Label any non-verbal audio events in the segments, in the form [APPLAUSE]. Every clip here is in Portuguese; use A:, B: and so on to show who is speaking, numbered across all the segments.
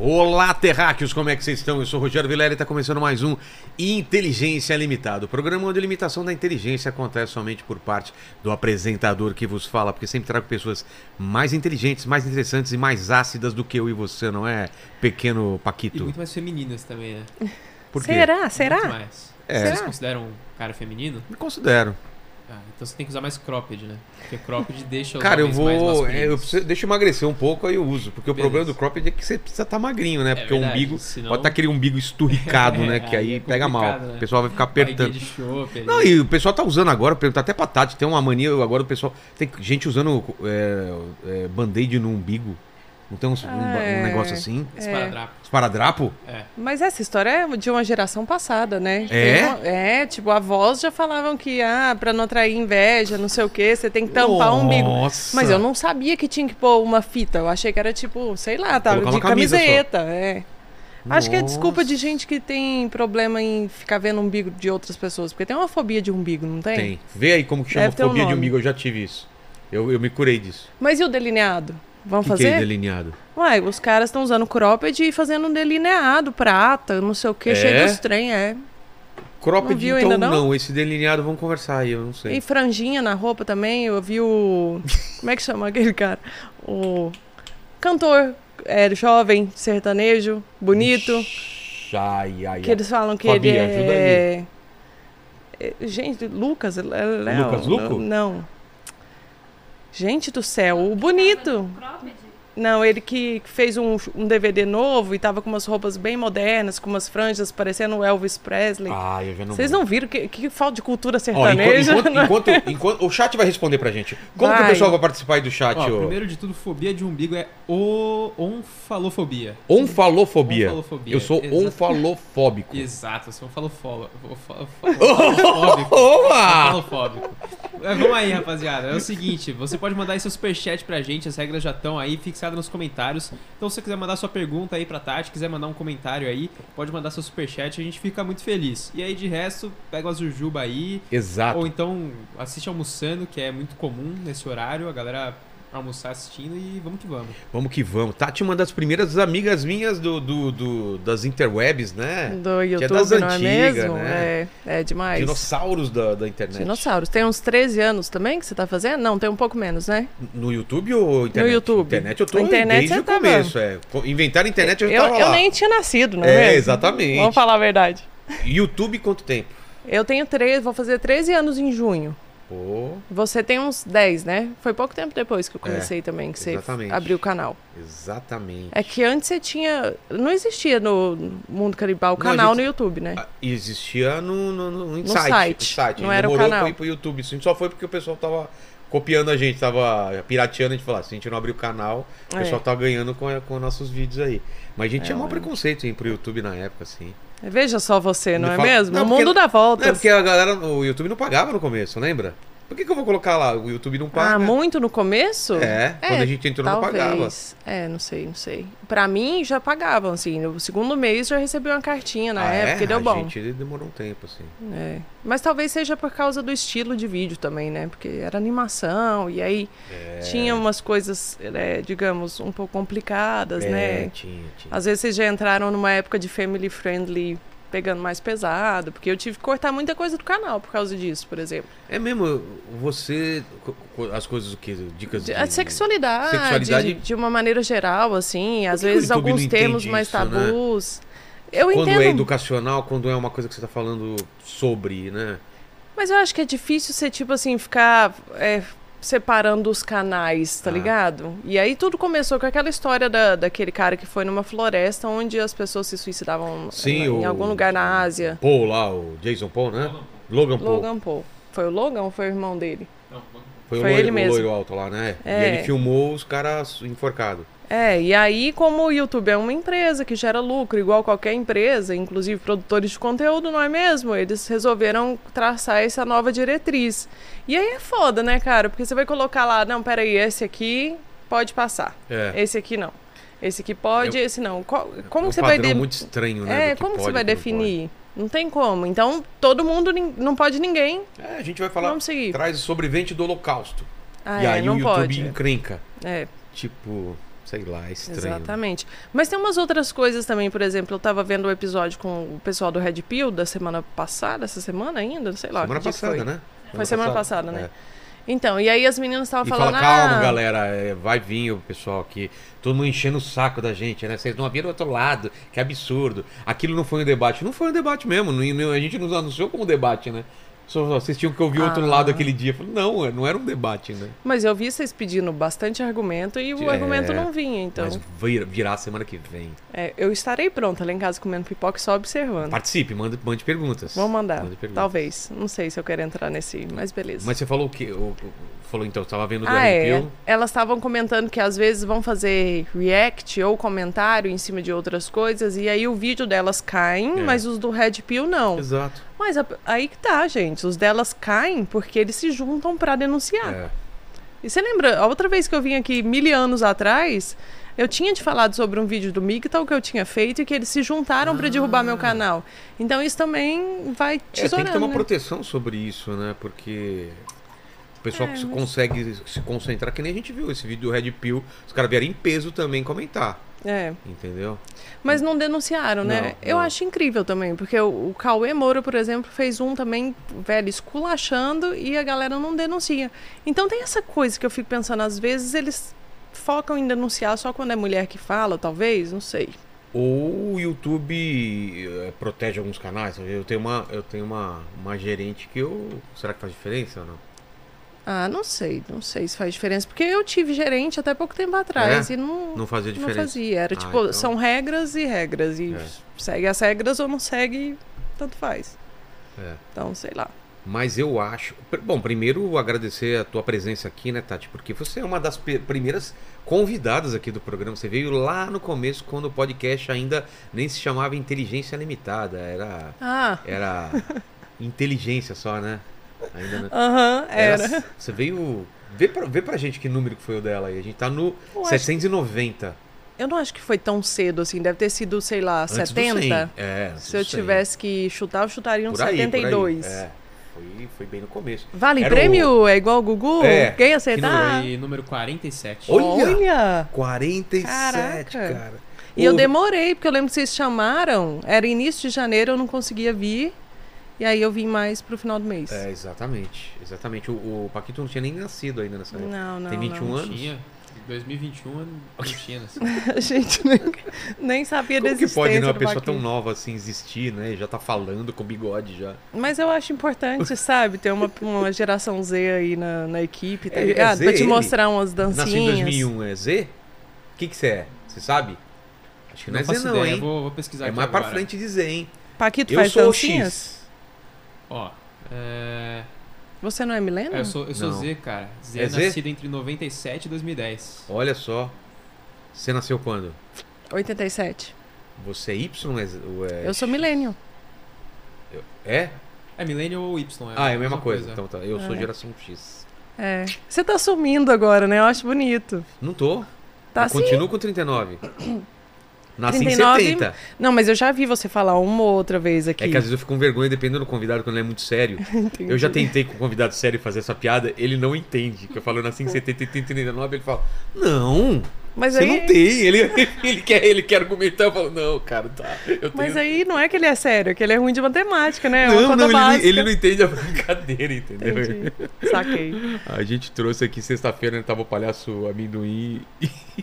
A: Olá, terráqueos, como é que vocês estão? Eu sou o Rogério Vilela e está começando mais um Inteligência Limitada, o programa onde a limitação da inteligência acontece somente por parte do apresentador que vos fala, porque sempre trago pessoas mais inteligentes, mais interessantes e mais ácidas do que eu e você, não é, pequeno
B: E
A: Paquito?
B: muito mais femininas também, né?
A: Por quê?
C: Será?
B: Muito
C: Será?
B: mais.
A: É.
B: Vocês
C: Será?
B: consideram um cara feminino?
A: Me considero.
B: Ah, então você tem que usar mais cropped, né? Porque cropped deixa os
A: Cara, eu
B: homens Então, mais
A: vou.
B: masculinos.
A: é, eu preciso- deixa eu emagrecer um pouco, aí eu uso. Porque
B: Beleza.
A: o problema do cropped é que você precisa estar magrinho, né?
B: É
A: porque o
B: verdade,
A: umbigo.
B: senão-
A: Pode estar aquele umbigo esturricado,
B: [LAUGHS]
A: né? Que aí,
B: Aí é
A: pega mal.
B: complicado, né?
A: O pessoal vai ficar apertando.
B: Barriguinha de chope ali.
A: Não, e o pessoal tá usando agora, perguntar até pra Tati, tem uma mania agora, o pessoal. Tem gente usando é, é, band-aid no umbigo. Não tem uns- um,
C: Ah,
A: ba- um
C: é.
A: negócio assim?
B: Esparadrapo.
A: Esparadrapo?
B: É.
C: Mas essa história é de uma geração passada, né?
A: É?
C: Tem uma- É, tipo, avós já falavam que, ah, pra não atrair inveja, não sei o quê, você tem que tampar o umbigo.
A: Nossa.
C: Mas eu não sabia que tinha que pôr uma fita. Eu achei que era tipo, sei lá, tava
A: Colocar
C: de
A: uma camisa só.
C: camiseta. É. Acho que é desculpa
A: Nossa.
C: de gente que tem problema em ficar vendo o umbigo de outras pessoas. Porque tem uma fobia de umbigo, não tem?
A: Tem. Vê aí como que chama
C: Deve ter um
A: fobia de
C: nome.
A: umbigo, eu já tive isso. Eu, eu me curei disso.
C: Mas e o delineado?
A: O
C: Vamos
A: que, que
C: fazer?
A: é delineado?
C: Uai, os caras estão usando cropped e fazendo um delineado, prata, não sei o que,
A: É?
C: cheio dos trem, é. Não
A: Cropped,
C: viu
A: então
C: ainda
A: não?
C: não?
A: Esse delineado vamos conversar aí, eu não sei.
C: Tem franjinha na roupa também, eu vi
A: [LAUGHS]
C: o... Como é que chama aquele cara? O cantor é, jovem, sertanejo, bonito,
A: Ixi, Ai, ai,
C: que
A: ai.
C: eles falam que
A: Fabi,
C: ele
A: ajuda
C: é... é... Gente, Lucas, é- é- é-
A: Lucas Luco?
C: Não. Gente do céu, o bonito. Não, ele que fez um, um DVD novo e tava com umas roupas bem modernas, com umas franjas parecendo o Elvis Presley.
A: Ah, eu já não
C: Vocês não viram que, que falta de cultura
A: Ó,
C: sertaneja?
A: enquanto, enquanto- enquanto- enquanto- o chat vai responder pra gente. Como que o
C: Vai.
A: pessoal vai participar aí do chat?
B: Ó,
A: ô?
B: primeiro de tudo, fobia de umbigo é o onfalofobia.
A: Onfalofobia.
B: Onfalofobia,
A: Eu sou
B: exato.
A: onfalofóbico. [LAUGHS]
B: Exato, você é um falofóbico. Falofóbico.
A: Opa!
B: Tá Falofóbico. É, vamos aí, rapaziada. É o seguinte, você pode mandar aí seu superchat pra gente, as regras já estão aí fixadas nos comentários. Então se você quiser mandar sua pergunta aí pra Tati, quiser mandar um comentário aí, pode mandar seu superchat, a gente fica muito feliz. E aí de resto, pega uma jujuba aí,
A: Exato.
B: ou então assiste almoçando, que é muito comum nesse horário, a galera almoçar assistindo e vamos que vamos.
A: Vamos que vamos. Tati, é uma das primeiras amigas minhas do, do- do- das interwebs, né?
C: Do
A: é
C: YouTube,
A: das
C: não é
A: antigas,
C: mesmo?
A: né?
C: É, é demais.
A: Dinossauros da, da internet.
C: Dinossauros. Tem uns 13 anos também que você tá fazendo? Não, tem um pouco menos, né?
A: No YouTube ou internet?
C: No YouTube.
A: Internet eu tô
C: Na internet
A: desde
C: você
A: o
C: tava.
A: começo. É. Co- Inventaram a internet eu,
C: Eu,
A: tava
C: eu
A: lá.
C: nem tinha nascido, não
A: É,
C: mesmo?
A: exatamente.
C: Vamos falar a verdade.
A: YouTube quanto tempo?
C: Eu tenho 13, vou fazer 13 anos em junho.
A: Pô,
C: Você tem uns 10, né? Foi pouco tempo depois que eu comecei também, que você
A: É, exatamente.
C: abriu o canal.
A: exatamente.
C: É que antes você tinha. Não existia no Mundo Canibal o
A: Não, a
C: canal
A: gente-
C: no YouTube, né?
A: Ah, Existia no, no, no, site,
C: site, não era o
A: Demorou
C: canal.
A: pra ir pro YouTube. Isso só foi porque o pessoal tava copiando a gente, tava pirateando. A gente falava, se a gente não abrir o canal, o
C: É. né?
A: pessoal tá ganhando com, com nossos vídeos aí. Mas a gente tinha maior preconceito em ir pro YouTube na época, assim.
C: Veja só você, não
A: Me
C: é
A: fala-
C: mesmo?
A: Não,
C: o
A: porque-
C: mundo dá
A: Não, é
C: voltas.
A: porque a galera, o YouTube não pagava no começo, lembra? Por que, que eu vou colocar lá? O YouTube não paga.
C: Ah, muito no começo?
A: É, quando a gente entrou não pagava.
C: talvez. É, não sei, não sei. Pra mim, já pagavam, assim. No segundo mês já recebi uma cartinha na
A: Ah, é?
C: época e deu
A: a
C: bom.
A: gente ele demorou um tempo, assim.
C: É. Mas talvez seja por causa do estilo de vídeo também, né? Porque era animação e aí
A: É.
C: tinha umas coisas, é, digamos, um pouco complicadas,
A: É,
C: né?
A: tinha, tinha.
C: Às vezes vocês já entraram numa época de family friendly pegando mais pesado, porque eu tive que cortar muita coisa do canal por causa disso, por exemplo.
A: É mesmo, você. co- co- As coisas o quê? Dicas
C: De- a
A: de-
C: sexualidade,
A: Sexualidade-
C: De, de uma maneira geral, assim, às
A: que que o
C: vezes
A: YouTube não
C: alguns
A: entende
C: termos mais
A: isso, né?
C: tabus. Eu
A: quando
C: entendo,
A: é educacional, quando é uma coisa que você tá falando sobre, né?
C: mas eu acho que é difícil ser tipo assim, ficar é, separando os canais, tá
A: Ah.
C: ligado? E aí tudo começou com aquela história da, daquele cara que foi numa floresta onde as pessoas se suicidavam
A: Sim,
C: em
A: o-
C: algum lugar na Ásia.
A: Paul lá, o Jason Paul, né? Logan Paul.
C: Logan Paul. Foi o Logan ou foi o irmão dele?
B: Não, vamos.
A: Foi, o
C: foi
A: loiro,
C: ele
A: o
C: mesmo.
A: loiro alto lá, né?
C: É.
A: E ele filmou os caras enforcados.
C: É, e aí, como o YouTube é uma empresa que gera lucro, igual qualquer empresa, inclusive produtores de conteúdo, não é mesmo? Eles resolveram traçar essa nova diretriz. E aí é foda, né, cara? Porque você vai colocar lá, não, peraí, esse aqui pode passar.
A: É.
C: Esse aqui não. Esse aqui pode, esse não. Co- como
A: um
C: que você vai
A: padrão
C: de-
A: muito estranho, né?
C: É,
A: do que
C: como que
A: pode,
C: você vai
A: do que não
C: definir? Não, tem como. Então, todo mundo nin- não pode ninguém.
A: pode. É, a gente vai falar.
C: Vamos seguir.
A: Traz o sobrevivente do holocausto.
C: Ah,
A: e
C: é,
A: aí
C: não
A: o YouTube
C: pode.
A: encrenca.
C: É.
A: Tipo, Sei lá, é estranho.
C: Exatamente. Mas tem umas outras coisas também, por exemplo, eu tava vendo o episódio com o pessoal do Red Pill da semana passada, essa semana ainda, sei lá.
A: Semana É.
C: que dia que
A: passada,
C: foi.
A: né?
C: Foi semana passada, né? Então, e aí as meninas estavam
A: E
C: falando.
A: fala, calma,
C: "Ah,
A: galera, é, vai vir o pessoal aqui. Todo mundo enchendo o saco da gente, né? Vocês não viram o outro lado, que absurdo. Aquilo não foi um debate. Não foi um debate mesmo. não- não- a gente não anunciou como debate, né? Só, só vocês tinham que ouvir o outro
C: Ah.
A: lado aquele dia. Eu falei, não, não era um debate, né?
C: Mas eu vi vocês pedindo bastante argumento e o
A: É,
C: argumento não vinha, então.
A: Mas vir- virá semana que vem.
C: É, eu estarei pronta lá em casa comendo pipoca e só observando.
A: Participe, manda, mande perguntas.
C: Vou mandar,
A: Mande perguntas.
C: talvez. Não sei se eu quero entrar nesse, mas beleza.
A: Mas você falou o quê? O- o- Falou então, você tava vendo do
C: Ah, é.
A: RPU.
C: Elas estavam comentando que às vezes vão fazer react ou comentário em cima de outras coisas e aí o vídeo delas caem,
A: É.
C: mas os do Red Pill não.
A: Exato.
C: Mas a- aí que tá, gente. Os delas caem porque eles se juntam pra denunciar.
A: É.
C: E você lembra, a outra vez que eu vim aqui, mil anos atrás, eu tinha te falado sobre um vídeo do MGTOW que eu tinha feito e que eles se juntaram pra derrubar meu canal. Então isso também
A: Ah.
C: vai
A: É, tem
C: tesourando,
A: que ter uma
C: né?
A: proteção sobre isso, né? Porque o pessoal
C: É,
A: que se
C: mas-
A: consegue se concentrar, que nem a gente viu esse vídeo do Red Pill, os caras vieram em peso também comentar,
C: É.
A: entendeu?
C: Mas não denunciaram, né?
A: Não,
C: eu
A: não.
C: acho incrível também, porque o, o Cauê Moura, por exemplo, fez um também, velho, esculachando e a galera não denuncia. Então tem essa coisa que eu fico pensando, às vezes eles focam em denunciar só quando é mulher que fala, talvez, não sei.
A: Ou o YouTube eh, protege alguns canais. sabe? Eu tenho uma, eu tenho uma, uma gerente que eu. Será que faz diferença ou não?
C: Ah, não sei, não sei se faz diferença, porque eu tive gerente até pouco tempo atrás
A: É?
C: e não,
A: Não fazia
C: não
A: diferença.
C: fazia. Era
A: Ah,
C: tipo,
A: então.
C: são regras e regras, e
A: É.
C: segue as regras ou não segue, tanto faz.
A: É.
C: Então, sei lá.
A: Mas eu acho. pr- Bom, primeiro agradecer a tua presença aqui, né, Tati? Porque você é uma das pe- primeiras convidadas aqui do programa. Você veio lá no começo, quando o podcast ainda nem se chamava Inteligência Limitada. Era.
C: Ah, [LAUGHS]
A: Era. inteligência só, né? Ainda não.
C: aham, Ah, era.
A: Você veio. Vê pra, vê pra gente que número que foi o dela aí. A gente tá no
C: [LAUGHS] Eu acho
A: 790.
C: Eu não acho que foi tão cedo assim, deve ter sido, sei lá,
A: antes do
C: 70.
A: 100. É, antes
C: Se eu
A: do 100.
C: tivesse que chutar, eu chutaria um
A: Por aí, por aí.
C: 72.
A: É, foi, foi bem no começo.
C: Vale
A: Era
C: prêmio? É igual o Gugu?
A: É,
C: Quem
B: Que
C: acertar?
B: número, aí, número 47.
A: Oi? Olha!
C: Olha!
A: 47,
C: Caraca.
A: cara.
C: E eu
A: Ô,
C: demorei, porque eu lembro que vocês chamaram, era início de janeiro, eu não conseguia vir. E aí eu vim mais pro final do mês.
A: É, exatamente. Exatamente. O, o Paquito não tinha nem nascido ainda nessa época.
C: Não, não.
A: Tem 21
C: não.
A: anos.
B: Tinha. 2021 não tinha, assim.
C: [LAUGHS] A gente nem, nem sabia
A: Como
C: desse
A: que pode né, uma pessoa tão nova assim existir, né? Já tá falando com bigode já.
C: Mas eu
A: [LAUGHS]
C: acho importante, sabe, ter uma, uma geração Z aí na, na equipe, tá
A: É, é
C: ligado? pra te
A: ZL.
C: mostrar umas
A: Nasci em
C: dancinhas.
A: 2001, é Z? O que que você é? Você sabe? Acho que não, é
B: faço
A: Z não,
B: ideia,
A: hein?
B: Vou, vou pesquisar
A: É
B: aqui
A: mais pra
B: agora.
A: frente de Z, hein?
C: Paquito
A: Eu
C: faz
A: sou o
C: dancinhas?
A: X.
B: Ó, é...
C: Você não é milênio?
B: é, eu sou, eu sou
A: Não.
B: Z, cara. Z
A: É
B: é
A: Z?
B: nascido entre 97 e 2010.
A: Olha só. Você nasceu quando?
C: 87.
A: Você é Y ou é Z- ou é...
C: Eu sou milênio.
A: É?
B: É Millennial ou Y?
A: Ah, é a mesma coisa. Então tá. Eu sou geração X.
C: É. Você tá sumindo agora, né? Eu acho bonito.
A: Não tô.
C: Tá
A: eu
C: assim?
A: continuo com
C: [CLEARS THROAT]
A: 39. Nasci
C: 39.
A: em 70.
C: Não, mas eu já vi você falar uma ou outra vez aqui.
A: É que às vezes eu fico com vergonha dependendo do convidado quando ele é muito sério.
C: Entendi.
A: Eu já tentei com um convidado sério fazer essa piada, ele não entende. Que eu falo assim, 70 e 39, ele fala: "Não,
C: Mas
A: você
C: aí... é
A: não tem". Ele [LAUGHS] ele quer ele quer argumentar, eu falo: "Não, cara, tá. Eu tenho
C: Mas aí não é que ele é sério, é que ele é ruim de matemática, né? É uma
A: Não,
C: conta
A: não, ele não,
C: básica.
A: ele não entende a brincadeira, entendeu?
C: Entendi. Saquei.
A: A gente trouxe aqui sexta-feira, né, tava o palhaço amendoim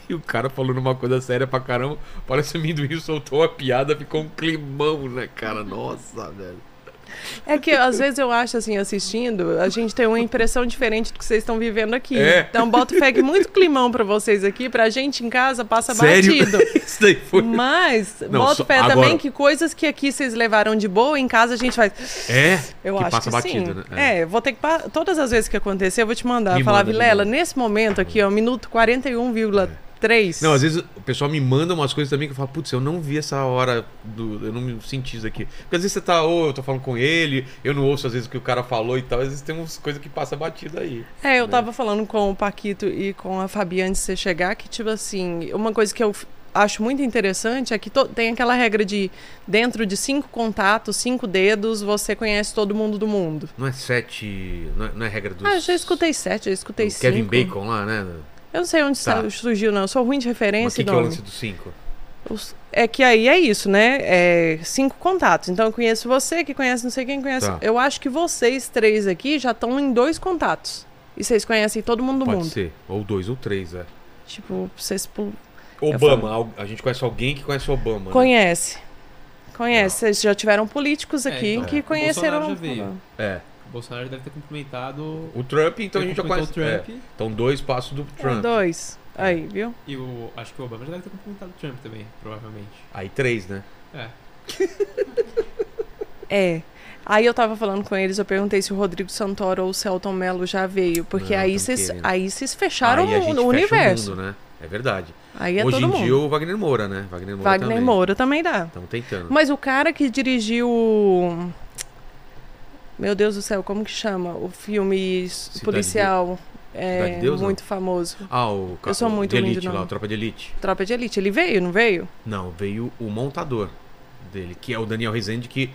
A: e o cara falando uma coisa séria pra caramba. O palhaço amendoim soltou uma piada, ficou um climão, né, cara? Nossa, velho.
C: É que às vezes eu acho, assim, assistindo, a gente tem uma impressão diferente do que vocês estão vivendo aqui.
A: É.
C: Então, boto fé que muito climão pra vocês aqui, pra gente em casa passa Tá batido.
A: [LAUGHS]
C: Hum.
A: Isso daí foi.
C: Mas,
A: Não,
C: boto
A: só-
C: fé
A: agora-
C: também que coisas que aqui vocês levaram de boa, em casa a gente faz.
A: É,
C: Eu
A: que
C: acho
A: passa
C: que
A: batido,
C: sim.
A: né?
C: É. vou ter que. pa- Todas as vezes que acontecer, eu vou te mandar.
A: Me
C: falar,
A: manda, me
C: Vilela,
A: manda.
C: nesse momento aqui, ó, minuto 41,3.
A: Não, às vezes o pessoal me manda umas coisas também que eu falo, putz, eu não vi essa hora do. Eu não me senti isso aqui. Porque às vezes você tá, ou eu tô falando com ele, eu não ouço às vezes o que o cara falou e tal. Às vezes tem umas coisas que passa batido aí.
C: É, eu tava falando com o Paquito e com a Fabi antes de você chegar que, tipo assim, uma coisa que eu f- acho muito interessante é que to- tem aquela regra de dentro de cinco contatos, cinco dedos, você conhece todo mundo do mundo.
A: Não é sete. Não é, não é regra dos.
C: Ah, eu já Ah, escutei sete, já escutei
A: do
C: cinco.
A: Kevin Bacon lá, né?
C: Eu não sei onde
A: Tá.
C: sa- surgiu, não. Eu sou ruim de
A: Mas
C: referência
A: o que,
C: e
A: que é o
C: nome.
A: lance do 5?
C: Os- É que aí é isso, né? É cinco contatos. Então eu conheço você, que conhece não sei quem conhece.
A: Tá.
C: Eu acho que vocês três aqui já estão em dois contatos. E vocês conhecem todo mundo do
A: Pode
C: mundo.
A: ser. Ou dois, ou três, é.
C: Tipo, vocês pu-
A: Obama. al- A gente conhece alguém que conhece Obama. né?
C: conhece. Conhece. Vocês já tiveram políticos
B: É,
C: aqui
B: então,
C: que
B: o
C: conheceram.
B: Bolsonaro já veio.
A: É.
B: O Bolsonaro deve ter cumprimentado.
A: O Trump, então a
B: ele
A: gente já conhece.
B: cumprimentou o
A: é.
B: Trump
A: Então, dois passos do
C: É,
A: Trump.
C: dois. Aí, viu?
B: e o. Acho que o Obama já deve ter cumprimentado o Trump também, provavelmente.
A: Aí três, né?
B: É.
C: É. Aí eu tava falando com eles, eu perguntei se o Rodrigo Santoro ou o Celton Mello já veio. Porque
A: Não,
C: aí
A: tamo
C: vocês
A: querendo.
C: aí vocês fecharam
A: Aí a gente
C: o, o
A: fecha
C: universo.
A: mundo, né? É verdade.
C: Aí é
A: Hoje
C: todo
A: em
C: mundo.
A: dia o Wagner Moura, né? Wagner Moura
C: Wagner
A: também.
C: Moura também dá.
A: Estão tentando.
C: Mas o cara que dirigiu. Meu Deus do céu, como que chama? O filme
A: de
C: policial
A: Cidade
C: é
A: de Deus, não?
C: muito famoso.
A: Ah, o ca-
C: Eu sou muito
A: de
C: ruim de
A: elite lá,
C: nome.
A: o Tropa de Elite.
C: Tropa de Elite. Ele veio, não veio?
A: Não, veio o montador dele, que é o Daniel Rezende, que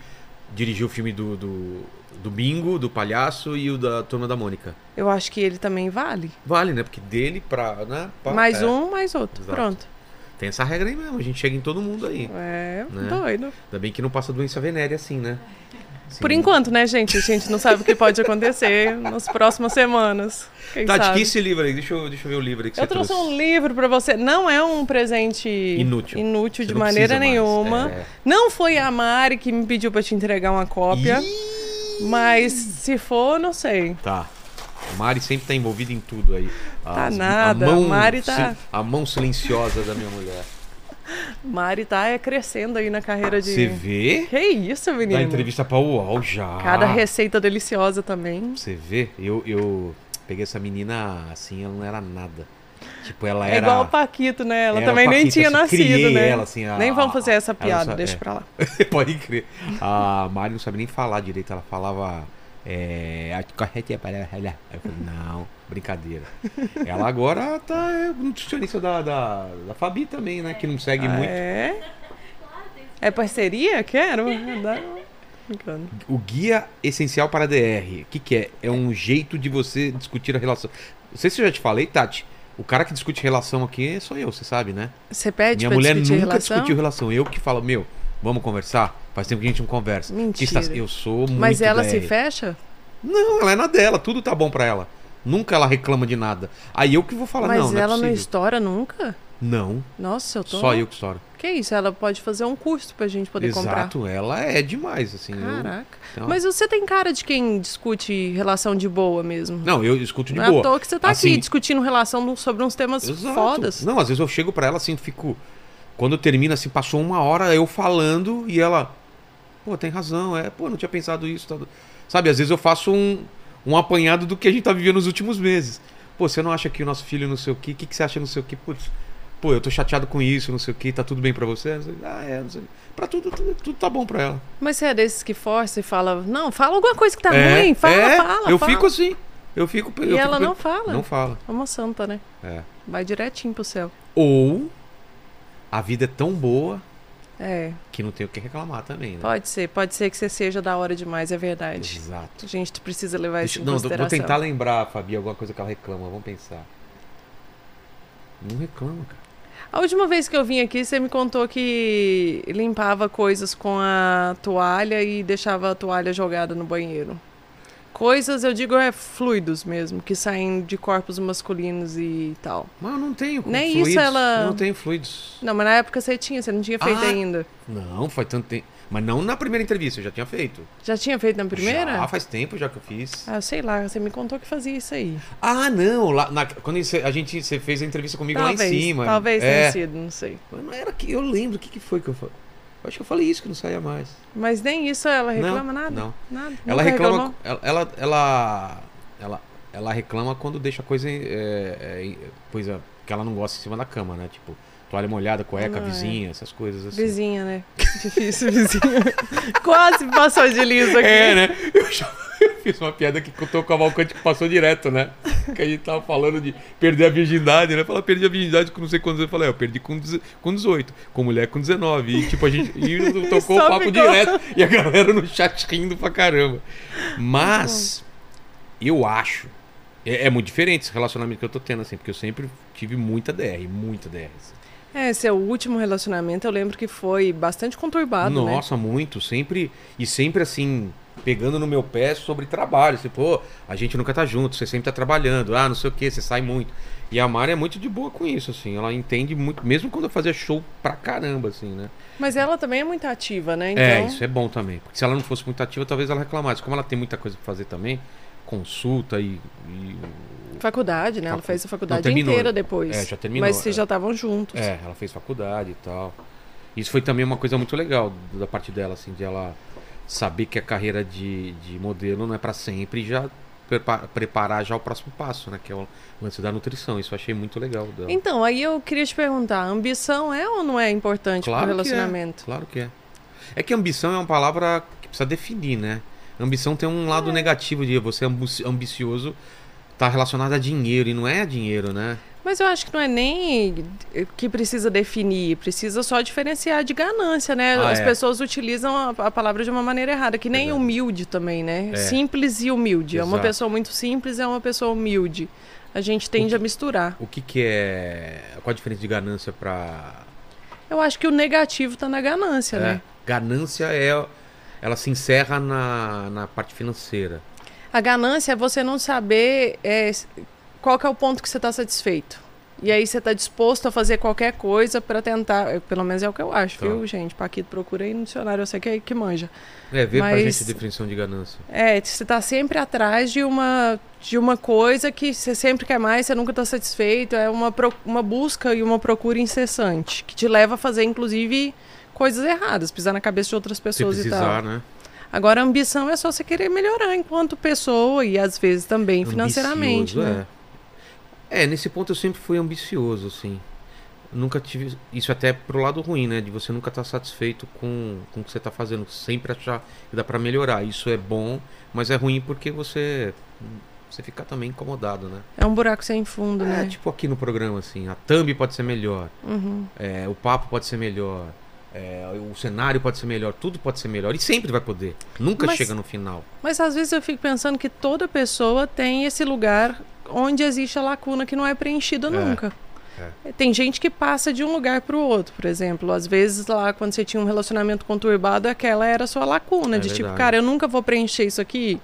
A: dirigiu o filme do, do, do Bingo, do Palhaço e o da Turma da Mônica.
C: Eu acho que ele também vale.
A: Vale, né? Porque dele pra. Né? Pá,
C: mais
A: é.
C: um, mais outro.
A: Exato.
C: Pronto.
A: Tem essa regra aí mesmo, a gente chega em todo mundo aí.
C: É,
A: Né?
C: doido.
A: Ainda bem que não passa doença venérea assim, né? Assim,
C: Por enquanto, né, gente? A gente não sabe o que
A: [LAUGHS]
C: pode acontecer nas próximas semanas. Quem
A: Tati,
C: sabe?
A: Tá, que esse livro aí? Deixa eu, deixa eu ver o livro aí que
C: Eu
A: você
C: trouxe,
A: trouxe.
C: um livro pra você. Não é um presente
A: Inútil.
C: inútil
A: Você
C: de
A: não
C: maneira
A: precisa mais.
C: nenhuma.
A: É.
C: Não foi a Mari que me pediu pra te entregar uma cópia.
A: Ih!
C: Mas se for, não sei.
A: Tá. A Mari sempre tá envolvida em tudo aí.
C: Tá
A: As-
C: nada, a Mari tá-
A: sil- A mão silenciosa da minha mulher.
C: Mari tá é, crescendo aí na carreira [LAUGHS] de.
A: Você vê?
C: Que isso, menino?
A: Da entrevista pra UOL já.
C: Cada receita deliciosa também.
A: Você vê? Eu, eu peguei essa menina assim, ela não era nada. Tipo, ela
C: É
A: era.
C: igual o Paquito, né? Ela
A: era
C: também nem
A: Paquita,
C: tinha
A: assim,
C: nascido,
A: criei
C: né?
A: Ela, assim, a-
C: Nem vamos fazer essa
A: ela
C: piada,
A: sa-
C: deixa
A: é.
C: pra lá.
A: [LAUGHS] Pode crer. A Mari não sabe nem falar direito, ela falava. É, a correta é para ela. Aí eu falei, não, brincadeira. Ela agora tá é, nutricionista da, da, da Fabi também, né? Que não segue muito.
C: É? É parceria? [LAUGHS] Quero. Dá- Brincando.
A: O guia essencial para DR. O que, que é? É um jeito de você discutir a relação. Não sei se eu já te falei, Tati. O cara que discute relação aqui sou eu, você sabe, né?
C: Você pede
A: Minha
C: pra
A: mulher nunca
C: É tipo discutir relação?
A: discutiu relação. Eu que falo, meu, vamos conversar? Faz tempo que a gente não conversa. Que
C: Mentira.
A: Eu sou muito.
C: Mas ela se
A: DR.
C: fecha?
A: Não, ela é na dela, tudo tá bom pra ela. Nunca ela reclama de nada. Aí eu que vou falar,
C: Mas
A: não, não é
C: ela não
A: possível.
C: estoura nunca?
A: Não,
C: Nossa, eu tô.
A: só eu que estouro.
C: Que isso? Ela pode fazer um curso pra gente poder comprar.
A: Exato, ela é demais, assim. eu-
C: Caraca.
A: então-
C: Mas você tem cara de quem discute relação de boa mesmo.
A: Não, eu escuto de
C: Não é à
A: boa.
C: toa que você tá
A: Assim-
C: aqui discutindo relação num- sobre uns temas
A: Exato.
C: fodas.
A: Não, às vezes eu chego pra ela assim, fico. Quando termina, assim, passou uma hora eu falando e ela. Pô, tem razão, é. Pô, não tinha pensado isso. Tá... Sabe, às vezes eu faço um, um apanhado do que a gente tá vivendo nos últimos meses. Pô, você não acha que o nosso filho não sei o quê? O que, que você acha não sei o quê? Putz, pô, eu tô chateado com isso, não sei o quê, tá tudo bem pra você? Não sei- Ah, é, não sei. Pra tudo, tudo, tudo tá bom pra ela.
C: Mas você é desses que força e fala, não, fala alguma coisa que tá
A: é,
C: ruim, fala,
A: é,
C: fala.
A: Eu
C: fala."
A: fico assim. Eu fico. eu
C: E
A: fico
C: ela
A: pe-
C: não fala.
A: Não fala.
C: É uma santa, né?
A: É.
C: Vai direitinho pro céu.
A: Ou a vida é tão boa
C: É,
A: que não tem o que reclamar também, né?
C: pode ser. Pode ser que você seja da hora demais, é verdade.
A: Exato.
C: A gente precisa levar isso
A: Deixa-
C: em
A: não, eu
C: consideração.
A: vou tentar lembrar, Fabi, alguma coisa que ela reclama. Vamos pensar. Não reclama, cara.
C: A última vez que eu vim aqui, você me contou que limpava coisas com a toalha e deixava a toalha jogada no banheiro. Coisas, eu digo, é fluidos mesmo, que saem de corpos masculinos e tal.
A: Mas eu não tenho
C: Nem
A: fluidos.
C: isso ela-
A: Eu não tenho fluidos.
C: Não, mas na época você tinha, você não tinha feito
A: Ah.
C: ainda.
A: Não, faz tanto tempo. Mas não na primeira entrevista, eu já tinha feito.
C: Já tinha feito na primeira?
A: Já faz tempo já que eu fiz.
C: Ah, sei lá, você me contou que fazia isso aí.
A: Ah, não. Lá, na- quando você- a gente você fez a entrevista comigo lá em cima.
C: talvez
A: é.
C: tenha sido, não sei.
A: Mas não era que. Eu lembro o que, que foi que eu falei. Eu acho que eu falei isso que não saía mais.
C: Mas nem isso ela reclama
A: não,
C: nada?
A: Não.
C: Nada.
A: Ela reclama.
C: Nunca reclamou?
A: Ela, ela, ela, ela, ela reclama quando deixa coisa, em- é, é, em- coisa que ela não gosta em cima da cama, né? Tipo, toalha molhada, cueca,
C: Não, é.
A: vizinha, essas coisas assim.
C: Vizinha, né? [LAUGHS] Difícil, vizinha. [LAUGHS] Quase passou de liso aqui.
A: É, né? Eu já [LAUGHS] eu fiz uma piada que contou com o Cavalcante que passou direto, né? Que a gente tava falando de perder a virgindade, né? Fala, perdi a virgindade com não sei quantos anos. Eu falei, é, eu perdi com, deze- com 18, com mulher com 19. E tipo, a gente
C: [LAUGHS]
A: e tocou o
C: Só
A: papo
C: ficou.
A: direto. E a galera no chat rindo pra caramba. Mas eu acho É, é muito diferente esse relacionamento que eu tô tendo, assim, porque eu sempre tive muita DR, muita DR. assim.
C: É, seu último relacionamento eu lembro que foi bastante conturbado, né?
A: Nossa, muito. Sempre. E sempre assim, pegando no meu pé sobre trabalho. Tipo, pô, a gente nunca tá junto, você sempre tá trabalhando, ah, não sei o que, você sai muito. E a Mari é muito de boa com isso, assim. Ela entende muito, mesmo quando eu fazia show pra caramba, assim, né?
C: Mas ela também é muito ativa, né? Então,
A: É, isso é bom também. Porque se ela não fosse muito ativa, talvez ela reclamasse. Como ela tem muita coisa pra fazer também, consulta e. e-
C: faculdade, né? Ela
A: Facu-
C: fez a faculdade
A: Não, terminou.
C: inteira depois.
A: É, já terminou,
C: Mas vocês
A: é.
C: já estavam juntos.
A: É, ela fez faculdade e tal. Isso foi também uma coisa muito legal da parte dela, assim, de ela saber que a carreira de, de modelo não é pra sempre e já prepa- preparar já o próximo passo, né? Que é o lance da nutrição. Isso eu achei muito legal dela.
C: Então, aí eu queria te perguntar, ambição é ou não é importante
A: Claro
C: pro
A: que é.
C: relacionamento?
A: Claro que é. É que ambição é uma palavra que precisa definir, né? Ambição tem um lado negativo de você ambu- ambicioso tá relacionado a dinheiro e não é dinheiro, né?
C: Mas eu acho que não é nem que precisa definir, precisa só diferenciar de ganância, né?
A: Ah,
C: As
A: é.
C: pessoas utilizam a, a palavra de uma maneira errada, que nem
A: Verdade.
C: humilde também, né?
A: É.
C: Simples e humilde. É uma
A: Exato.
C: pessoa muito simples, é uma pessoa humilde. A gente tende a misturar.
A: O que que é... Qual a diferença de ganância pra...
C: Eu acho que o negativo tá na ganância,
A: É,
C: né?
A: Ganância é... Ela se encerra na, na parte financeira.
C: A ganância é você não saber é, qual que é o ponto que você está satisfeito. E aí você está disposto a fazer qualquer coisa para tentar. eh, Pelo menos é o que eu acho,
A: Tá.
C: viu, gente? Paquito, procura aí no dicionário, eu sei que é que manja.
A: É, vê pra
C: Mas-
A: gente a definição de ganância.
C: É, você está sempre atrás de uma, de uma coisa que você sempre quer mais, você nunca está satisfeito. É uma, pro- uma busca e uma procura incessante, que te leva a fazer, inclusive, coisas erradas, pisar na cabeça de outras
A: Se
C: pessoas e tal.
A: precisar, né?
C: Agora, a ambição é só você querer melhorar enquanto pessoa e às vezes também financeiramente.
A: Ambicioso,
C: né?
A: é. É, nesse ponto eu sempre fui ambicioso, assim. Nunca tive. Isso até pro lado ruim, né? De você nunca estar satisfeito com, com o que você tá fazendo. Sempre achar que dá pra melhorar. Isso é bom, mas é ruim porque você. Você fica também incomodado, né?
C: É um buraco sem fundo,
A: É,
C: né?
A: tipo aqui no programa, assim. A thumb pode ser melhor.
C: Uhum.
A: é, o papo pode ser melhor. é, o cenário pode ser melhor. Tudo pode ser melhor. E sempre vai poder. Nunca
C: Mas-
A: chega no final.
C: Mas às vezes eu fico pensando que toda pessoa tem esse lugar onde existe a lacuna que não é preenchida nunca.
A: é.
C: Tem gente que passa de um lugar para o outro, por exemplo. Às vezes lá, quando você tinha um relacionamento conturbado, aquela era a sua lacuna.
A: É
C: de tipo,
A: verdade.
C: cara, eu nunca vou preencher isso aqui.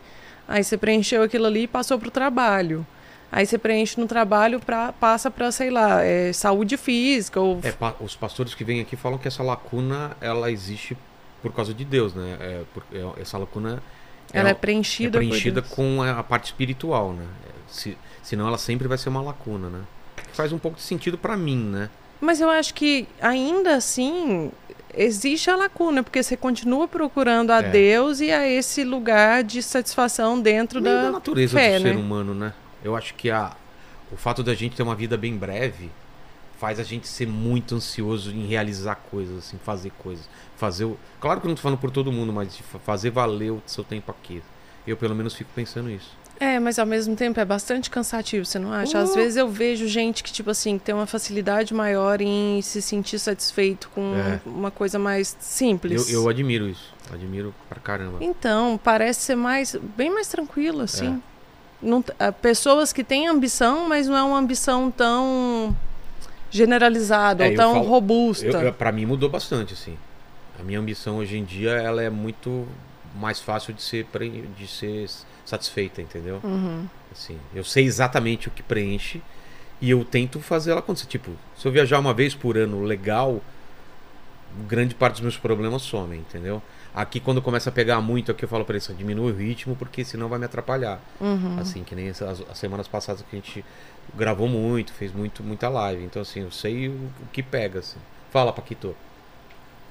C: Aí você preencheu aquilo ali e passou para o trabalho. Aí você preenche no trabalho, pra, passa para, sei lá, é, saúde física ou
A: É, pa- os pastores que vêm aqui falam que essa lacuna ela existe por causa de Deus, né? É, por- é- essa lacuna
C: Ela é,
A: é,
C: preenchida,
A: é preenchida
C: por Deus.
A: com a a parte espiritual, né? É, Se, senão ela sempre vai ser uma lacuna, né? Faz um pouco de sentido pra mim, né?
C: Mas eu acho que ainda assim existe a lacuna, porque você continua procurando a
A: É.
C: Deus e a esse lugar de satisfação dentro
A: Meio da
C: da.
A: natureza
C: fé,
A: do ser
C: né?
A: humano, né? Eu acho que a, o fato da gente ter uma vida bem breve faz a gente ser muito ansioso em realizar coisas, assim, fazer coisas. Fazer o. Claro que eu não tô falando por todo mundo, mas de fa- fazer valer o seu tempo aqui. Eu pelo menos fico pensando isso.
C: É, mas ao mesmo tempo é bastante cansativo, você não acha? Às
A: Uh.
C: vezes eu vejo gente que, tipo assim, que tem uma facilidade maior em se sentir satisfeito com
A: É.
C: uma coisa mais
A: Eu,
C: simples.
A: eu admiro isso. Admiro pra caramba.
C: Então, parece ser mais bem mais tranquilo, assim.
A: É.
C: Não t- ah, pessoas que têm ambição, mas não é uma ambição tão generalizada
A: É,
C: ou
A: eu
C: tão
A: falo-
C: robusta.
A: Eu, eu- pra mim mudou bastante, assim. A minha ambição hoje em dia ela é muito mais fácil de ser, pre- de ser satisfeita, entendeu?
C: Uhum.
A: Assim, eu sei exatamente o que preenche e eu tento fazer ela acontecer. Tipo, se eu viajar uma vez por ano legal, grande parte dos meus problemas somem, entendeu? Aqui quando começa a pegar muito, aqui eu falo pra eles, diminui o ritmo porque senão vai me atrapalhar.
C: Uhum.
A: Assim, que nem essa- as, as semanas passadas que a gente gravou muito, fez muito, muita live. Então, assim, eu sei o, o que pega, assim. Fala, Paquito.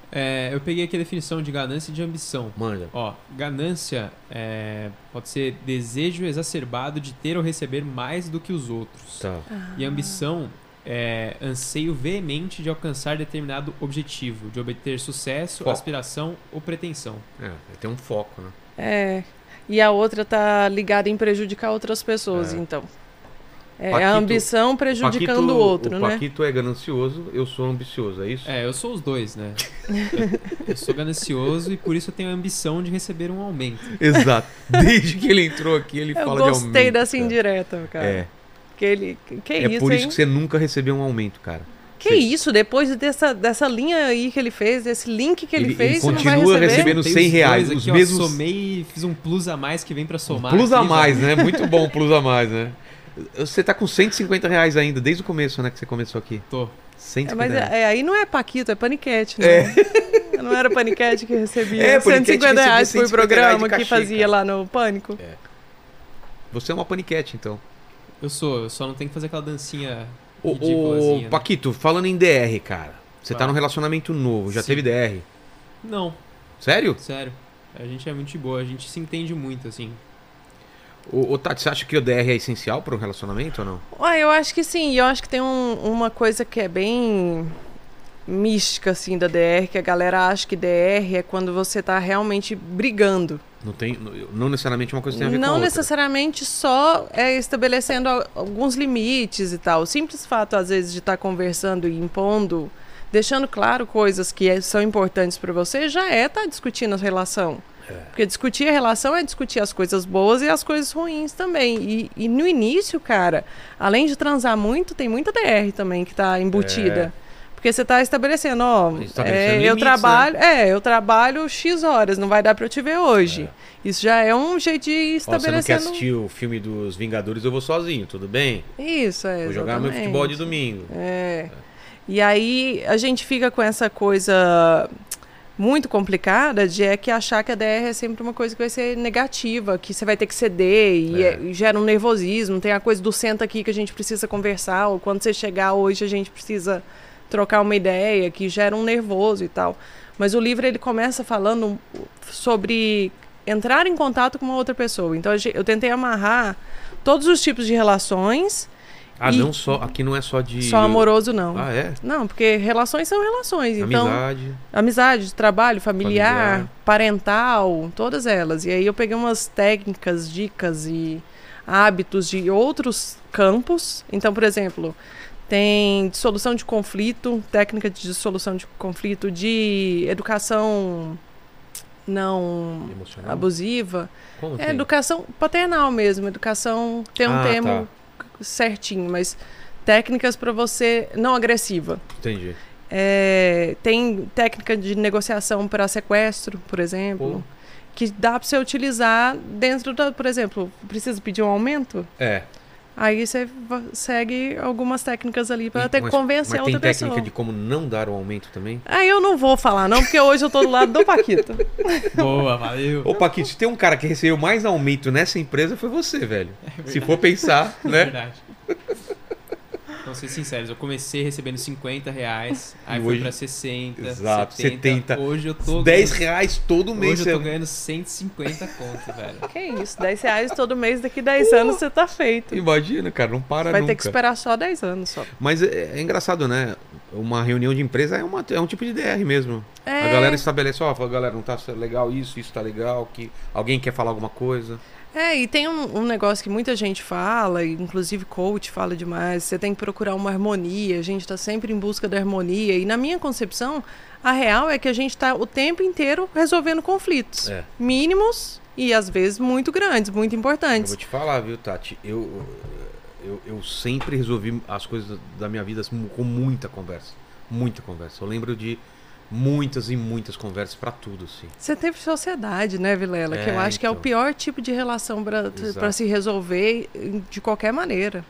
B: É, eu peguei aqui a definição de ganância e de ambição.
A: Manda.
B: Ó, ganância é, pode ser desejo exacerbado de ter ou receber mais do que os outros.
A: Tá.
C: Ah.
B: E ambição é anseio veemente de alcançar determinado objetivo, de obter sucesso,
A: Foco.
B: aspiração ou pretensão.
A: É, tem um foco, né?
C: É. E a outra tá ligada em prejudicar outras pessoas,
A: É.
C: então. É
A: Paquito-
C: a ambição prejudicando
A: Paquito-
C: o outro,
A: o
C: né?
A: Paquito é ganancioso, eu sou ambicioso, é isso?
B: É, eu sou os dois, né? eu sou ganancioso e por isso eu tenho a ambição de receber um aumento.
A: Exato. [LAUGHS] Desde que ele entrou aqui, ele
C: Eu
A: fala de aumento.
C: gostei dessa
A: cara.
C: indireta, cara.
A: É,
C: Que, ele... que
A: é
C: isso,
A: por isso
C: hein?
A: que você nunca recebeu um aumento, cara.
C: Que
A: Sim.
C: isso, depois dessa, dessa linha aí que ele fez, desse link que ele, fez, você não
A: continua
C: vai receber.
A: recebendo
B: Tem
A: 100
B: os
A: reais,
B: dois
A: os
B: aqui, ó,
A: mesmos
B: somei e fiz um plus a mais que vem pra somar.
A: Plus a
B: aqui,
A: mais,
B: vai.
A: né? Muito bom, plus a mais, né? Você tá com 150 reais ainda, desde o começo, né? Que você começou aqui.
B: Tô.
A: 150
C: É, mas
A: reais.
C: é- é, aí não é Paquito, é Paniquete, né? [LAUGHS] Não era Paniquete que recebia
A: É, Paniquete
C: 150 reais
A: recebia 150 reais de
C: por programa que
A: cachê,
C: fazia
A: cara.
C: lá no Pânico.
A: Você é uma paniquete, então.
B: Eu sou, eu só não tenho que fazer aquela dancinha
A: Ô,
B: ridiculazinha.
A: ô,
B: né?
A: Paquito, falando em DR, cara. Você tá
B: Vai.
A: num relacionamento novo, já
B: Sim.
A: teve DR.
B: Não,
A: Sério?
B: sério. A gente é muito de boa, a gente se entende muito, assim.
A: Ô, ô, Tati, você acha que o DR é essencial para um relacionamento ou não?
C: Ah, eu acho que sim. E eu acho que tem um- uma coisa que é bem mística, assim, da DR, que a galera acha que DR é quando você tá realmente brigando.
A: Não tem. Não necessariamente uma coisa tem a ver com a
C: Não
A: outra.
C: necessariamente só é, estabelecendo al- alguns limites e tal. O simples fato, às vezes, de estar conversando e impondo, deixando claro coisas que é- são importantes para você, já é estar discutindo a relação.
A: É.
C: Porque discutir a relação é discutir as coisas boas e as coisas ruins também. E, e no início, cara, além de transar muito, tem muita DR também que tá embutida. Porque você tá estabelecendo, ó,
A: É. Estabelecendo
C: é,
A: limites,
C: eu
A: né?
C: trabalho, é, eu trabalho X horas, não vai dar para eu te ver hoje. Isso já é um jeito de ir
A: Ó, você não quer
C: estabelecendo.
A: assistir o filme dos Vingadores, eu vou sozinho, tudo bem?
C: Isso, é.
A: Vou jogar meu
C: exatamente.
A: futebol de domingo.
C: É. E aí a gente fica com essa coisa muito complicada de é que achar que a DR é sempre uma coisa que vai ser negativa, que você vai ter que ceder e,
A: É.
C: é- e gera um nervosismo. Tem a coisa do senta aqui que a gente precisa conversar, ou quando você chegar hoje a gente precisa trocar uma ideia, que gera um nervoso e tal. Mas o livro ele começa falando sobre entrar em contato com uma outra pessoa. Então a gen- eu tentei amarrar todos os tipos de relações,
A: Ah,
C: E-
A: não só. Aqui não é só de.
C: só amoroso não.
A: Ah, é?
C: Não, porque relações são relações. Então,
A: Amizade.
C: amizade, trabalho, familiar,
A: Familiar.
C: parental, todas elas. E aí eu peguei umas técnicas, dicas e hábitos de outros campos. Então, por exemplo, tem dissolução de conflito, técnica de dissolução de conflito, de educação não
A: Emocional.
C: abusiva.
A: Como
C: É
A: tem?
C: educação paternal mesmo, educação tem um
A: Ah,
C: termo certinho, mas técnicas para você não agressiva.
A: Entendi.
C: É, tem técnica de negociação para sequestro, por exemplo, que dá para você utilizar dentro da, por exemplo, precisa pedir um aumento,
A: É.
C: aí você va- segue algumas técnicas ali para
A: E-
C: até
A: mas-
C: convencer a
A: Mas tem
C: é outra
A: técnica
C: pessoa.
A: de como não dar o aumento também?
C: Aí eu não vou falar não, porque hoje eu tô do lado do Paquito.
B: Boa, valeu.
A: Ô, Paquito, se tem um cara que recebeu mais aumento nessa empresa, foi você, velho. se for pensar,
B: É
A: [LAUGHS] né?
B: verdade. Vamos ser sinceros, eu comecei recebendo 50 reais, aí
A: E
B: foi
A: hoje-
B: pra 60,
A: Exato, 70.
B: Hoje eu tô
A: 10
B: ganhando-
A: reais todo mês.
B: Hoje eu tô
A: você-
B: ganhando 150 conto, velho.
C: que isso, 10 reais todo mês, daqui 10 anos você tá feito.
A: Imagina, cara, não para
C: Vai
A: Uh! nunca.
C: ter que esperar só 10 anos só.
A: Mas é, é engraçado, né? Uma reunião de empresa é, uma, é um tipo de DR mesmo. A
C: É.
A: galera estabelece, ó, fala, galera, não tá legal isso, isso tá legal, que alguém quer falar alguma coisa.
C: É, e tem um, um negócio que muita gente fala, e inclusive coach fala demais, você tem que procurar uma harmonia, a gente está sempre em busca da harmonia, e na minha concepção, a real é que a gente está o tempo inteiro resolvendo conflitos,
A: É.
C: mínimos e às vezes muito grandes, muito
A: Eu
C: importantes.
A: vou te falar, viu, Tati? Eu, eu, eu sempre resolvi as coisas da minha vida assim, com muita conversa. Muita conversa. Eu lembro de muitas e muitas conversas pra tudo, assim.
C: Você teve sociedade, né, Vilela? que
A: É,
C: eu acho que é o
A: então.
C: pior tipo de relação para
A: Exato.
C: se resolver eh, de qualquer maneira.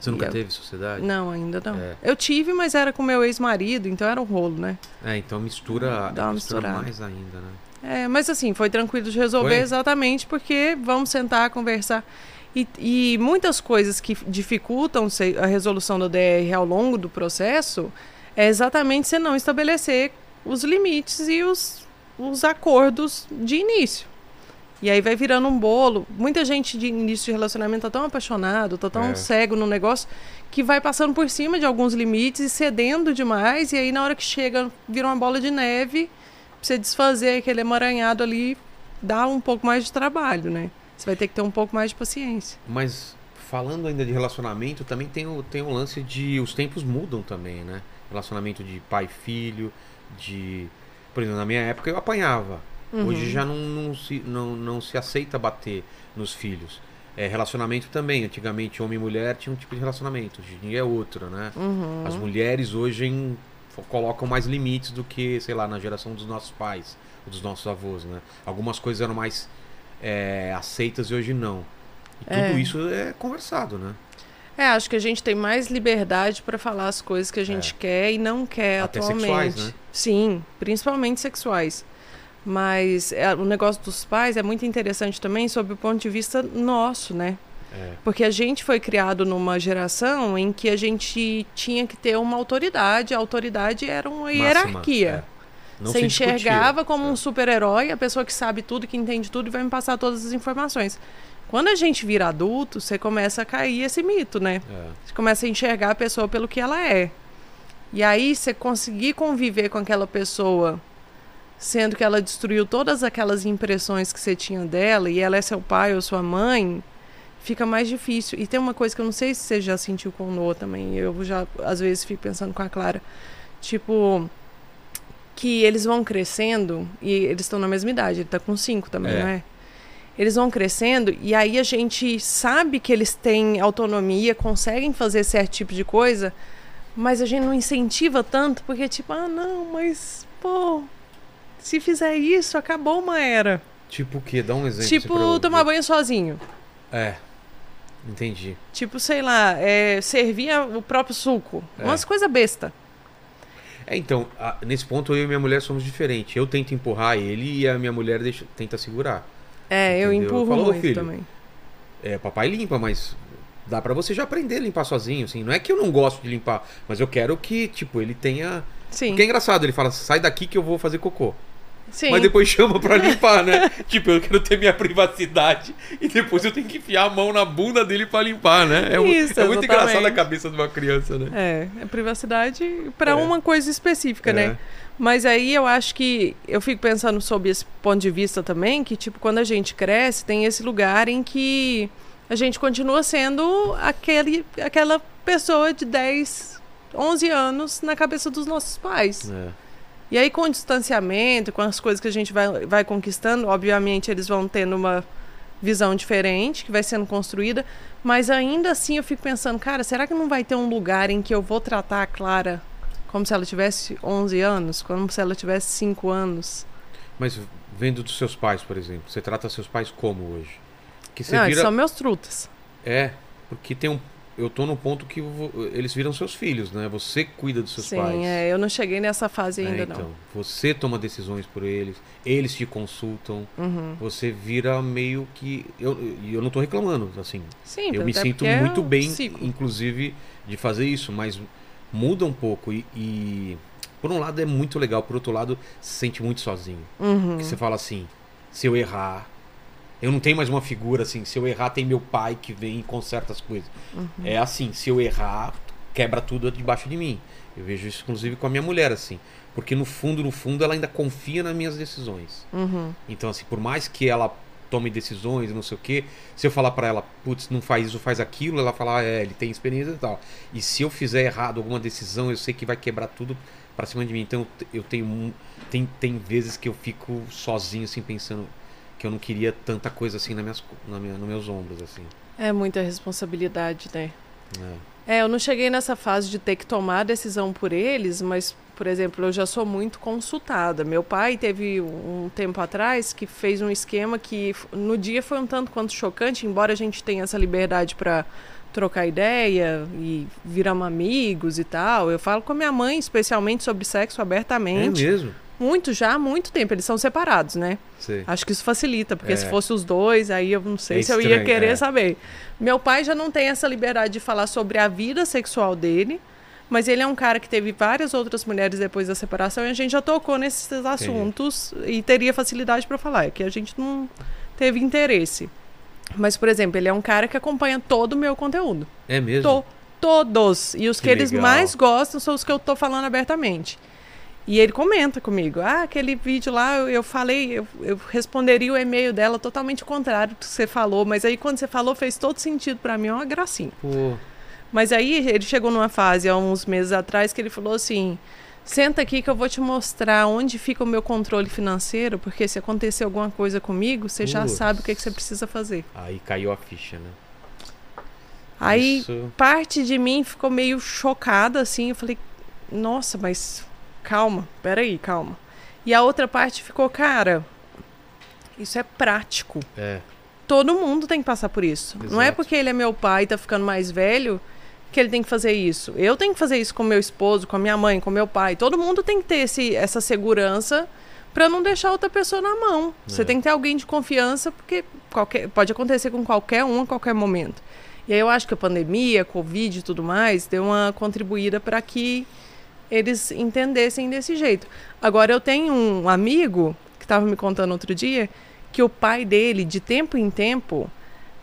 A: Você nunca
C: E eu-
A: teve sociedade?
C: Não, ainda não.
A: Tá. É.
C: Eu tive, mas era com meu ex-marido, então era um rolo, né?
A: É, então mistura,
C: Dá uma
A: mistura
C: misturada.
A: mais ainda, né?
C: É, mas assim, foi tranquilo de resolver
A: Foi?
C: exatamente porque vamos sentar, conversar. E, e muitas coisas que dificultam se- a resolução do DR ao longo do processo é exatamente você não estabelecer os limites e os, os acordos de início. E aí vai virando um bolo. Muita gente de início de relacionamento tá tão apaixonado, tá tão
A: É.
C: cego no negócio, que vai passando por cima de alguns limites e cedendo demais. E aí na hora que chega, vira uma bola de neve pra você desfazer aquele emaranhado ali, dá um pouco mais de trabalho, né? Você vai ter que ter um pouco mais de paciência.
A: Mas falando ainda de relacionamento, também tem o, tem o lance de os tempos mudam também, né? Relacionamento de pai e filho, de. Por exemplo, na minha época eu apanhava.
C: Uhum.
A: Hoje já não, não, se, não, não se aceita bater nos filhos. É, relacionamento também. Antigamente, homem e mulher tinha um tipo de relacionamento. Hoje em dia é outro, né?
C: Uhum.
A: As mulheres hoje em- fo- colocam mais limites do que, sei lá, na geração dos nossos pais, ou dos nossos avós, né? Algumas coisas eram mais é, aceitas e hoje não. E tudo
C: É.
A: isso é conversado, né?
C: É, acho que a gente tem mais liberdade para falar as coisas que a gente quer e não
A: É.
C: quer
A: Até
C: É, atualmente.
A: sexuais, né?
C: Sim, principalmente sexuais. Mas é, o negócio dos pais é muito interessante também sob o ponto de vista nosso, né?
A: É.
C: Porque a gente foi criado numa geração em que a gente tinha que ter uma autoridade, a autoridade era uma hierarquia.
A: Máxima, é. Não
C: Você
A: se discutia.
C: enxergava como
A: É.
C: um super-herói, a pessoa que sabe tudo, que entende tudo e vai me passar todas as informações. Quando a gente vira adulto, você começa a cair esse mito, né?
A: É.
C: Você começa a enxergar a pessoa pelo que ela é. E aí você conseguir conviver com aquela pessoa, sendo que ela destruiu todas aquelas impressões que você tinha dela e ela é seu pai ou sua mãe, fica mais difícil. E tem uma coisa que eu não sei se você já sentiu com o Noah também. Eu já às vezes fico pensando com a Clara, tipo que eles vão crescendo e eles estão na mesma idade, ele tá com cinco também,
A: É.
C: não é? Eles vão crescendo e aí a gente sabe que eles têm autonomia, conseguem fazer certo tipo de coisa, mas a gente não incentiva tanto porque, tipo, ah, não, mas, pô, se fizer isso, acabou uma era.
A: Tipo o quê? Dá um exemplo. assim pra eu
C: tipo, tomar
A: ver.
C: banho sozinho.
A: É. Entendi.
C: Tipo, sei lá, é, servir a- o próprio suco.
A: É.
C: Umas coisas besta.
A: É, então, a- nesse ponto eu e minha mulher somos diferentes. Eu tento empurrar ele e a minha mulher deixa- tenta segurar.
C: É, eu
A: Entendeu?
C: empurro
A: Falou,
C: muito
A: filho.
C: também.
A: É, papai limpa, mas dá pra você já aprender a limpar sozinho, assim. Não é que eu não gosto de limpar, mas eu quero que, tipo, ele tenha.
C: Sim.
A: Porque é engraçado, ele fala, sai daqui que eu vou fazer cocô.
C: Sim.
A: Mas depois [LAUGHS] chama pra limpar,
C: [LAUGHS]
A: né? tipo, eu quero ter minha privacidade e depois eu tenho que enfiar a mão na bunda dele pra limpar, né? É, mu-
C: Isso,
A: é muito
C: exatamente.
A: engraçado a cabeça de uma criança, né?
C: É, é privacidade para
A: É.
C: uma coisa específica, né? Mas aí eu acho que eu fico pensando sobre esse ponto de vista também, que tipo, quando a gente cresce, tem esse lugar em que a gente continua sendo aquele, aquela pessoa de 10, 11 anos na cabeça dos nossos pais.
A: É.
C: E aí, com o distanciamento, com as coisas que a gente vai, vai conquistando, obviamente eles vão tendo uma visão diferente que vai sendo construída, mas ainda assim eu fico pensando, cara, será que não vai ter um lugar em que eu vou tratar a Clara como se ela tivesse 11 anos, como se ela tivesse 5 anos?
A: Mas vendo dos seus pais, por exemplo, você trata seus pais como hoje? Que você
C: não, eles
A: vira.
C: são meus trutas.
A: É, porque tem um. Eu tô no ponto que vo- eles viram seus filhos, né? Você cuida dos seus
C: Sim,
A: pais.
C: é, eu não cheguei nessa fase
A: né?
C: ainda
A: então, você toma decisões por eles, eles te consultam,
C: não. Uhum.
A: você vira meio que. Eu, e eu não tô reclamando, assim.
C: Sim,
A: eu me
C: até
A: sinto
C: porque é
A: muito
C: um
A: bem,
C: ciclo.
A: inclusive, de fazer isso, mas muda um pouco. E, e, por um lado é muito legal, por outro lado, se sente muito sozinho.
C: Uhum.
A: Porque você fala assim, se eu errar, eu não tenho mais uma figura assim, se eu errar tem meu pai que vem e conserta as coisas. É assim, se eu errar, quebra tudo debaixo de mim. Eu vejo isso inclusive com a minha mulher assim, porque no fundo, no fundo ela ainda confia nas minhas decisões.
C: Uhum.
A: Então assim, por mais que ela tome decisões, não sei o quê, se eu falar pra ela, putz, não faz isso, faz aquilo, ela fala, ah, é, ele tem experiência e tal. E se eu fizer errado alguma decisão, eu sei que vai quebrar tudo pra cima de mim. Então eu tenho um- tem tem vezes que eu fico sozinho assim pensando que eu não queria tanta coisa assim nas minhas co- na minha, nos meus ombros assim.
C: É muita responsabilidade, né?
A: né?
C: É, eu não cheguei nessa fase de ter que tomar a decisão por eles, mas, por exemplo, eu já sou muito consultada. Meu pai teve um tempo atrás que fez um esquema que f- no dia foi um tanto quanto chocante, embora a gente tenha essa liberdade para trocar ideia e viramos amigos e tal. Eu falo com a minha mãe, especialmente sobre sexo
A: É
C: abertamente.
A: mesmo.
C: muito já, há muito tempo. Eles são separados, né?
A: Sei.
C: Acho que isso facilita, porque
A: É.
C: se fosse os dois, aí eu não sei
A: É
C: se eu ia
A: estranho,
C: querer
A: é.
C: saber. Meu pai já não tem essa liberdade de falar sobre a vida sexual dele, mas ele é um cara que teve várias outras mulheres depois da separação e a gente já tocou nesses assuntos e teria facilidade para falar, é que a gente não teve interesse. Mas, por exemplo, ele é um cara que acompanha todo o meu conteúdo.
A: É mesmo.
C: To- todos. E os que,
A: Que
C: eles
A: legal.
C: mais gostam são os que eu tô falando abertamente. E ele comenta comigo, ah, aquele vídeo lá, eu, eu falei, eu, eu responderia o e-mail dela totalmente contrário do que você falou, mas aí quando você falou fez todo sentido para mim, é uma gracinha.
B: Pô,
C: Mas aí ele chegou numa fase há uns meses atrás que ele falou assim: senta aqui que eu vou te mostrar onde fica o meu controle financeiro, porque se acontecer alguma coisa comigo, você já
A: Putz.
C: sabe o que, que você precisa fazer.
A: Aí caiu a ficha, né?
C: Aí
A: Isso...
C: parte de mim ficou meio chocada, assim. Eu falei, nossa, mas calma, peraí, calma. E a outra parte ficou, cara, isso é prático.
A: É.
C: Todo mundo tem que passar por isso. Não é
A: Exato.
C: porque ele é meu pai e tá ficando mais velho que ele tem que fazer isso. Eu tenho que fazer isso com meu esposo, com a minha mãe, com meu pai. Todo mundo tem que ter esse, essa segurança para não deixar outra pessoa na mão. Você
A: É.
C: tem que ter alguém de confiança, porque qualquer, pode acontecer com qualquer um a qualquer momento. E aí eu acho que a pandemia, Covid e tudo mais, deu uma contribuída para que eles entendessem desse jeito. Agora, eu tenho um amigo que estava me contando outro dia que o pai dele, de tempo em tempo,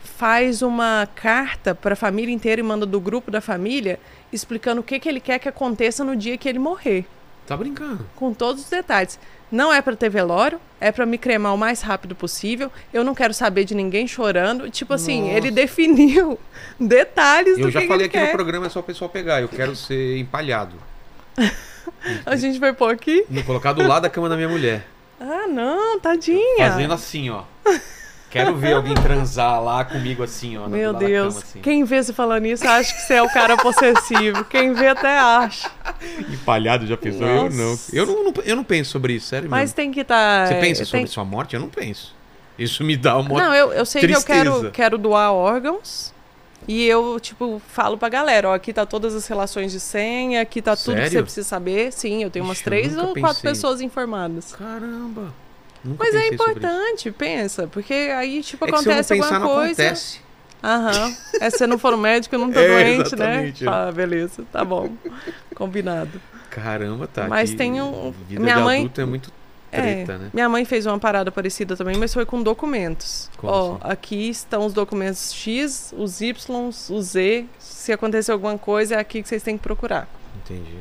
C: faz uma carta para a família inteira e manda do grupo da família explicando o que, que ele quer que aconteça no dia que ele morrer,
A: Tá brincando.
C: com todos os detalhes. Não é para ter velório, é para me cremar o mais rápido possível. Eu não quero saber de ninguém chorando. Tipo assim,
A: Nossa.
C: ele definiu [LAUGHS] detalhes
A: Eu
C: do
A: já
C: que,
A: falei aqui
C: que ele
A: no
C: quer.
A: programa, é só o pessoal pegar. Eu quero ser empalhado.
C: A gente vai pôr aqui.
A: Me colocar do lado da cama da minha mulher.
C: Ah, não, tadinha.
A: Fazendo assim, ó. Quero ver alguém transar lá comigo assim, ó. na- do
C: Meu
A: lado da
C: Deus.
A: cama, assim.
C: Quem vê você falando isso acha que você é o cara possessivo. Quem vê até acha.
A: Empalhado já pensou? Eu não.
C: Nossa.
A: Eu não, não- eu não penso sobre isso, sério
C: Mas
A: mesmo.
C: tem que tá, é, estar.
A: Você pensa sobre sua morte? Eu não penso. Isso me dá uma.
C: Não, eu, eu sei que eu
A: Tristeza.
C: quero, quero doar órgãos. E eu, tipo, falo pra galera, ó, aqui tá todas as relações de senha, aqui tá tudo que você
A: Sério?
C: precisa saber. Sim, eu tenho umas
A: Ixi, eu
C: três
A: nunca
C: ou quatro
A: pensei.
C: pessoas informadas.
A: Caramba. Nunca
C: Mas
A: pensei
C: é
A: sobre isso.
C: importante, pensa, porque aí, tipo,
A: É que se eu não
C: acontece
A: pensar,
C: alguma
A: não
C: coisa.
A: acontece. [LAUGHS]
C: Aham. É se você não for um médico, eu não tô
A: É,
C: doente, né?
A: exatamente, é.
C: Ah, beleza, tá bom. Combinado.
A: Caramba, tá.
C: Mas
A: que
C: tem um-
A: Vida
C: minha
A: de
C: mãe-
A: adulto é muito treta, né?
C: Minha mãe fez uma parada parecida também, mas foi com documentos.
A: Como
C: Ó,
A: assim?
C: aqui estão os documentos X, os Y, os Z. Se acontecer alguma coisa, é aqui que vocês têm que procurar.
A: Entendi.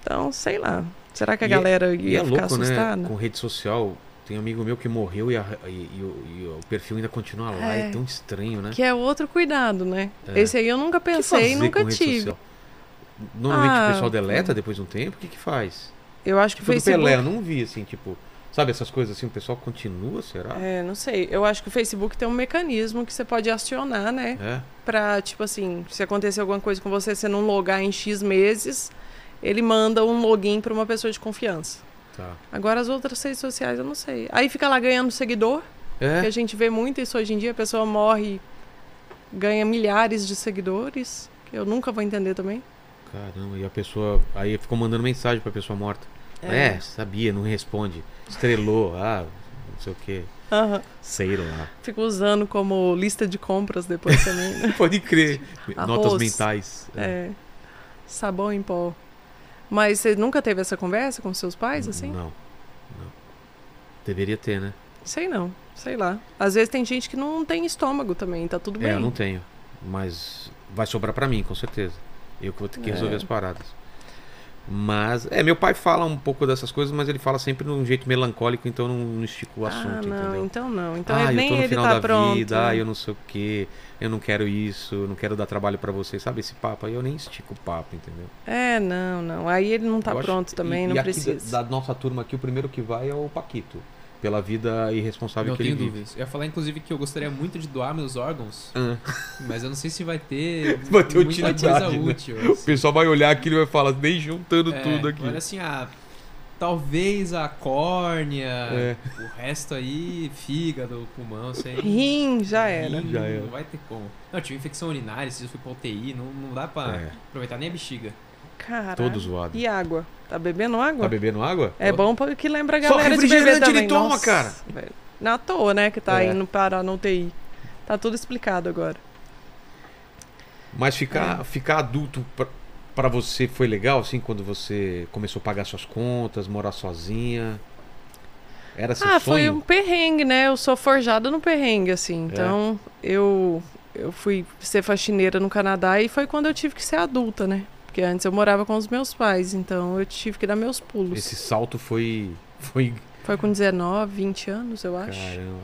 C: Então, sei lá. Será que a
A: E é-
C: galera
A: E
C: ia
A: é
C: ficar
A: louco,
C: assustada?
A: né? Com rede social. Tem um amigo meu que morreu e, a- e- e o- e o perfil ainda continua lá. É,
C: É.
A: tão estranho, né?
C: Que é outro cuidado, né?
A: É.
C: Esse aí eu nunca
A: O que
C: pensei e
A: fazer
C: nunca
A: com rede
C: tive.
A: social? Normalmente
C: Ah,
A: o pessoal deleta depois de um tempo, o que que faz?
C: Eu acho que o
A: Tipo, do
C: Facebook.
A: Pelé, eu não vi assim, tipo, sabe essas coisas assim, o pessoal continua, será?
C: É, não sei. Eu acho que o Facebook tem um mecanismo que você pode acionar, né?
A: É.
C: Pra, tipo assim, se acontecer alguma coisa com você, você não logar em X meses, ele manda um login pra uma pessoa de confiança.
A: Tá.
C: Agora as outras redes sociais eu não sei. Aí fica lá ganhando seguidor, que
A: É,
C: a gente vê muito isso hoje em dia, a pessoa morre, ganha milhares de seguidores, que eu nunca vou entender também.
A: caramba, e a pessoa aí ficou mandando mensagem pra pessoa morta. É, sabia, não responde. Estrelou, [LAUGHS] ah, não sei o que,
C: Aham.
A: sei lá. [LAUGHS]
C: Fica usando como lista de compras depois também, né?
A: Pode crer. Notas
C: Arroz.
A: mentais. É.
C: É. Sabão em pó. Mas você nunca teve essa conversa com seus pais, assim?
A: Não, não. Deveria ter, né?
C: Sei não, sei lá. Às vezes tem gente que não tem estômago também, tá tudo bem.
A: É, eu não tenho. Mas vai sobrar pra mim, com certeza. Eu que vou ter que resolver
C: É.
A: as paradas. Mas, é, meu pai fala um pouco dessas coisas, mas ele fala sempre de um jeito melancólico, então eu não, não estico o
C: ah,
A: assunto,
C: não,
A: entendeu?
C: então não. Então
A: ah,
C: ele-
A: eu
C: nem
A: tô no
C: ele
A: final
C: tá
A: da
C: pronto.
A: vida, ah,
C: né?
A: eu não sei o que, eu não quero isso, eu não quero dar trabalho pra vocês, sabe? Esse papo aí eu nem estico o papo, entendeu?
C: É, não, não. Aí ele não tá
A: Eu acho-
C: pronto também,
A: e,
C: não
A: e aqui
C: precisa.
A: Da, da nossa turma aqui, o primeiro que vai é o Paquito, pela vida irresponsável
B: não
A: que ele
B: tenho
A: vive.
B: dúvidas. Eu ia falar, inclusive, que eu gostaria muito de doar meus órgãos,
A: Ah.
B: [LAUGHS] mas eu não sei se vai ter,
A: [LAUGHS] Vai ter
B: muita coisa
A: utilidade, né?
B: útil. assim.
A: O pessoal vai olhar aquilo e vai falar, nem juntando
B: É,
A: tudo aqui.
B: Olha assim, ah, talvez a córnea,
A: É.
B: o resto aí, fígado, pulmão, sei.
C: Rim, já era.
B: Rim,
A: Já era.
B: Não vai ter como. Não, eu tive infecção urinária, esses dias fui pra UTI, não, não dá pra
A: É.
B: aproveitar nem a bexiga.
C: Caraca.
A: Todo zoado.
C: E água? Tá bebendo água?
A: Tá bebendo água?
C: É bom porque lembra a
A: Só
C: galera de beber
A: refrigerante ele
C: também.
A: toma,
C: Nossa,
A: cara.
C: velho. Na toa, né, que tá
A: É.
C: indo parar na UTI. Tá tudo explicado agora.
A: Mas
C: É.
A: ficar, ficar adulto pra, pra você foi legal, assim, quando você começou a pagar suas contas, morar sozinha? Era seu
C: ah, foi um
A: sonho? É.
C: perrengue, né? Eu sou forjada no perrengue, assim. Então, eu, eu fui ser faxineira no Canadá e foi quando eu tive que ser adulta, né? Porque antes eu morava com os meus pais, então eu tive que dar meus pulos.
A: Esse salto foi. Foi.
C: Foi com 19, 20 anos, eu acho.
A: Caramba.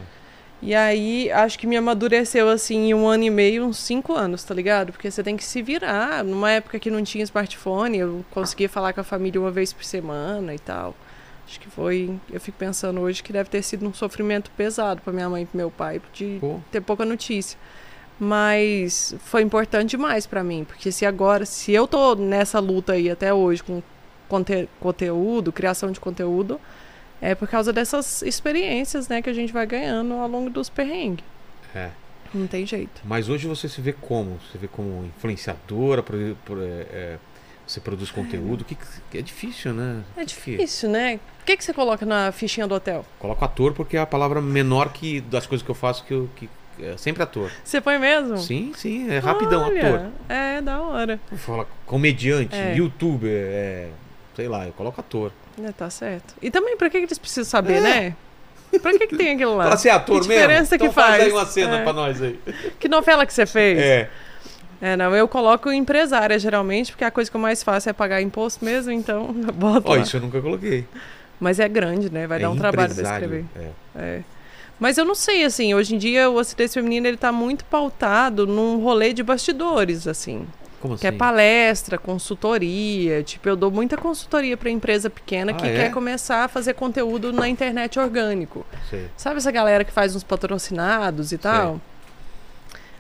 C: E aí, acho que me amadureceu assim em um ano e meio, uns cinco anos, tá ligado? Porque você tem que se virar. Numa época que não tinha smartphone, eu conseguia falar com a família uma vez por semana e tal. Acho que foi. Eu fico pensando hoje que deve ter sido um sofrimento pesado pra minha mãe e pro meu pai de
A: Pô,
C: ter pouca notícia. Mas foi importante demais pra mim, porque se agora, se eu tô nessa luta aí até hoje com conte conteúdo, criação de conteúdo, é por causa dessas experiências, né, que a gente vai ganhando ao longo dos perrengues.
A: é.
C: Não tem jeito.
A: Mas hoje você se vê como? Você vê como influenciadora, pro- pro- é, é, você produz conteúdo. Que, que- é difícil, né?
C: É
A: Que-
C: difícil, né? O que, que você coloca na fichinha do hotel?
A: Coloco ator porque é a palavra menor que das coisas que eu faço que eu. Que, é sempre ator.
C: Você põe mesmo?
A: Sim, sim, é rapidão, ator.
C: Olha, É, da hora.
A: Eu falo comediante,
C: É.
A: youtuber, é, sei lá, eu coloco ator.
C: É, tá certo. E também, pra que que eles precisam saber, né? Pra que, que tem aquilo lá?
A: É. Fala ser ator
C: que
A: mesmo?
C: diferença que
A: então faz. aí
C: faz.
A: uma cena
C: É.
A: pra nós aí.
C: Que novela que você fez?
A: assim. É.
C: É, não, eu coloco empresária geralmente, porque a coisa que eu mais faço é pagar imposto mesmo, então [LAUGHS] eu boto.
A: Ó,
C: lá.
A: isso eu nunca coloquei.
C: Mas é grande, né? Vai
A: É
C: dar um trabalho pra
A: empresário,
C: escrever.
A: é.
C: É. Mas eu não sei, assim, hoje em dia o acidez feminino ele tá muito pautado num rolê de bastidores, assim.
A: Como assim?
C: Que é palestra, consultoria. Tipo, eu dou muita consultoria pra empresa pequena
A: Ah,
C: que
A: é?
C: quer começar a fazer conteúdo na internet orgânico.
A: Sei.
C: Sabe essa galera que faz uns patrocinados e tal?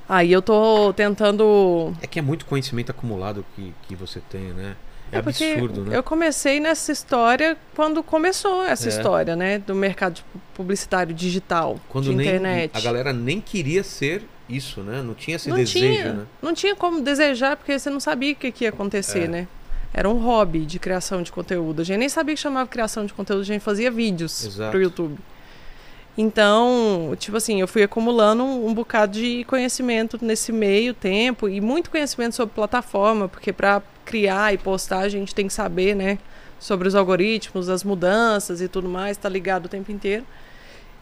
C: Aí eu tô tentando
A: É que é muito conhecimento acumulado que, que você tem, né? É,
C: porque
A: absurdo, né?
C: Eu comecei nessa história quando começou essa
A: É.
C: história, né? Do mercado publicitário digital,
A: Quando
C: de
A: nem
C: internet.
A: a galera nem queria ser isso, né? Não tinha esse
C: não,
A: desejo,
C: tinha,
A: né?
C: não tinha como desejar, porque você não sabia o que, que ia acontecer,
A: É.
C: né? Era um hobby de criação de conteúdo. A gente nem sabia que chamava criação de conteúdo, a gente fazia vídeos
A: Exato.
C: pro YouTube. Então, tipo assim, eu fui acumulando um, um bocado de conhecimento nesse meio tempo e muito conhecimento sobre plataforma, porque para criar e postar a gente tem que saber, né, sobre os algoritmos, as mudanças e tudo mais, tá ligado o tempo inteiro.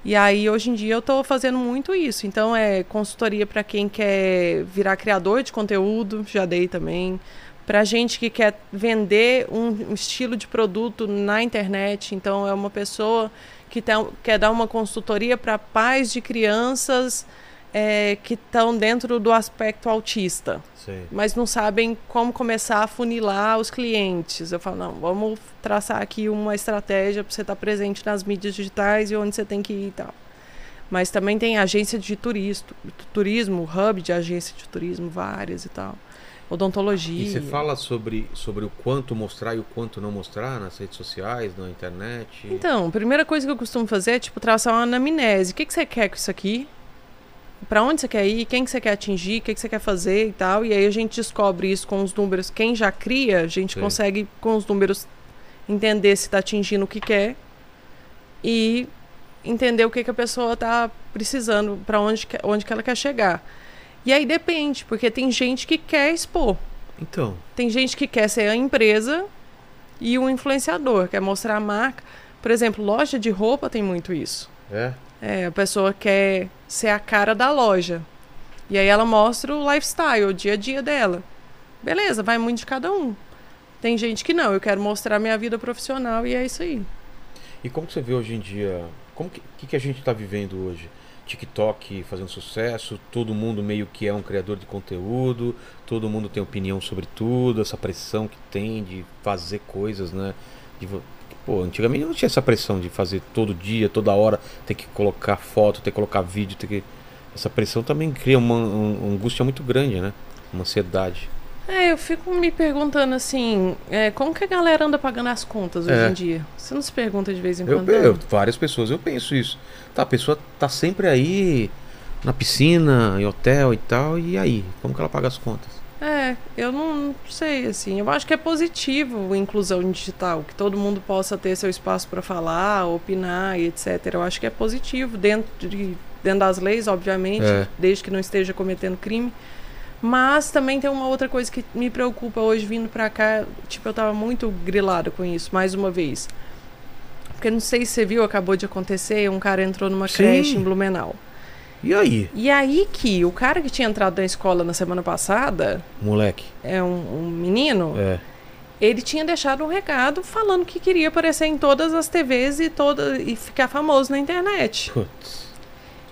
C: E aí hoje em dia eu tô fazendo muito isso. Então é consultoria para quem quer virar criador de conteúdo, já dei também. Pra gente que quer vender um, um estilo de produto na internet, então é uma pessoa que tá- quer dar uma consultoria para pais de crianças é, que estão dentro do aspecto autista
A: Sei.
C: mas não sabem como começar a funilar os clientes. Eu falo, não, vamos traçar aqui uma estratégia para você estar presente nas mídias digitais e onde você tem que ir e tal. Mas também tem agência de turisto, turismo, hub de agência de turismo, várias e tal. Odontologia.
A: E você fala sobre, sobre o quanto mostrar e o quanto não mostrar nas redes sociais, na internet.
C: Então, a primeira coisa que eu costumo fazer é, tipo, traçar uma anamnese. O que, que você quer com isso aqui? Pra onde você quer ir? Quem que você quer atingir? O que, que você quer fazer e tal? E aí a gente descobre isso com os números. Quem já cria, a gente
A: Sim.
C: consegue, com os números, entender se tá atingindo o que quer e entender o que, que a pessoa tá precisando, pra onde, que- onde que ela quer chegar. E aí depende, porque tem gente que quer expor.
A: Então,
C: Tem gente que quer ser a empresa e o influenciador, quer mostrar a marca. Por exemplo, loja de roupa tem muito isso.
A: é.
C: É, a pessoa quer ser a cara da loja. E aí ela mostra o lifestyle, o dia a dia dela. Beleza, vai muito de cada um. Tem gente que não, eu quero mostrar minha vida profissional e é isso aí.
A: E como que você vê hoje em dia? Como que, que, que a gente está vivendo hoje? TikTok fazendo sucesso, todo mundo meio que é um criador de conteúdo, todo mundo tem opinião sobre tudo, essa pressão que tem de fazer coisas, né? De vo- Pô, antigamente não tinha essa pressão de fazer todo dia, toda hora, ter que colocar foto, ter que colocar vídeo, ter que. Essa pressão também cria uma, um- uma angústia muito grande, né? Uma ansiedade.
C: É, eu fico me perguntando assim, é, como que a galera anda pagando as contas hoje
A: É.
C: em dia? Você não se pergunta de vez em
A: Eu,
C: quando? né?
A: eu-
C: não?
A: várias pessoas, eu penso isso. Tá, a pessoa tá sempre aí na piscina, em hotel e tal, e aí? Como que ela paga as contas?
C: É, eu não sei, assim. Eu acho que é positivo a inclusão digital, que todo mundo possa ter seu espaço para falar, opinar e etc. Eu acho que é positivo dentro, de, dentro das leis, obviamente,
A: É.
C: desde que não esteja cometendo crime. Mas também tem uma outra coisa que me preocupa hoje vindo pra cá. Tipo, eu tava muito grilada com isso, mais uma vez. Porque não sei se você viu, acabou de acontecer, um cara entrou numa
A: Sim.
C: creche em Blumenau.
A: E aí,
C: E aí que o cara que tinha entrado na escola na semana passada,
A: moleque?
C: é um, um menino,
A: É. [LAUGHS]
C: ele tinha deixado um recado falando que queria aparecer em todas as TVs e, toda, e ficar famoso na internet.
A: Putz.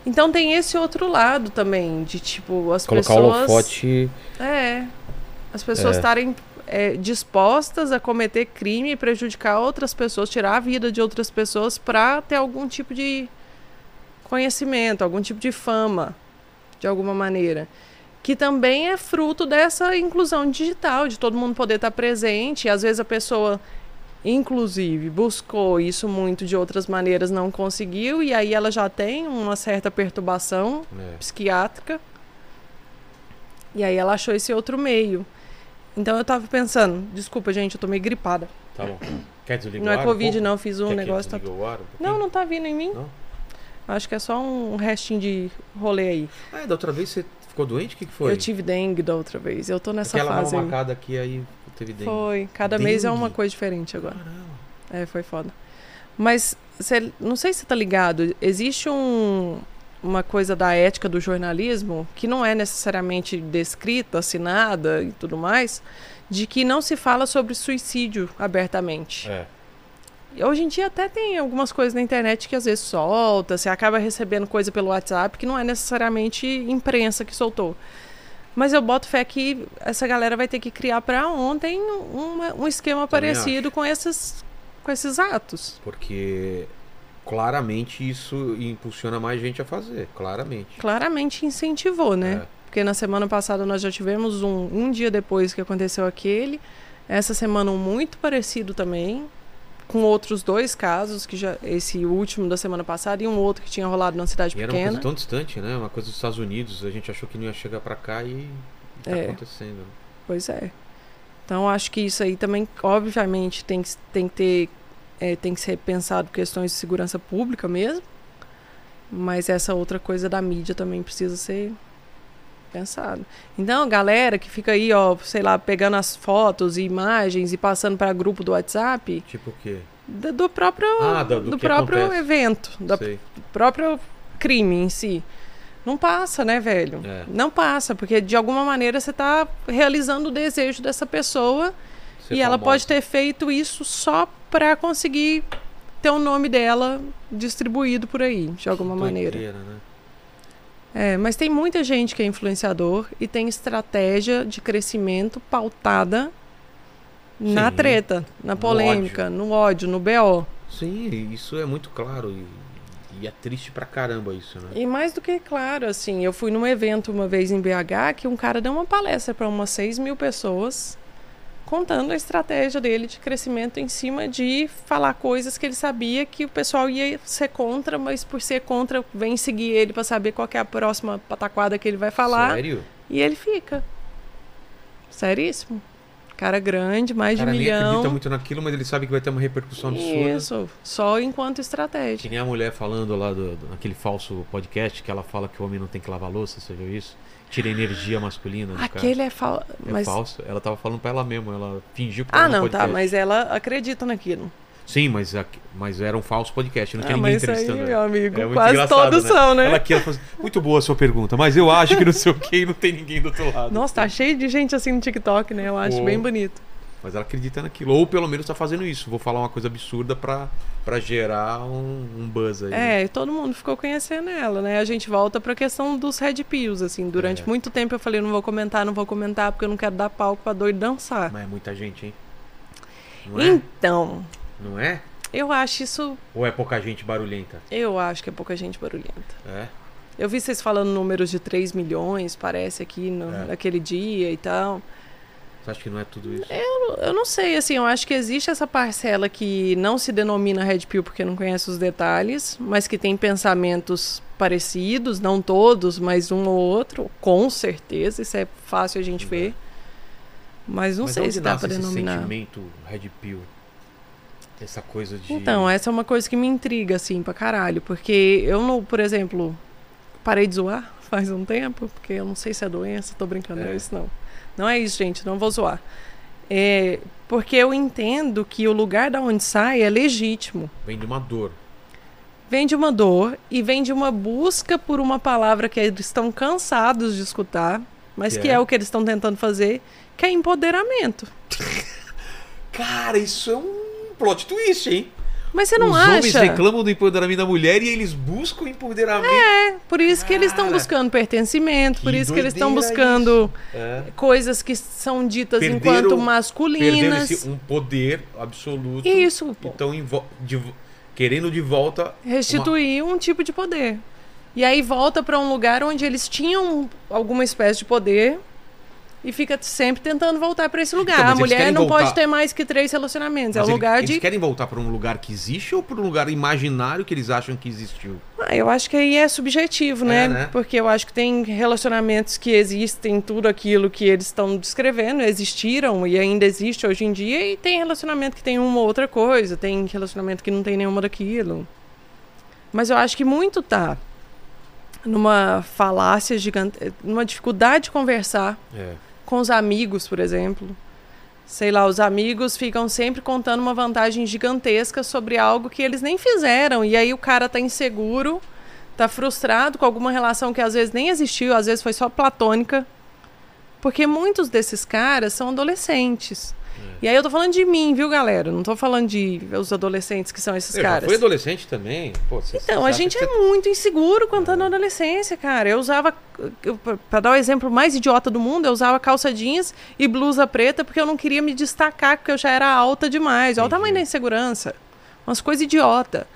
C: Então tem esse outro lado também, de tipo, as
A: Colocar o
C: pessoas.
A: holofote.
C: É. As pessoas
A: É.
C: estarem é, dispostas a cometer crime e prejudicar outras pessoas, tirar a vida de outras pessoas pra ter algum tipo de conhecimento, algum tipo de fama, de alguma maneira. Que também é fruto dessa inclusão digital, de todo mundo poder estar presente. E às vezes a pessoa, inclusive, buscou isso muito de outras maneiras, não conseguiu, e aí ela já tem uma certa perturbação
A: É.
C: psiquiátrica. E aí ela achou esse outro meio. Então eu tava pensando, desculpa, gente, eu tô meio gripada.
A: Tá bom. Quer desligar
C: não
A: o
C: é
A: ar um
C: Covid,
A: pouco?
C: não, fiz um
A: Quer que
C: negócio. Tá...
A: desligue o ar um pouquinho?
C: Não, não tá vindo em mim.
A: Não?
C: Acho que é só um restinho de rolê aí.
A: Ah, é, da outra vez você ficou doente? O que, que foi?
C: Eu tive dengue da outra vez. Eu tô nessa
A: Aquela
C: fase
A: mal
C: aí.
A: marcada aqui, aí teve dengue.
C: Foi. Cada mês é uma
A: Dengue?
C: coisa diferente agora.
A: Caramba.
C: É, foi foda. Mas cê- não sei se você tá ligado, existe um- uma coisa da ética do jornalismo que não é necessariamente descrita, assinada e tudo mais, de que não se fala sobre suicídio abertamente.
A: É.
C: E Hoje em dia até tem algumas coisas na internet que às vezes solta, você acaba recebendo coisa pelo WhatsApp que não é necessariamente imprensa que soltou. Mas eu boto fé que essa galera vai ter que criar para ontem uma- um esquema
A: Também
C: parecido com esses, com esses atos.
A: Porque claramente isso impulsiona mais gente a fazer. Claramente. É.
C: Claramente incentivou, né? Porque na semana passada nós já tivemos um, um dia depois que aconteceu aquele. Essa semana um muito parecido também, com outros dois casos, que já esse último da semana passada e um outro que tinha rolado na cidade
A: E era um uma coisa
C: pequena.
A: tão distante, né? Uma coisa dos Estados Unidos. A gente achou que não ia chegar pra cá e, e tá
C: É.
A: acontecendo. né?
C: Pois é. Então acho que isso aí também, obviamente, tem que, tem que ter. é, tem que ser pensado questões de segurança pública mesmo. Mas essa outra coisa da mídia também precisa ser pensado. Então, galera que fica aí, ó, sei lá, pegando as fotos e imagens e passando para grupo do WhatsApp,
A: Tipo o quê?
C: do, do próprio,
A: Ah, do, do
C: do,
A: que
C: próprio
A: acontece.
C: evento, da
A: Sei.
C: próprio crime em si. Não passa, né, velho?
A: É.
C: Não passa, porque de alguma maneira você está realizando o desejo dessa pessoa
A: Ser
C: e ela
A: famosa.
C: pode ter feito isso só para conseguir ter o nome dela distribuido por aí, de alguma
A: Que
C: maneira.
A: doideira, né?
C: É, mas tem muita gente que é influenciador e tem estratégia de crescimento pautada na
A: Sim.
C: treta, na
A: No
C: polêmica, no ódio, no BO.
A: Sim, isso é muito claro. E, e é triste pra caramba isso, né?
C: E mais do que claro, assim, eu fui num evento uma vez em BH que um cara deu uma palestra para umas 6 mil pessoas contando a estratégia dele de crescimento em cima de falar coisas que ele sabia que o pessoal ia ser contra, mas por ser contra, vem seguir ele para saber qual que é a próxima pataquada que ele vai falar.
A: Sério?
C: E ele fica. Seríssimo. Cara grande, mais
A: O cara
C: de um
A: nem acredita
C: milhão.
A: muito é um naquilo, mas ele sabe que vai ter uma repercussão absurda.
C: Isso, só enquanto
A: Que
C: estratégia.
A: nem a mulher falando lá do, do- naquele falso podcast que ela fala que o homem não tem que lavar louça, você viu isso? Tira energia masculina do
C: Aquele é, fal...
A: cara. É
C: mas...
A: falso. Ela tava falando pra ela mesma, ela fingiu que
C: Ah,
A: tava no
C: não, tá,
A: podcast.
C: mas ela acredita naquilo.
A: Sim, mas, aqui- mas era um falso podcast, não tinha
C: ah,
A: ninguém
C: mas isso aí,
A: entrevistando.
C: meu
A: ela.
C: amigo,
A: É muito
C: quase
A: engraçado,
C: todos
A: né?
C: são, né?
A: Ela aqui, ela falou assim, muito boa a sua pergunta, mas eu acho que não sei o que e não tem ninguém do outro lado.
C: Nossa, tá cheio de gente assim no TikTok, né? Eu acho
A: Pô.
C: bem bonito.
A: Mas ela acredita naquilo, ou pelo menos tá fazendo isso. Vou falar uma coisa absurda pra, pra gerar um, um buzz aí.
C: É, e todo mundo ficou conhecendo ela, né? A gente volta pra questão dos red pills, assim. Durante
A: É.
C: muito tempo eu falei, não vou comentar, não vou comentar, porque eu não quero dar palco pra doido dançar.
A: Mas é muita gente, hein? Não é?
C: Então,
A: Não é?
C: eu acho isso...
A: Ou é pouca gente barulhenta?
C: Eu acho que é pouca gente barulhenta.
A: É.
C: Eu vi vocês falando números de 3 milhões, parece, aqui no-
A: É.
C: naquele dia e tal.
A: Você acha que não é tudo isso?
C: Eu não sei, assim, eu acho que existe essa parcela que não se denomina Red Pill porque não conhece os detalhes, mas que tem pensamentos parecidos, não todos, mas um ou outro, com certeza, isso é fácil a gente
A: É.
C: ver. Mas não
A: Mas
C: sei
A: onde
C: se dá
A: nasce
C: pra
A: esse
C: denominar.
A: sentimento red pill? Essa coisa de.
C: Então, essa é uma coisa que me intriga, assim, pra caralho, porque eu não, por exemplo, parei de zoar [LAUGHS] faz um tempo, porque eu não sei se é doença, tô brincando, não
A: É.
C: é isso não. Não é isso, gente, não vou zoar. É, porque eu entendo que o lugar da onde sai é legítimo.
A: Vem de uma dor.
C: vem de uma dor e vem de uma busca por uma palavra que eles estão cansados de escutar, mas
A: Que
C: que
A: é?
C: é, o que eles estão tentando fazer, que é empoderamento.
A: Cara, isso é um plot twist, hein?
C: Mas você não
A: Os homens
C: acha?
A: reclamam do empoderamento da mulher e eles buscam o empoderamento.
C: É, por isso que eles estão
A: Cara,
C: buscando pertencimento, por
A: que
C: isso que eles estão
A: doideira
C: buscando
A: É.
C: coisas que são ditas
A: Perderam-
C: enquanto
A: Perderam
C: masculinas.
A: esse, um poder absoluto.
C: Isso, pô.
A: Então, em vo- de vo- querendo de volta.
C: restituir um tipo de poder. E aí volta para um lugar onde eles tinham alguma espécie de poder e fica sempre tentando voltar para esse lugar.
A: Então, mas
C: a
A: eles
C: mulher
A: querem
C: não
A: voltar.
C: pode ter mais que três
A: Mas
C: relacionamentos. é um
A: ele-
C: lugar
A: eles
C: de.
A: querem voltar para um lugar que existe ou para um lugar imaginário que eles acham que existiu?
C: Ah, eu acho que aí é subjetivo, né?
A: É, né?
C: Porque eu acho que tem relacionamentos que existem, tudo aquilo que eles estão descrevendo, existiram e ainda existe hoje em dia, e tem relacionamento que tem uma ou outra coisa, tem relacionamento que não tem nenhuma daquilo. Mas eu acho que muito tá numa falácia gigante, numa dificuldade de conversar
A: É.
C: com os amigos, por exemplo. Sei lá, os amigos ficam sempre contando uma vantagem gigantesca sobre algo que eles nem fizeram. E aí o cara tá inseguro, tá frustrado com alguma relação que às vezes nem existiu, às vezes foi só platônica. Porque muitos desses caras são adolescentes.
A: É.
C: E aí eu tô falando de mim, viu, galera? Não tô falando de os adolescentes que são esses
A: Eu já
C: caras.
A: fui adolescente também. Pô, cê-
C: Então,
A: cê
C: a
A: acha
C: gente
A: que
C: é muito inseguro quando tá na adolescência, cara. Eu usava, eu- pra dar o exemplo mais idiota do mundo, eu usava calça jeans e blusa preta porque eu não queria me destacar, porque eu já era alta demais. Olha o
A: Entendi.
C: tamanho da insegurança. Umas coisas idiota.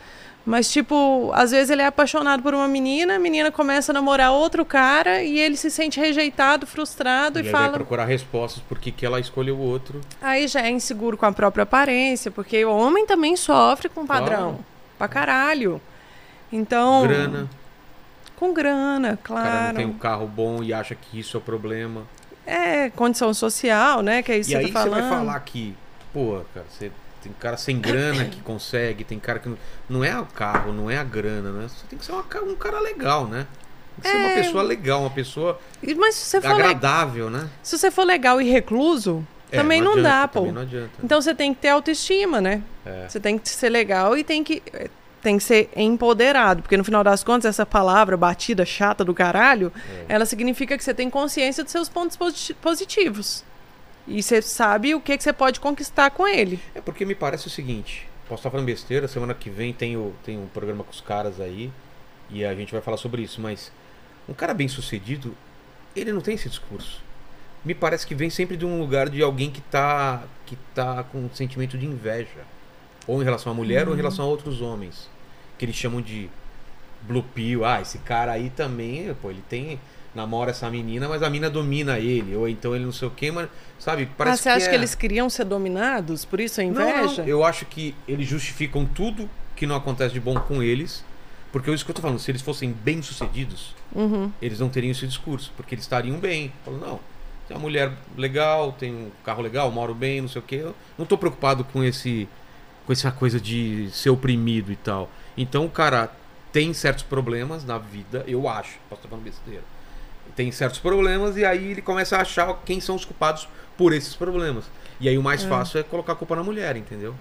C: Mas, tipo, às vezes ele é apaixonado por uma menina, a menina começa a namorar outro cara e ele se sente rejeitado, frustrado
A: E
C: e,
A: aí vai
C: fala.
A: procurar respostas por que que ela escolheu o outro.
C: Aí já é inseguro com a própria aparência, porque o homem também sofre com o padrão.
A: Claro.
C: Pra caralho. Então.
A: Grana,
C: Com grana,
A: o cara não
C: claro.
A: tem um carro bom e acha que isso é o problema.
C: É, condição social, né? Que é isso
A: e
C: que
A: aí
C: você tá falando.
A: vai falar que, pô, cara, você tem cara sem grana que consegue, tem cara que não, não é o carro, não é a grana, né? Você tem que ser uma ca- um cara legal, né? Tem que ser
C: É.
A: uma pessoa legal, uma pessoa
C: E- Mas se você, for le-
A: agradável, né?
C: se você for legal e recluso,
A: É,
C: também não,
A: adianta,
C: dá, pô.
A: Também não adianta.
C: Então você tem que ter autoestima, né?
A: É.
C: Você tem que ser legal e tem que, eh, tem que ser empoderado. Porque no final das contas, essa palavra batida, chata do caralho,
A: É.
C: ela significa que você tem consciência dos seus pontos posi- positivos. E você sabe o que, que você pode conquistar com ele.
A: É porque me parece o seguinte, posso estar falando besteira, semana que vem tem, o, tem um programa com os caras aí e a gente vai falar sobre isso, mas um cara bem sucedido, ele não tem esse discurso. Me parece que vem sempre de um lugar de alguém que tá, que tá com um sentimento de inveja. Ou em relação à mulher
C: Uhum.
A: ou em relação a outros homens. Que eles chamam de blue pill. Ah, esse cara aí também, pô, ele tem... Namora essa menina, mas a mina domina ele. Ou então ele não sei o quê, mas... Sabe?
C: Mas
A: Parece
C: Ah, você acha
A: é-
C: que eles queriam ser dominados? Por isso a
A: não, não.
C: inveja?
A: Eu acho que eles justificam tudo que não acontece de bom com eles. Porque é isso que eu tô falando, se eles fossem bem-sucedidos,
C: Uhum.
A: eles não teriam esse discurso, porque eles estariam bem. Falando, não, tem uma mulher legal, tem um carro legal, moro bem, não sei o quê. Eu não tô preocupado com esse com essa coisa de ser oprimido e tal. Então o cara tem certos problemas na vida, eu acho, posso estar falando besteira. Tem certos problemas e aí ele começa a achar quem são os culpados por esses problemas. E aí o mais fácil é colocar a culpa na mulher, entendeu?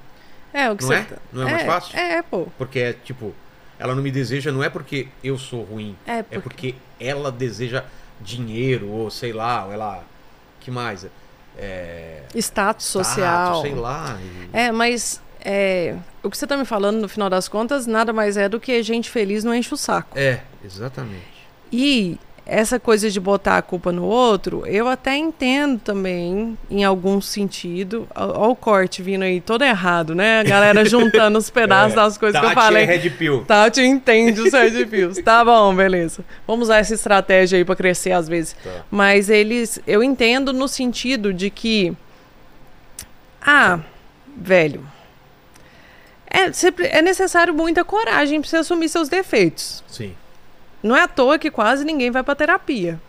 C: É, o que
A: Não
C: você.
A: é? Não é mais fácil?
C: É, pô.
A: Porque é tipo, ela não me deseja não é porque eu sou ruim,
C: É,
A: é porque ela deseja dinheiro, ou sei lá, ou ela. Que mais? É.
C: Status
A: tato,
C: social.
A: sei lá. e-
C: É, mas é, o que você tá me falando, no final das contas, nada mais é do que gente feliz não enche o saco.
A: É, exatamente.
C: E essa coisa de botar a culpa no outro, eu até entendo também, em algum sentido. Olha o corte vindo aí todo errado, né? A
A: [LAUGHS]
C: galera juntando os pedaços das coisas que eu
A: Tati é
C: falei.
A: Red Pill.
C: Tati entende os Red Pills. Tá bom, beleza. Vamos usar essa estratégia aí pra crescer às vezes.
A: Tá.
C: Mas eles. Eu entendo no sentido de que. Ah, velho. É, cê pre- é necessário muita coragem pra você assumir seus defeitos.
A: Sim.
C: Não é à toa que quase ninguém vai pra terapia.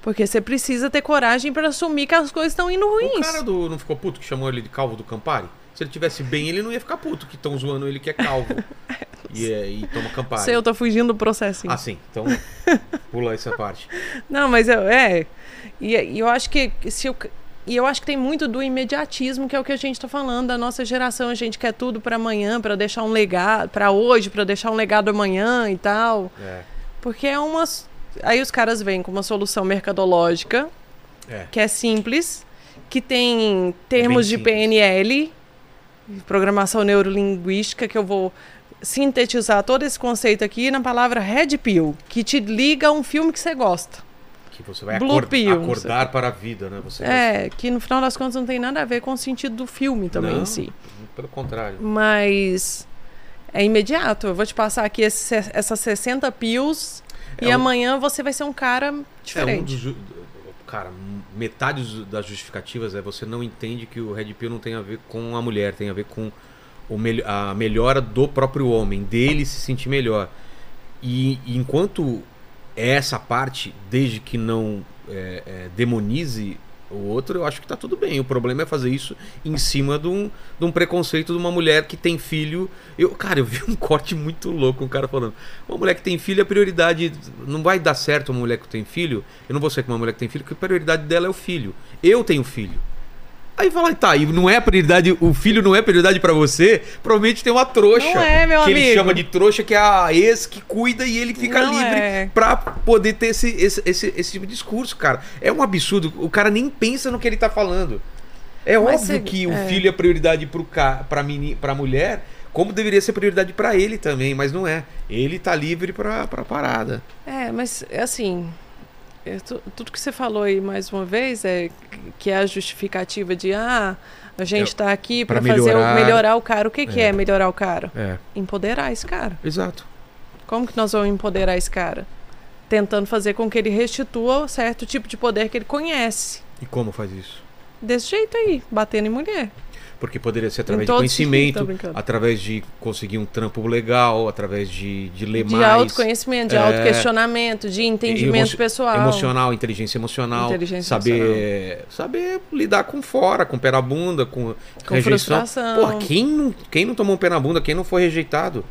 C: Porque você precisa ter coragem pra assumir que as coisas estão indo
A: O
C: ruins.
A: cara do, não ficou puto que chamou ele de calvo do Campari? Se ele tivesse bem, ele não ia ficar puto que estão zoando ele que é
C: [LAUGHS]
A: calvo. e, é, e toma Campari.
C: Sei, eu tô fugindo do processo.
A: Ah, sim. Então, pula essa parte.
C: Não, mas eu, é. E, e eu acho que se o, ca- E eu acho que tem muito do imediatismo, que é o que a gente está falando, da nossa geração. A gente quer tudo para amanhã, para deixar um legado, para hoje, para deixar um legado amanhã e tal.
A: É.
C: Porque é uma. Aí os caras vêm com uma solução mercadológica,
A: É.
C: que é simples, que tem termos de
A: simples.
C: PNL, programação neurolinguística, que eu vou sintetizar todo esse conceito aqui na palavra Red Pill, que te liga a um filme que você gosta.
A: Que você vai
C: Blue
A: acor-
C: pill.
A: acordar para a vida, né? Você
C: É, que no final das contas não tem nada a ver com o sentido do filme também
A: Não.
C: em si.
A: Pelo contrário.
C: Mas é imediato. Eu vou te passar aqui esse- essas 60 pills
A: É
C: e
A: um-
C: amanhã você vai ser um cara
A: É, um
C: diferente.
A: dos, ju- cara, metade dos- das justificativas é você não entende que o Red Pill não tem a ver com a mulher, tem a ver com o mel- a melhora do próprio homem, dele se sentir melhor. E, e enquanto é essa parte, desde que não é, é, demonize o outro, eu acho que tá tudo bem. O problema é fazer isso em cima de um, de um preconceito de uma mulher que tem filho. Eu, cara, eu vi um [LAUGHS] corte muito louco, um cara falando. Uma mulher que tem filho, a prioridade. Não vai dar certo uma mulher que tem filho. Eu não vou ser com uma mulher que tem filho, porque a prioridade dela é o filho. Eu tenho filho. Aí fala, tá, e não é a prioridade, o filho não é prioridade pra você, provavelmente tem uma trouxa.
C: Não é, meu
A: um que ele
C: amigo.
A: chama de trouxa, que é a ex que cuida e ele fica
C: Não
A: livre
C: é.
A: pra poder ter esse, esse, esse, esse tipo de discurso, cara. É um absurdo. O cara nem pensa no que ele tá falando. É
C: Mas
A: óbvio
C: você-
A: que o
C: é.
A: filho é prioridade pro ca, pra, meni, pra mulher, como deveria ser prioridade pra ele também, mas não é. Ele tá livre pra, pra parada.
C: É, mas assim, eu tu- tudo que você falou aí mais uma vez é que é a justificativa de ah, a gente
A: Eu-
C: está aqui
A: pra
C: para fazer o,
A: melhorar-
C: melhorar o cara. O que, que
A: É.
C: é melhorar o cara?
A: É,
C: Empoderar esse cara.
A: exato.
C: Como que nós vamos empoderar esse cara? Tentando fazer com que ele restitua certo tipo de poder que ele conhece.
A: E como faz isso?
C: Desse jeito aí, batendo em mulher.
A: Porque poderia ser através de
C: todo sentido, tô
A: conhecimento,
C: tá brincando.
A: através de conseguir um trampo legal, através de, de ler
C: De
A: mais.
C: autoconhecimento, de
A: é,
C: autoquestionamento, de entendimento
A: emo-
C: pessoal.
A: Emocional, inteligência emocional.
C: Inteligência
A: saber, saber lidar com fora, com pé na bunda, com,
C: Com
A: rejeição.
C: frustração.
A: Porra, quem não, quem não tomou um pé na bunda, quem não foi rejeitado?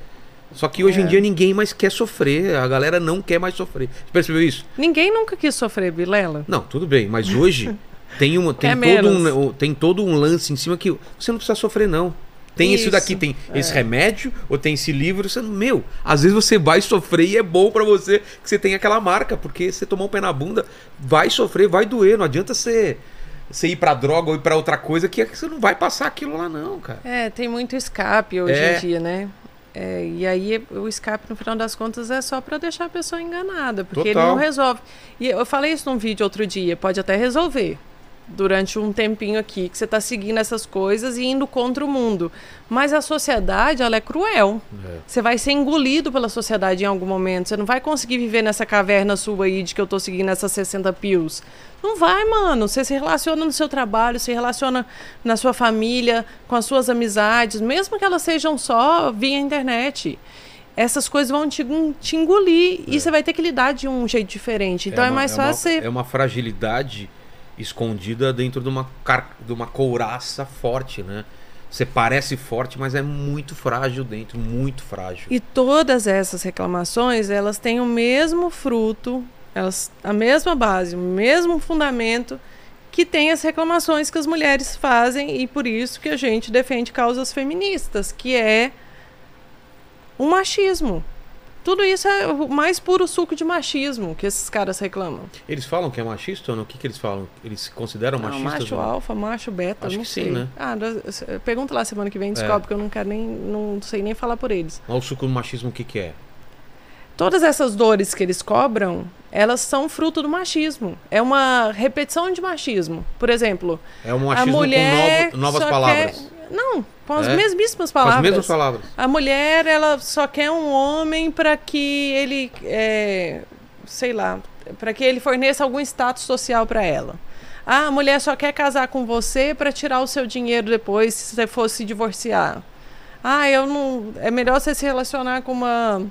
A: Só que
C: É.
A: hoje em dia ninguém mais quer sofrer, a galera não quer mais sofrer. Você percebeu isso?
C: Ninguém nunca quis sofrer, Vilela.
A: Não, tudo bem, mas hoje tem, uma, tem,
C: Quer
A: todo
C: menos.
A: um, um- tem todo um lance em cima que você não precisa sofrer, não. Tem isso,
C: Isso,
A: daqui, tem esse remédio, ou tem esse livro, você, meu, às vezes você vai sofrer e é bom pra você que você tem aquela marca, porque você tomar um pé na bunda, vai sofrer, vai doer, não adianta você, você ir pra droga ou ir pra outra coisa que você não vai passar aquilo lá não, cara.
C: É, tem muito escape hoje
A: É.
C: em dia, né? É, e aí o escape, no final das contas, é só pra deixar a pessoa enganada, porque ele
A: Total.
C: não resolve. E eu falei isso num vídeo outro dia, pode até resolver. Durante um tempinho aqui, que você tá seguindo essas coisas e indo contra o mundo. Mas a sociedade, ela é cruel. Você vai ser engolido pela sociedade em algum momento. Você não vai conseguir viver nessa caverna sua aí de que eu tô seguindo essas 60 pills. Não vai, mano. Você se relaciona no seu trabalho, se relaciona na sua família, com as suas amizades, mesmo que elas sejam só via internet. Essas coisas vão te, te engolir e você vai ter que lidar de um jeito diferente. Então é,
A: uma-
C: mais fácil
A: Uma,
C: você.
A: é uma fragilidade escondida dentro de uma, car- de uma couraça forte, né? Você parece forte, mas é muito frágil dentro, muito frágil.
C: E todas essas reclamações, elas têm o mesmo fruto, elas a mesma base, o mesmo fundamento que tem as reclamações que as mulheres fazem e por isso que a gente defende causas feministas, que é o machismo. Tudo isso é o mais puro suco de machismo que esses caras reclamam.
A: Eles falam que é machista ou não? O que, que eles falam? Eles se consideram
C: Ah,
A: machistas?
C: macho
A: ou não?
C: alfa, macho beta,
A: Acho
C: não
A: que sim,
C: sei.
A: né? É.
C: Ah, nós- pergunta lá semana que vem, descobre que eu não quero nem, não sei nem falar por eles.
A: Mas o suco do machismo o que, que é?
C: todas essas dores que eles cobram, elas são fruto do machismo. É uma repetição de machismo. Por exemplo,
A: É um machismo
C: a mulher
A: com novo- novas
C: só
A: palavras.
C: Quer... Não, com as
A: É?
C: mesmíssimas
A: Com
C: palavras.
A: as mesmas palavras.
C: A mulher, ela só quer um homem para que ele, é, sei lá, para que ele forneça algum status social para ela. Ah, a mulher só quer casar com você para tirar o seu dinheiro depois se você for se divorciar. Ah, eu não. É melhor você se relacionar com uma.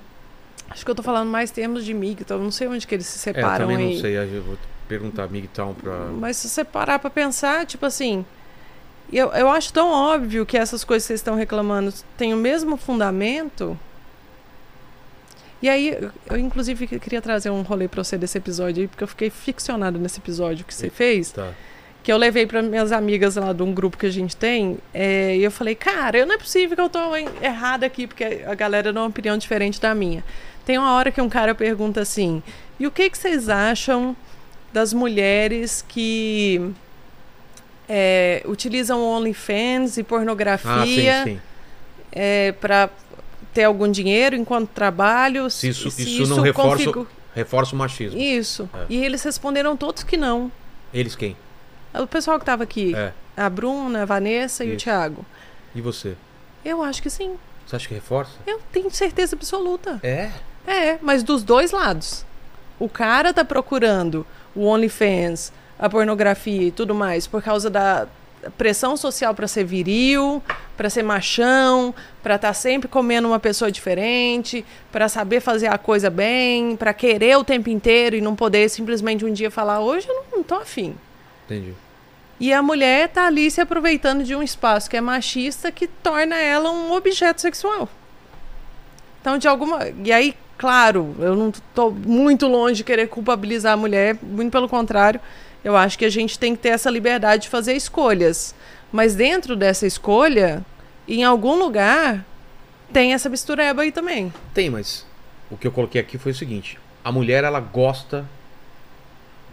C: Acho que eu tô falando mais termos de migta, eu não sei onde que eles se
A: É, eu
C: separam
A: também
C: aí.
A: não sei. Eu vou perguntar a Migtown pra.
C: Mas se você parar pra pensar, tipo assim, eu, eu acho tão óbvio que essas coisas que vocês estão reclamando têm o mesmo fundamento. E aí, eu- eu inclusive que- queria trazer um rolê pra você desse episódio aí, porque eu fiquei ficcionada nesse episódio que você fez,
A: Tá.
C: que eu levei para minhas amigas lá de um grupo que a gente tem, é, e eu falei, cara, eu não é possível que eu tô em- errada aqui, porque a galera dá uma opinião diferente da minha. Tem uma hora que um cara pergunta assim, e o que, que vocês acham das mulheres que é, utilizam OnlyFans e
A: Ah, sim,
C: pornografia
A: sim.
C: para ter algum dinheiro enquanto trabalho?
A: Se isso,
C: se
A: isso, não reforça,
C: configu-
A: reforça o machismo.
C: Isso.
A: É.
C: E eles responderam todos que não.
A: Eles quem?
C: O pessoal que estava aqui,
A: É.
C: a Bruna, a Vanessa e o
A: Isso.
C: Thiago.
A: E você?
C: Eu acho que sim.
A: Você acha que reforça?
C: Eu tenho certeza absoluta.
A: É?
C: É, mas dos dois lados. O cara tá procurando o OnlyFans, a pornografia e tudo mais por causa da pressão social pra ser viril, pra ser machão, pra estar sempre comendo uma pessoa diferente, pra saber fazer a coisa bem, pra querer o tempo inteiro e não poder simplesmente um dia falar hoje eu não tô afim.
A: Entendi.
C: E a mulher tá ali se aproveitando de um espaço que é machista que torna ela um objeto sexual. Então, de alguma. E aí, claro, eu não tô muito longe de querer culpabilizar a mulher, muito pelo contrário. Eu acho que a gente tem que ter essa liberdade de fazer escolhas. Mas dentro dessa escolha, em algum lugar, tem essa mistureba aí também.
A: Tem, mas o que eu coloquei aqui foi o seguinte: a mulher ela gosta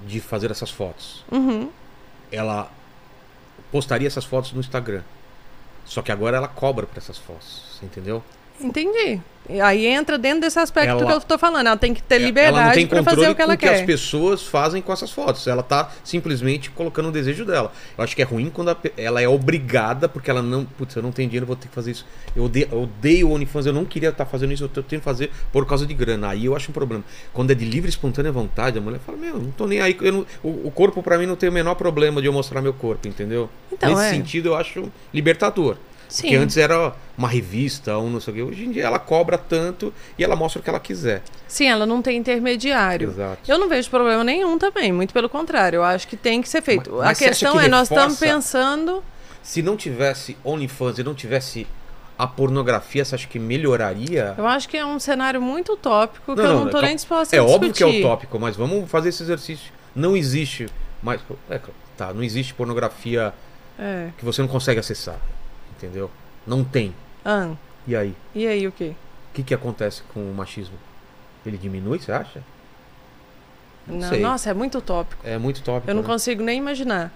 A: de fazer essas fotos.
C: Uhum.
A: Ela postaria essas fotos no Instagram. Só que agora ela cobra pra essas fotos, você entendeu?
C: Entendi. E aí entra dentro desse aspecto
A: Ela-
C: que eu tô falando. Ela tem que ter
A: É, ela não tem
C: liberdade pra
A: controle
C: fazer o que
A: com
C: ela
A: o que
C: quer.
A: as pessoas fazem com essas fotos. Ela tá simplesmente colocando o desejo dela. Eu acho que é ruim quando a pe- ela é obrigada, porque ela não. Putz, eu não tenho dinheiro, vou ter que fazer isso. Eu odeio, eu odeio o OnlyFans, eu não queria estar fazendo isso, eu tenho que fazer por causa de grana. Aí eu acho um problema. Quando é de livre e espontânea vontade, a mulher fala: Meu, não tô nem aí. eu não- o, o corpo pra mim não tem o menor problema de eu mostrar meu corpo, entendeu?
C: Então,
A: Nesse
C: é.
A: sentido, eu acho libertador. Porque antes era uma revista, um não sei o quê. Hoje em dia ela cobra tanto e ela mostra o que ela quiser.
C: Sim, ela não tem intermediário.
A: Exato.
C: Eu não vejo problema nenhum também, muito pelo contrário, eu acho que tem que ser feito.
A: Mas- mas
C: a
A: você acha
C: questão
A: que
C: é, nós estamos
A: reforça-
C: pensando.
A: Se não tivesse OnlyFans e não tivesse a pornografia, você acha que melhoraria?
C: Eu acho que é um cenário muito utópico que
A: Não,
C: eu
A: não,
C: não tô
A: é
C: nem disposta
A: É
C: a discutir.
A: óbvio que é utópico, mas vamos fazer esse exercício. Não existe mais. É, claro, tá, não existe pornografia
C: É.
A: que você não consegue acessar. Entendeu? Não tem.
C: Ahn,
A: E aí?
C: e aí, o quê?
A: O que, que acontece com o machismo? Ele diminui, você acha? Não
C: Não,
A: sei.
C: nossa, é muito utópico.
A: É muito tópico.
C: Eu não
A: né?
C: consigo nem imaginar.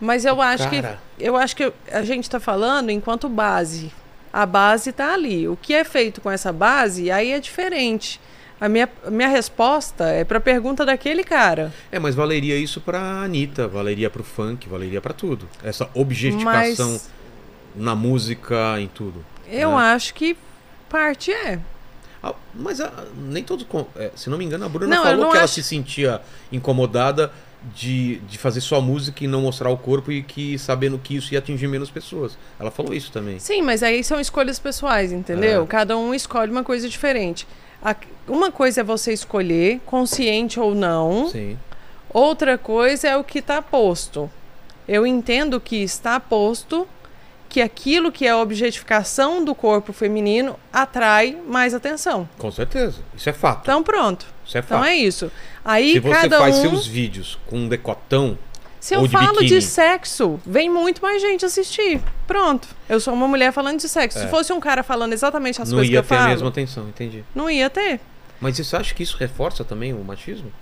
C: Mas eu acho que
A: Cara.
C: eu acho que a gente está falando enquanto base. A base está ali. O que é feito com essa base, aí é diferente. A minha, a minha resposta é para a pergunta daquele cara.
A: É, mas valeria isso pra Anitta, valeria pro funk, valeria pra tudo. Essa objetificação
C: Mas
A: na música, em tudo.
C: eu
A: né?
C: acho que parte é.
A: Ah, Mas ah, nem todos. con- é, se não me engano, a Bruna
C: Não, eu
A: falou
C: não
A: que ela
C: acho-
A: se sentia incomodada de, de fazer só música e não mostrar o corpo e que sabendo que isso ia atingir menos pessoas. Ela falou isso também.
C: Sim, mas aí são escolhas pessoais, entendeu?
A: É.
C: Cada um escolhe uma coisa diferente. A- uma coisa é você escolher, consciente ou não.
A: Sim.
C: Outra coisa é o que está posto. Eu entendo que está posto que aquilo que é a objetificação do corpo feminino atrai mais atenção.
A: Com certeza. Isso é fato.
C: Então pronto.
A: isso é
C: Então
A: fato.
C: é isso. Aí
A: se você
C: cada
A: faz
C: um.
A: seus vídeos com um decotão,
C: Se eu
A: ou de
C: falo
A: biquíni.
C: de sexo, vem muito mais gente assistir. Pronto. Eu sou uma mulher falando de sexo. Se fosse um cara falando exatamente as
A: É. não
C: coisas que
A: ia
C: eu
A: ter a
C: falo,
A: mesma atenção, entendi.
C: não ia ter.
A: Mas você acha que isso reforça também o machismo?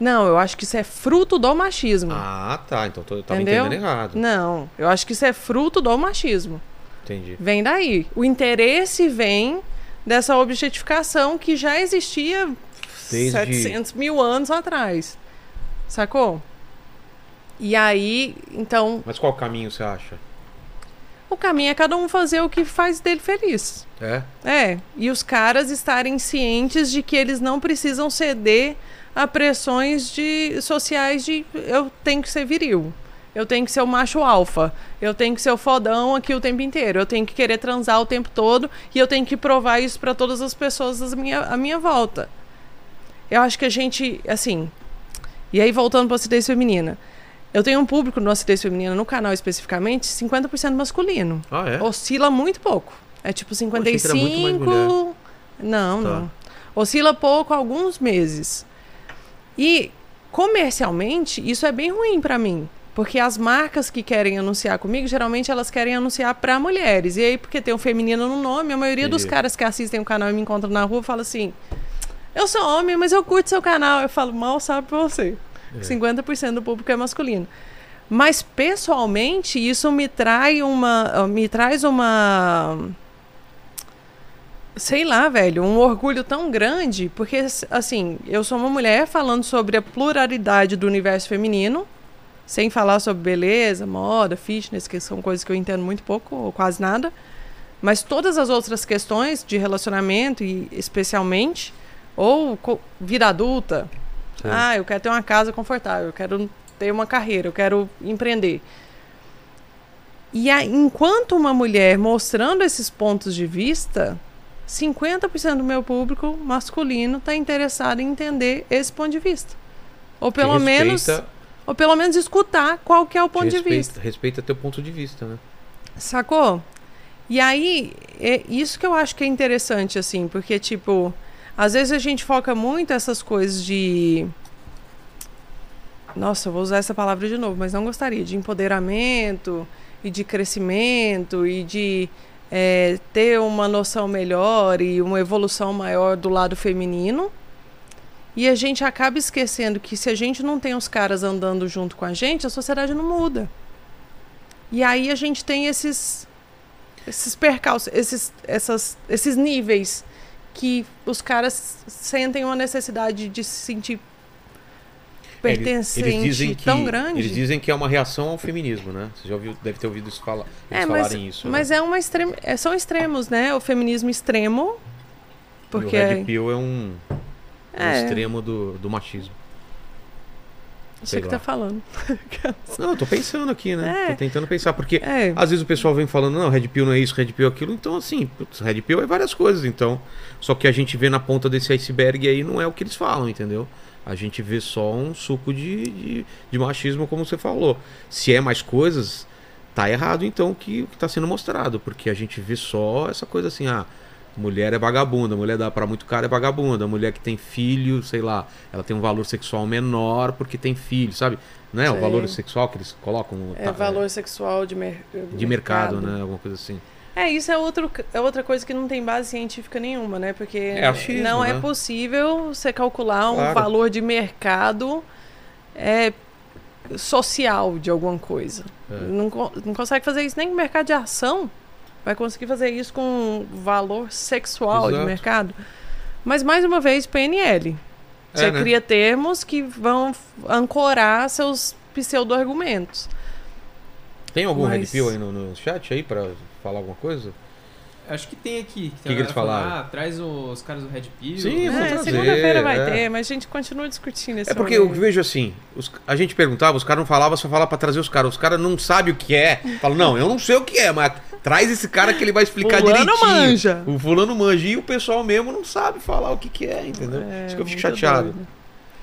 C: Não, eu acho que isso é fruto do machismo.
A: Ah, tá. Então tô- eu tava
C: Hum. Entendeu?
A: entendendo errado.
C: Não, eu acho que isso é fruto do machismo.
A: Entendi.
C: Vem daí. O interesse vem dessa objetificação que já existia
A: Desde-
C: 700 mil anos atrás. Sacou? E aí, então,
A: Mas qual caminho você acha?
C: o caminho é cada um fazer o que faz dele feliz.
A: É?
C: É, e os caras estarem cientes de que eles não precisam ceder a pressões de, sociais de eu tenho que ser viril, eu tenho que ser o macho alfa, eu tenho que ser o fodão aqui o tempo inteiro, eu tenho que querer transar o tempo todo e eu tenho que provar isso para todas as pessoas à minha, à minha volta. Eu acho que a gente, assim. E aí, voltando para a acidez feminina. Eu tenho um público no acidez feminina, no canal especificamente, 50% masculino
A: Ah, é?
C: oscila muito pouco. É tipo
A: achei que era muito mais
C: 55.
A: mulher.
C: Não,
A: Tá.
C: não. Oscila pouco, alguns meses. E comercialmente, isso é bem ruim pra mim. Porque as marcas que querem anunciar comigo, geralmente elas querem anunciar para mulheres. E aí, porque tem um feminino no nome, a maioria dos
A: Entendi.
C: caras que assistem o canal e me encontram na rua fala assim: Eu sou homem, mas eu curto seu canal. Eu falo, mal sabe pra você. 50% do público é masculino. Mas pessoalmente, isso me traz uma. me traz uma. Sei lá, velho, um orgulho tão grande, porque assim, eu sou uma mulher falando sobre a pluralidade do universo feminino, sem falar sobre beleza, moda, fitness, que são coisas que eu entendo muito pouco ou quase nada. Mas todas as outras questões de relacionamento, e especialmente, ou co- vida adulta,
A: Sim.
C: ah, eu quero ter uma casa confortável, eu quero ter uma carreira, eu quero empreender. E a, enquanto uma mulher mostrando esses pontos de vista, 50% do meu público masculino está interessado em entender esse ponto de vista. Ou
A: Que
C: pelo menos
A: respeita-
C: ou pelo menos escutar qual que é o
A: que
C: ponto de
A: respeita-
C: vista.
A: Respeita teu ponto de vista, né?
C: Sacou? E aí, é isso que eu acho que é interessante, assim, porque, tipo, às vezes a gente foca muito essas coisas de. Nossa, eu vou usar essa palavra de novo, mas não gostaria. De empoderamento e de crescimento e de é, ter uma noção melhor e uma evolução maior do lado feminino. E a gente acaba esquecendo que se a gente não tem os caras andando junto com a gente, a sociedade não muda. E aí a gente tem esses esses percalços, esses, essas, esses níveis que os caras sentem uma necessidade de se sentir
A: É,
C: pertencente tão grande.
A: Eles dizem que é uma reação ao feminismo, né? Você já ouviu, deve ter ouvido isso falar, eles
C: É, mas-
A: falarem isso.
C: Mas
A: né?
C: é uma extrema, é- são extremos, né? O feminismo extremo, porque
A: E o Red Pill é um, um
C: É.
A: extremo do, do machismo.
C: não
A: sei
C: sei o que
A: lá.
C: tá falando.
A: Não, eu tô pensando aqui, né?
C: É.
A: Tô tentando pensar, porque
C: É,
A: Às vezes o pessoal vem falando, não, Red Pill não é isso, Red Pill é aquilo. Então, assim, putz, Red Pill é várias coisas, então. Só que a gente vê na ponta desse iceberg aí não é o que eles falam, entendeu? A gente vê só um suco de, de, de machismo, como você falou. Se é mais coisas, tá errado então o que, o que tá sendo mostrado. Porque a gente vê só essa coisa assim, ah, mulher é vagabunda, mulher dá pra muito cara é vagabunda, mulher que tem filho, sei lá, ela tem um valor sexual menor porque tem filho, sabe? Não é o
C: Sei.
A: valor sexual que eles colocam?
C: é
A: tá-
C: valor sexual de, mer
A: de mercado, né? Alguma coisa assim.
C: É, isso é, outro, é outra coisa que não tem base científica nenhuma, né? Porque
A: É achismo,
C: não
A: né?
C: é possível você calcular um
A: Claro.
C: valor de mercado é, social de alguma coisa.
A: É.
C: Não, co- não consegue fazer isso nem com mercado de ação. Vai conseguir fazer isso com valor sexual
A: Exato.
C: de mercado. Mas, mais uma vez, PNL.
A: É,
C: Você
A: né?
C: cria termos que vão f- ancorar seus pseudo-argumentos.
A: Tem algum
C: Mas-
A: Red Pill aí no, no chat aí pra falar alguma coisa?
B: Acho que tem aqui.
A: que que eles falaram?
B: Ah, traz os caras do Red Pill.
A: Sim, Eu vou
C: É,
A: trazer,
C: segunda-feira vai
A: é.
C: ter, mas a gente continua discutindo esse
A: É porque eu
C: rolê.
A: vejo assim, os- a gente perguntava, os caras não falavam, só falava pra trazer os caras. Os caras não sabem o que é. Falam, não, eu não sei o que é, mas traz esse cara que ele vai explicar
C: Fulano
A: direitinho.
C: manja.
A: O fulano manja. E o pessoal mesmo não sabe falar o que que é, entendeu?
C: É,
A: Isso que eu fico
C: muito
A: chateado.
C: doido.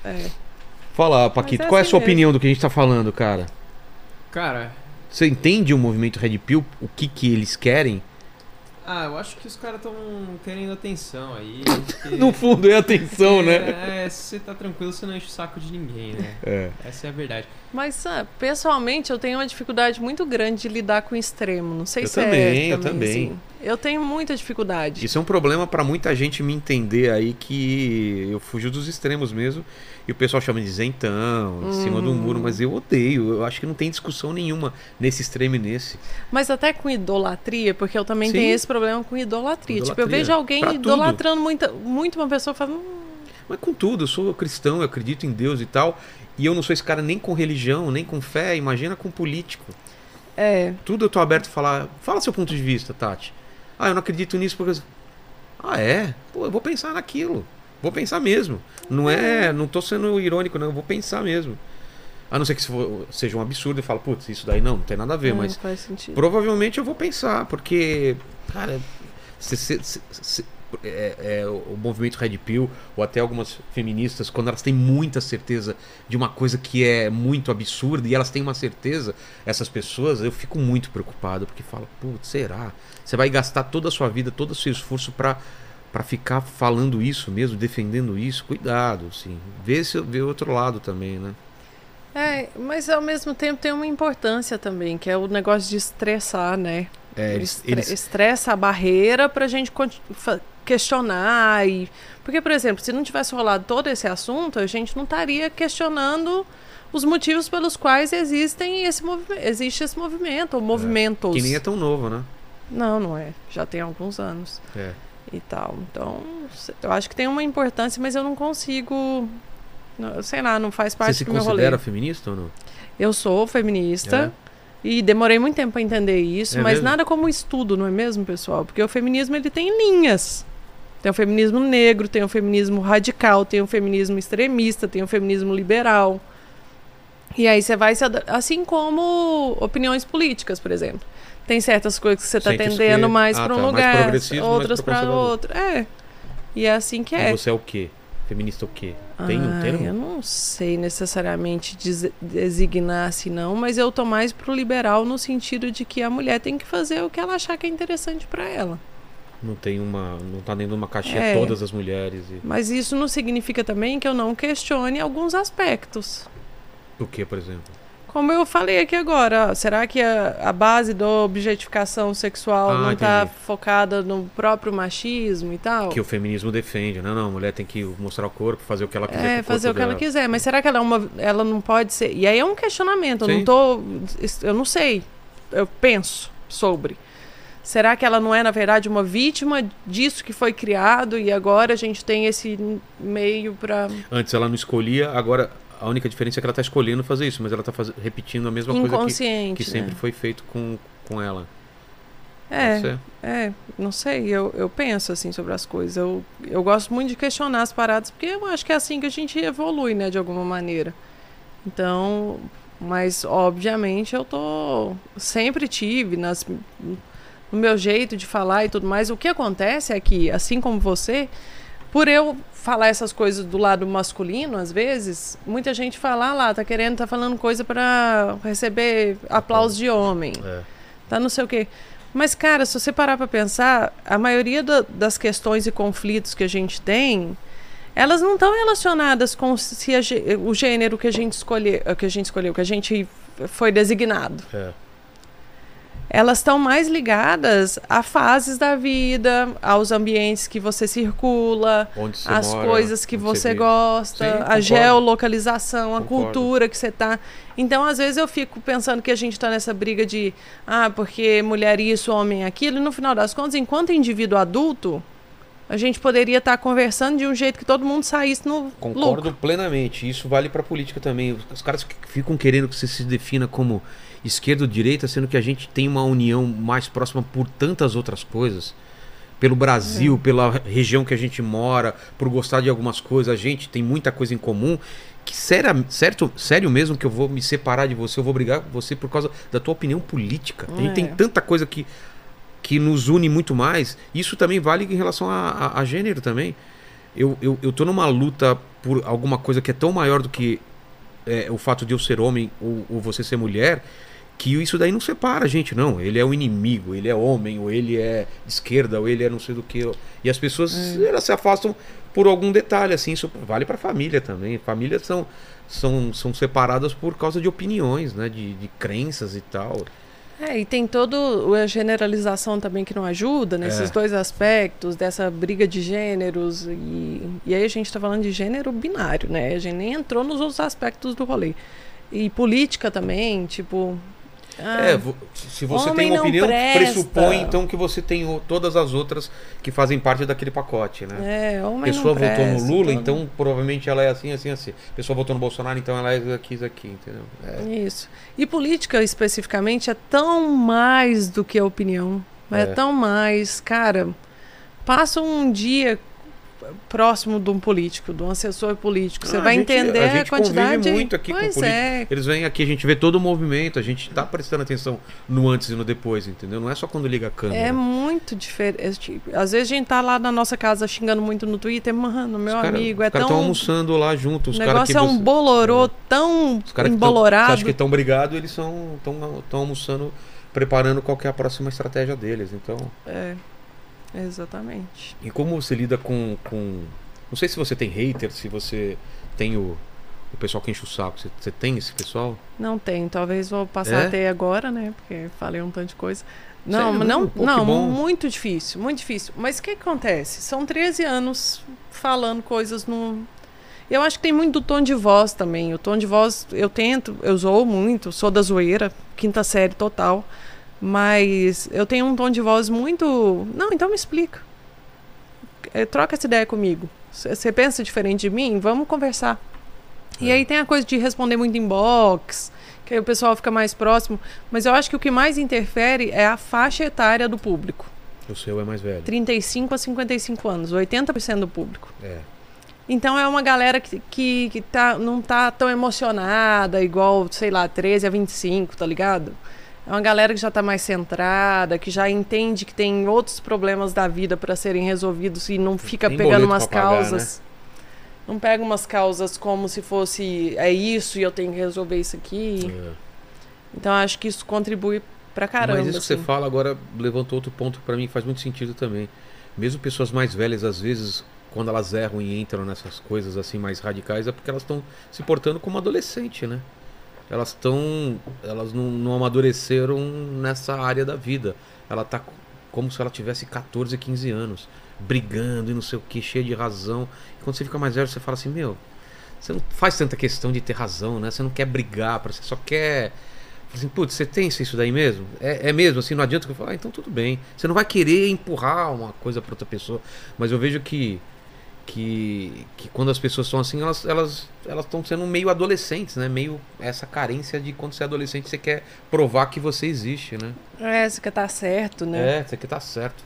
C: É.
A: Fala, Paquito,
C: Mas é
A: qual é a
C: assim
A: sua
C: mesmo.
A: opinião do que a gente tá falando, cara?
B: Cara,
A: Você entende o movimento Red Pill, o que que eles querem?
B: ah, eu acho que os caras estão querendo atenção aí. porque-
A: No fundo, é atenção, né?
B: É, se você tá tranquilo, você não enche o saco de ninguém, né?
A: É.
B: Essa é a verdade.
C: Mas, ah, pessoalmente, eu tenho uma dificuldade muito grande de lidar com o extremo. Não sei
A: Eu
C: se
A: também,
C: é
A: eu também.
C: assim. Eu tenho muita dificuldade.
A: Isso é um problema pra muita gente me entender aí que eu fujo dos extremos mesmo e o pessoal chama de zentão, em cima do muro, mas eu odeio. Eu acho que não tem discussão nenhuma nesse extremo e nesse.
C: Mas até com idolatria, porque eu também
A: Sim.
C: tenho esse problema com idolatria. Tipo, eu
A: Idolatria.
C: vejo alguém
A: Pra tudo.
C: idolatrando muita, muito uma pessoa "Hum, falando.
A: Mas contudo, eu sou cristão, eu acredito em Deus e tal, e eu não sou esse cara nem com religião, nem com fé, imagina com político.
C: É,
A: Tudo eu tô aberto a falar. Fala seu ponto de vista, Tati. Ah, eu não acredito nisso porque. eu- Ah, é? Pô, eu vou pensar naquilo. Vou pensar mesmo. Não é. Não tô sendo irônico, não. Eu vou pensar mesmo. A não ser que se for- seja um absurdo e fala, putz, isso daí não, não tem nada a ver,
C: é, não
A: mas
C: faz sentido.
A: provavelmente eu vou pensar, porque. Cara, se- se- se- se- é- é, o movimento Red Pill, ou até algumas feministas, quando elas têm muita certeza de uma coisa que é muito absurda e elas têm uma certeza, essas pessoas, eu fico muito preocupado, porque falo, putz, será? Você vai gastar toda a sua vida, todo o seu esforço pra. Pra ficar falando isso mesmo, defendendo isso, cuidado, assim. Vê, se, vê o outro lado também, né?
C: É, mas ao mesmo tempo tem uma importância também, que é o negócio de estressar, né?
D: É, eles,
C: Estre-
D: eles,
C: Estressa a barreira pra gente conti- fa- questionar e... Porque, por exemplo, se não tivesse rolado todo esse assunto, a gente não estaria questionando os motivos pelos quais existem esse movi- existe esse movimento, ou movimentos.
A: Que nem é tão novo, né?
C: Não, não é. Já tem alguns anos
A: É.
C: e tal. Então, se- eu acho que tem uma importância, mas eu não consigo... não- Sei lá, não faz
A: Você
C: parte
A: se
C: do meu rolê.
A: considera feminista ou não?
C: Eu sou feminista e demorei muito tempo para entender isso,
A: É
C: mas
A: mesmo?
C: nada como estudo, não é mesmo, pessoal? Porque o feminismo ele tem linhas. Tem o feminismo negro, tem o feminismo radical, tem o feminismo extremista, tem o feminismo liberal. E aí você vai se ad- assim como opiniões políticas, por exemplo. Tem certas coisas que você está
A: Centro-esquerda.
C: tendendo mais
A: Ah,
C: para um
A: tá. Mais
C: lugar,
A: progressismo, mais
C: outras
A: pro
C: para
A: conservador.
C: outro. É. E é assim que é.
A: E Você é o quê? Feminista o quê? Tem um
C: Ai,
A: termo?
C: Eu não sei necessariamente des- designar assim, não, mas eu tô mais pro liberal no sentido de que a mulher tem que fazer o que ela achar que é interessante pra ela.
A: Não tem uma. Não tá dentro de uma caixinha
C: É.
A: todas as mulheres. E...
C: Mas isso não significa também que eu não questione alguns aspectos.
A: O que, por exemplo?
C: Como eu falei aqui agora, ó, será que a, a base da objetificação sexual
A: Ah,
C: não tá
A: entendi.
C: focada no próprio machismo e tal?
A: Que o feminismo defende, né? Não, a mulher tem que mostrar o corpo, fazer o que ela quiser. com
C: É,
A: o
C: fazer o
A: corpo
C: que ela
A: dela.
C: quiser. Mas será que ela é uma. Ela não pode ser. E aí é um questionamento. Eu
A: Sim.
C: não tô. Eu não sei. Eu penso sobre. Será que ela não é, na verdade, uma vítima disso que foi criado e agora a gente tem esse meio pra.
A: Antes ela não escolhia, agora a única diferença é que ela tá escolhendo fazer isso, mas ela tá faz- repetindo a mesma coisa que,
C: inconsciente.
A: que sempre
C: né?
A: foi feito com, com ela.
C: É.
A: Pode ser?
C: É, não sei, eu, eu penso assim sobre as coisas. Eu, eu gosto muito de questionar as paradas, porque eu acho que é assim que a gente evolui, né, de alguma maneira. Então, mas obviamente eu tô. Sempre tive nas, no meu jeito de falar e tudo mais. O que acontece é que, assim como você, por eu falar essas coisas do lado masculino, às vezes, muita gente fala "Ah lá, tá querendo, tá falando coisa pra receber aplauso de homem
A: É.
C: tá não sei o quê. Mas, cara, se você parar pra pensar, a maioria da- das questões e conflitos que a gente tem, elas não estão relacionadas com se a gê- o gênero que a gente escolheu, que a gente escolheu, que a gente foi designado.
A: É.
C: Elas estão mais ligadas a fases da vida, aos ambientes que você circula,
A: Onde você
C: as
A: mora,
C: coisas que
A: onde
C: você
A: vive.
C: gosta,
A: Sim,
C: a
A: concordo.
C: geolocalização, a
A: Concordo.
C: cultura que você tá. Então, às vezes eu fico pensando que a gente tá nessa briga de ah, porque mulher isso, homem aquilo, e no final das contas, enquanto indivíduo adulto, a gente poderia estar conversando de um jeito que todo mundo saísse no
A: Concordo
C: lucro.
A: plenamente. Isso vale pra política também. Os- Os caras que ficam querendo que você se defina como esquerda ou direita, sendo que a gente tem uma união mais próxima por tantas outras coisas. Pelo Brasil, pela região que a gente mora, por gostar de algumas coisas, a gente tem muita coisa em comum. Que séria, certo, sério mesmo que eu vou me separar de você, eu vou brigar com você por causa da tua opinião política. A gente
C: É.
A: tem tanta coisa que, que nos une muito mais. Isso também vale em relação a, a- a gênero também. Eu, eu, eu tô numa luta por alguma coisa que é tão maior do que é, o fato de eu ser homem ou, ou você ser mulher, que isso daí não separa a gente, não. Ele é o inimigo, ele é homem, ou ele é de esquerda, ou ele é não sei do que. E as pessoas
C: É.
A: elas se afastam por algum detalhe, assim, isso vale pra família também. Famílias são, são, são separadas por causa de opiniões, né? De, de crenças e tal.
C: É, e tem toda a generalização também que não ajuda
A: É.
C: nesses dois aspectos, dessa briga de gêneros. E, e aí a gente está falando de gênero binário, né? A gente nem entrou nos outros aspectos do rolê. E política também, tipo. ah,
A: É, vo- se você
C: homem
A: tem uma
C: não
A: opinião,
C: presta.
A: pressupõe então que você tem o- todas as outras que fazem parte daquele pacote, né?
C: é, homem não
A: A pessoa votou no
C: presta, né?
A: Lula,
C: todo-
A: então provavelmente ela é assim, assim, assim. A pessoa votou no Bolsonaro, então ela é isso aqui, isso aqui, entendeu? É.
C: Isso. E política especificamente é tão mais do que a opinião. É,
A: É.
C: tão mais, cara. Passa um dia próximo de um político, de um assessor político, você
A: Ah, a
C: vai
A: gente-
C: entender
A: a gente
C: a quantidade.
A: convive muito aqui com
C: pois
A: político.
C: é.
A: Eles vêm aqui, a gente vê todo o movimento, a gente tá prestando atenção no antes e no depois, entendeu? Não é só quando liga a câmera.
C: É muito diferente. Às vezes a gente tá lá na nossa casa xingando muito no Twitter, mano, meu
A: Os cara-
C: amigo, é
A: Os caras
C: tão.
A: almoçando lá junto,
C: o
A: os caras que
C: negócio é um
A: você-
C: bolorô tão
A: Os caras que tão- você
C: embolorado.
A: acha que estão brigados, eles são estão almoçando, preparando qual que é a próxima estratégia deles. Então,
C: É. Exatamente.
A: e como você lida com, com... Não sei se você tem hater, se você tem o, O pessoal que enche o saco. Você- Você tem esse pessoal?
C: Não tem, talvez vou passar
A: É?
C: a ter agora, né? Porque falei um tanto de coisa. Não,
A: Sério?
C: não,
A: Pô, que
C: não,
A: bom.
C: muito difícil, muito difícil. Mas o que que acontece? São 13 anos falando coisas num. Eu acho que tem muito do tom de voz também. O tom de voz eu tento, eu zoo muito, sou da zoeira, quinta série total. Mas eu tenho um tom de voz muito. Não, então me explica. É, troca essa ideia comigo. Você pensa diferente de mim? Vamos conversar. E
A: É.
C: aí tem a coisa de responder muito inbox, que aí o pessoal fica mais próximo. Mas eu acho que o que mais interfere é a faixa etária do público.
A: O seu é mais velho.
C: 35 a 55 anos, 80% do público.
A: É.
C: Então é uma galera que, que, que tá, não tá tão emocionada, igual, sei lá, 13 a 25, tá ligado? É uma galera que já tá mais centrada, que já entende que tem outros problemas da vida para serem resolvidos e não fica
A: Tem
C: pegando
A: boleto
C: umas
A: pra pagar, né?
C: causas. Não pega umas causas como se fosse é isso e eu tenho que resolver isso aqui.
A: É.
C: Então acho que isso contribui pra caramba.
A: Mas isso que você
C: assim.
A: fala agora levantou outro ponto que pra mim faz muito sentido também. Mesmo pessoas mais velhas, às vezes, quando elas erram e entram nessas coisas assim mais radicais, é porque elas estão se portando como adolescente, né? Elas estão. Elas não, não amadureceram nessa área da vida. Ela tá co- como se ela tivesse 14, 15 anos, brigando e não sei o que, cheia de razão. E quando você fica mais velho, você fala assim, meu, você não faz tanta questão de ter razão, né? Você não quer brigar, pra- você só quer. Fala Assim, Putz, você tem isso daí mesmo? É, é mesmo, assim, não adianta que eu falar, ah, então tudo bem. Você não vai querer empurrar uma coisa pra outra pessoa. Mas eu vejo que que, que quando as pessoas são assim, elas elas elas estão sendo meio adolescentes, né? Meio essa carência de quando você é adolescente, você quer provar que você existe, né?
C: É, isso que tá certo, né?
A: É, você quer tá certo.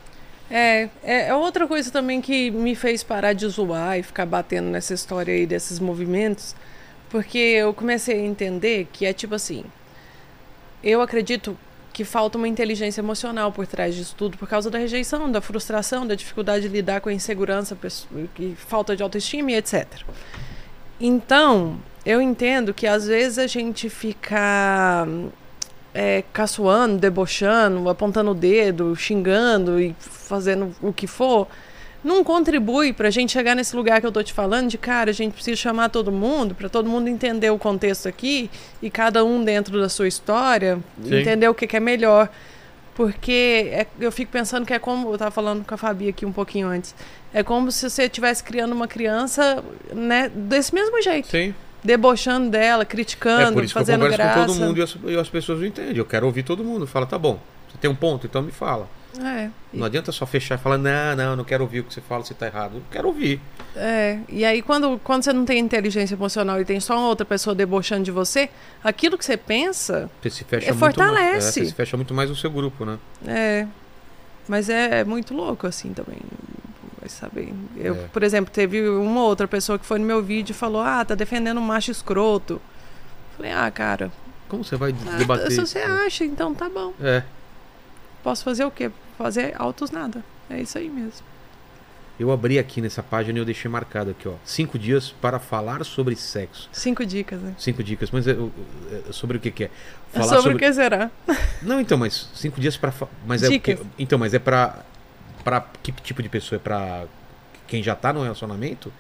C: É, é, é outra coisa também que me fez parar de zoar e ficar batendo nessa história aí desses movimentos, porque eu comecei a entender que é tipo assim, eu acredito que falta uma inteligência emocional por trás disso tudo, por causa da rejeição, da frustração, da dificuldade de lidar com a insegurança pesso- e falta de autoestima e etc. Então, eu entendo que às vezes a gente fica é, caçoando, debochando, apontando o dedo, xingando e fazendo o que for, não contribui pra gente chegar nesse lugar que eu tô te falando de cara, a gente precisa chamar todo mundo, pra todo mundo entender o contexto aqui e cada um dentro da sua história,
A: Sim.
C: entender o que, que é melhor. Porque é- eu fico pensando que é como. Eu tava falando com a Fabi aqui um pouquinho antes. É como se você estivesse criando uma criança né, desse mesmo jeito.
A: Sim.
C: Debochando dela, criticando,
A: é por isso que eu
C: fazendo
A: converso
C: graça.
A: com todo mundo e as, e as pessoas não entendem. Eu quero ouvir todo mundo. Fala, tá bom. Você tem um ponto, então me fala.
C: É. E-
A: Não adianta só fechar e falar, não, não, não quero ouvir o que você fala, você tá errado. Eu quero ouvir.
C: É, e aí quando, quando você não tem inteligência emocional e tem só uma outra pessoa debochando de você, aquilo que você pensa,
A: Você se fecha
C: É,
A: muito mais.
C: fortalece.
A: é, você se fecha muito mais o seu grupo, né?
C: é. Mas é, é muito louco, assim, também. Vai saber. Eu,
A: É.
C: por exemplo, teve uma outra pessoa que foi no meu vídeo e falou: Ah, tá defendendo um macho escroto. Falei, ah, cara,
A: Como você vai de-
C: ah,
A: debater?
C: se
A: isso?
C: você acha, então tá bom.
A: É,
C: Posso fazer o quê? Fazer altos nada. É isso aí mesmo.
A: eu abri aqui nessa página e eu deixei marcado aqui, ó. Cinco dias para falar sobre sexo.
C: Cinco dicas, né?
A: Cinco dicas, mas é, eu- é sobre o que, que é?
C: É sobre, o que será.
A: Não, então, mas cinco dias para. fa- Mas é o
C: Dicas.
A: quê? Então, mas é pra. Pra que tipo de pessoa? É pra quem já tá no relacionamento?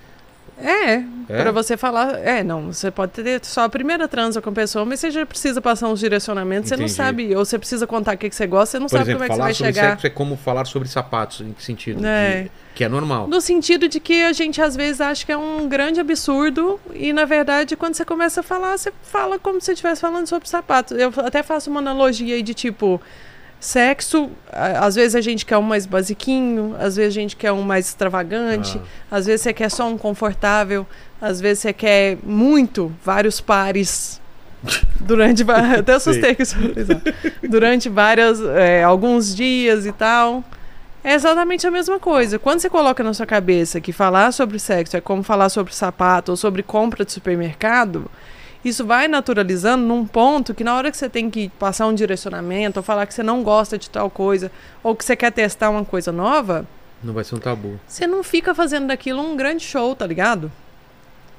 C: É,
A: É?
C: Pra você falar, é, não, você pode ter só a primeira transa com a pessoa, mas você já precisa passar uns direcionamentos, você não
A: Entendi.
C: sabe, ou você precisa contar o que, que você gosta, você não
A: Por
C: sabe
A: exemplo,
C: como é que você
A: falar
C: vai
A: sobre
C: chegar.
A: sexo é como falar sobre sapatos. Em que sentido?
C: É.
A: De- que é normal.
C: No sentido de que a gente às vezes acha que é um grande absurdo, e na verdade, quando você começa a falar, você fala como se você estivesse falando sobre sapato. Eu até faço uma analogia aí de tipo. Sexo, a- às vezes a gente quer um mais basiquinho, às vezes a gente quer um mais extravagante,
A: Ah,
C: às vezes você quer só um confortável, às vezes você quer muito, vários pares. Durante va- até assustei com isso. Durante várias é, alguns dias e tal. É exatamente a mesma coisa. Quando você coloca na sua cabeça que falar sobre sexo é como falar sobre sapato ou sobre compra de supermercado, isso vai naturalizando num ponto que na hora que você tem que passar um direcionamento ou falar que você não gosta de tal coisa ou que você quer testar uma coisa nova,
A: não vai ser um tabu.
C: você não fica fazendo daquilo um grande show, tá ligado?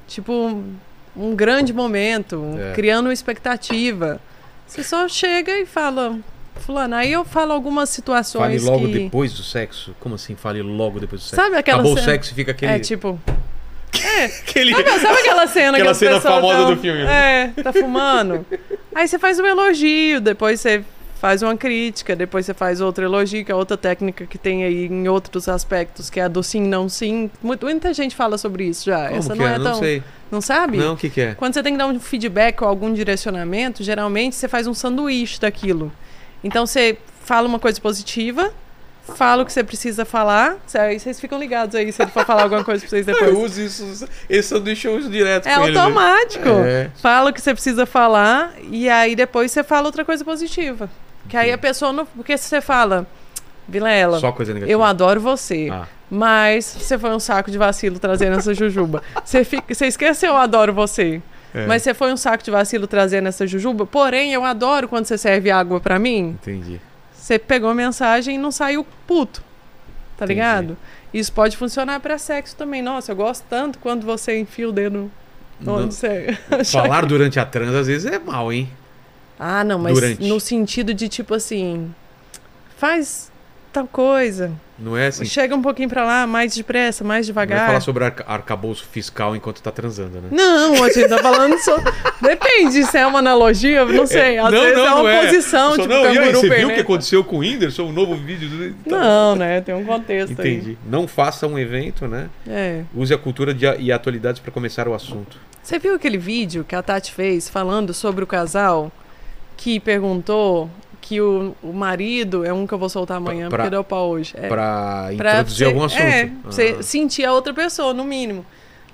C: Tipo, um, um grande momento, um-
A: É.
C: criando uma expectativa. Você só chega e fala, fulano, aí eu falo algumas
A: Fale
C: situações
A: logo
C: que...
A: depois do sexo. Como assim, fale logo depois do sexo?
C: Sabe aquela
A: Acabou o [LAUGHS]
C: cena-
A: sexo e fica aquele.
C: É, tipo... É.
A: Aquele...
C: Sabe, sabe aquela cena
A: Aquela
C: que as
A: cena
C: pessoas
A: famosa
C: tão-
A: do filme,
C: É, tá fumando. Aí você faz um elogio, depois você faz uma crítica, depois você faz outro elogio, que é outra técnica que tem aí em outros aspectos, que é a do sim, não sim. Mu- Muita gente fala sobre isso já.
A: Como
C: Essa
A: que
C: não
A: é?
C: é,
A: Não
C: tão.
A: sei.
C: Não sabe?
A: Não, o que, que é?
C: Quando você tem que dar um feedback ou algum direcionamento, geralmente você faz um sanduíche daquilo. Então você fala uma coisa positiva, fala o que você precisa falar, cê- aí vocês ficam ligados aí se ele for falar alguma coisa pra vocês depois.
A: [LAUGHS] Eu uso isso, esse sanduíche eu uso direto
C: É
A: com ele.
C: automático.
A: É.
C: Fala o que você precisa falar e aí depois você fala outra coisa positiva. Que aí a pessoa não. Porque se você fala, Vilela,
A: Só coisa negativa.
C: eu adoro você,
A: Ah.
C: mas você foi um saco de vacilo trazendo essa jujuba. Você, fica, você esqueceu, eu adoro você.
A: É.
C: Mas você foi um saco de vacilo trazendo essa jujuba. Porém, eu adoro quando você serve água pra mim.
A: Entendi.
C: Você pegou a mensagem e não saiu puto. Tá
A: Entendi.
C: ligado? Isso pode funcionar pra sexo também. Nossa, eu gosto tanto quando você enfia o dedo
A: Não-
C: [LAUGHS] onde você.
A: Falar durante a transa às vezes é mal, hein?
C: Ah, não, mas
A: Durante.
C: no sentido de tipo assim, faz tal coisa,
A: Não é assim.
C: chega um pouquinho pra lá, mais depressa, mais
A: Não vai
C: devagar.
A: falar sobre arca arcabouço fiscal enquanto tá transando, né?
C: Não, a gente tá falando
A: [LAUGHS]
C: só. Depende se é uma analogia, eu não sei. Às vezes é uma posição,
A: Só,
C: tipo
A: não, e aí,
C: canguru
A: você viu o que
C: perneta.
A: aconteceu com o Whindersson? O novo vídeo do... Então,
C: Não, né? Tem um contexto
A: Entendi. Não faça um evento, né?
C: aí. É.
A: Use a cultura de, e atualidades pra começar o assunto.
C: Você viu aquele vídeo que a Tati fez falando sobre o casal que perguntou que o, o marido é um que eu vou soltar amanhã
A: pra-
C: porque deu pau hoje. É.
A: Pra
C: Pra
A: introduzir
C: você-
A: algum assunto.
C: É,
A: Ah,
C: pra você sentir a outra pessoa, no mínimo.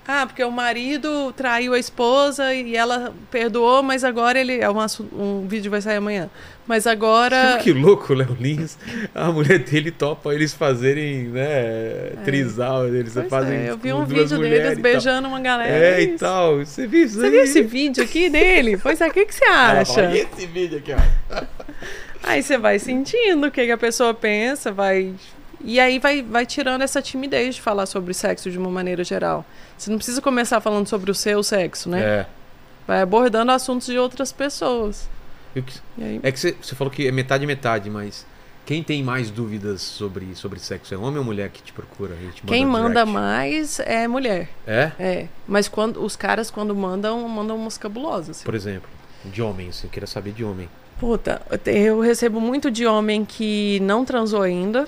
C: Ah, porque o marido traiu a esposa e ela perdoou, mas agora ele. É um, assu- um vídeo vai sair amanhã. Mas agora.
A: Tipo, Que louco, Léo Lins. A mulher dele topa eles fazerem, né, trisal. Eles
C: É. Pois
A: fazem
C: é, eu vi
A: com
C: um
A: duas
C: vídeo
A: mulheres
C: deles
A: e tal.
C: beijando uma galera.
A: É,
C: isso.
A: e tal. Você viu isso
C: Você
A: aí?
C: viu esse vídeo aqui dele? Pois é, o que, que você
A: Ela
C: acha?
A: fala, "E esse vídeo aqui, ó.
C: Aí você vai sentindo o que, que a pessoa pensa, vai. E aí vai, vai tirando essa timidez de falar sobre sexo de uma maneira geral. Você não precisa começar falando sobre o seu sexo, né?
A: É.
C: Vai abordando assuntos de outras pessoas.
A: E o que-
C: E aí,
A: É que você, você falou que é metade metade, mas quem tem mais dúvidas sobre, sobre sexo? É homem ou mulher que te procura? E te
C: quem manda
A: direct?
C: mais é mulher.
A: É?
C: É. Mas quando os caras, quando mandam, mandam umas cabulosas. assim.
A: Por exemplo, de homens. Eu queria saber de homem.
C: Puta, eu te- eu recebo muito de homem que não transou ainda,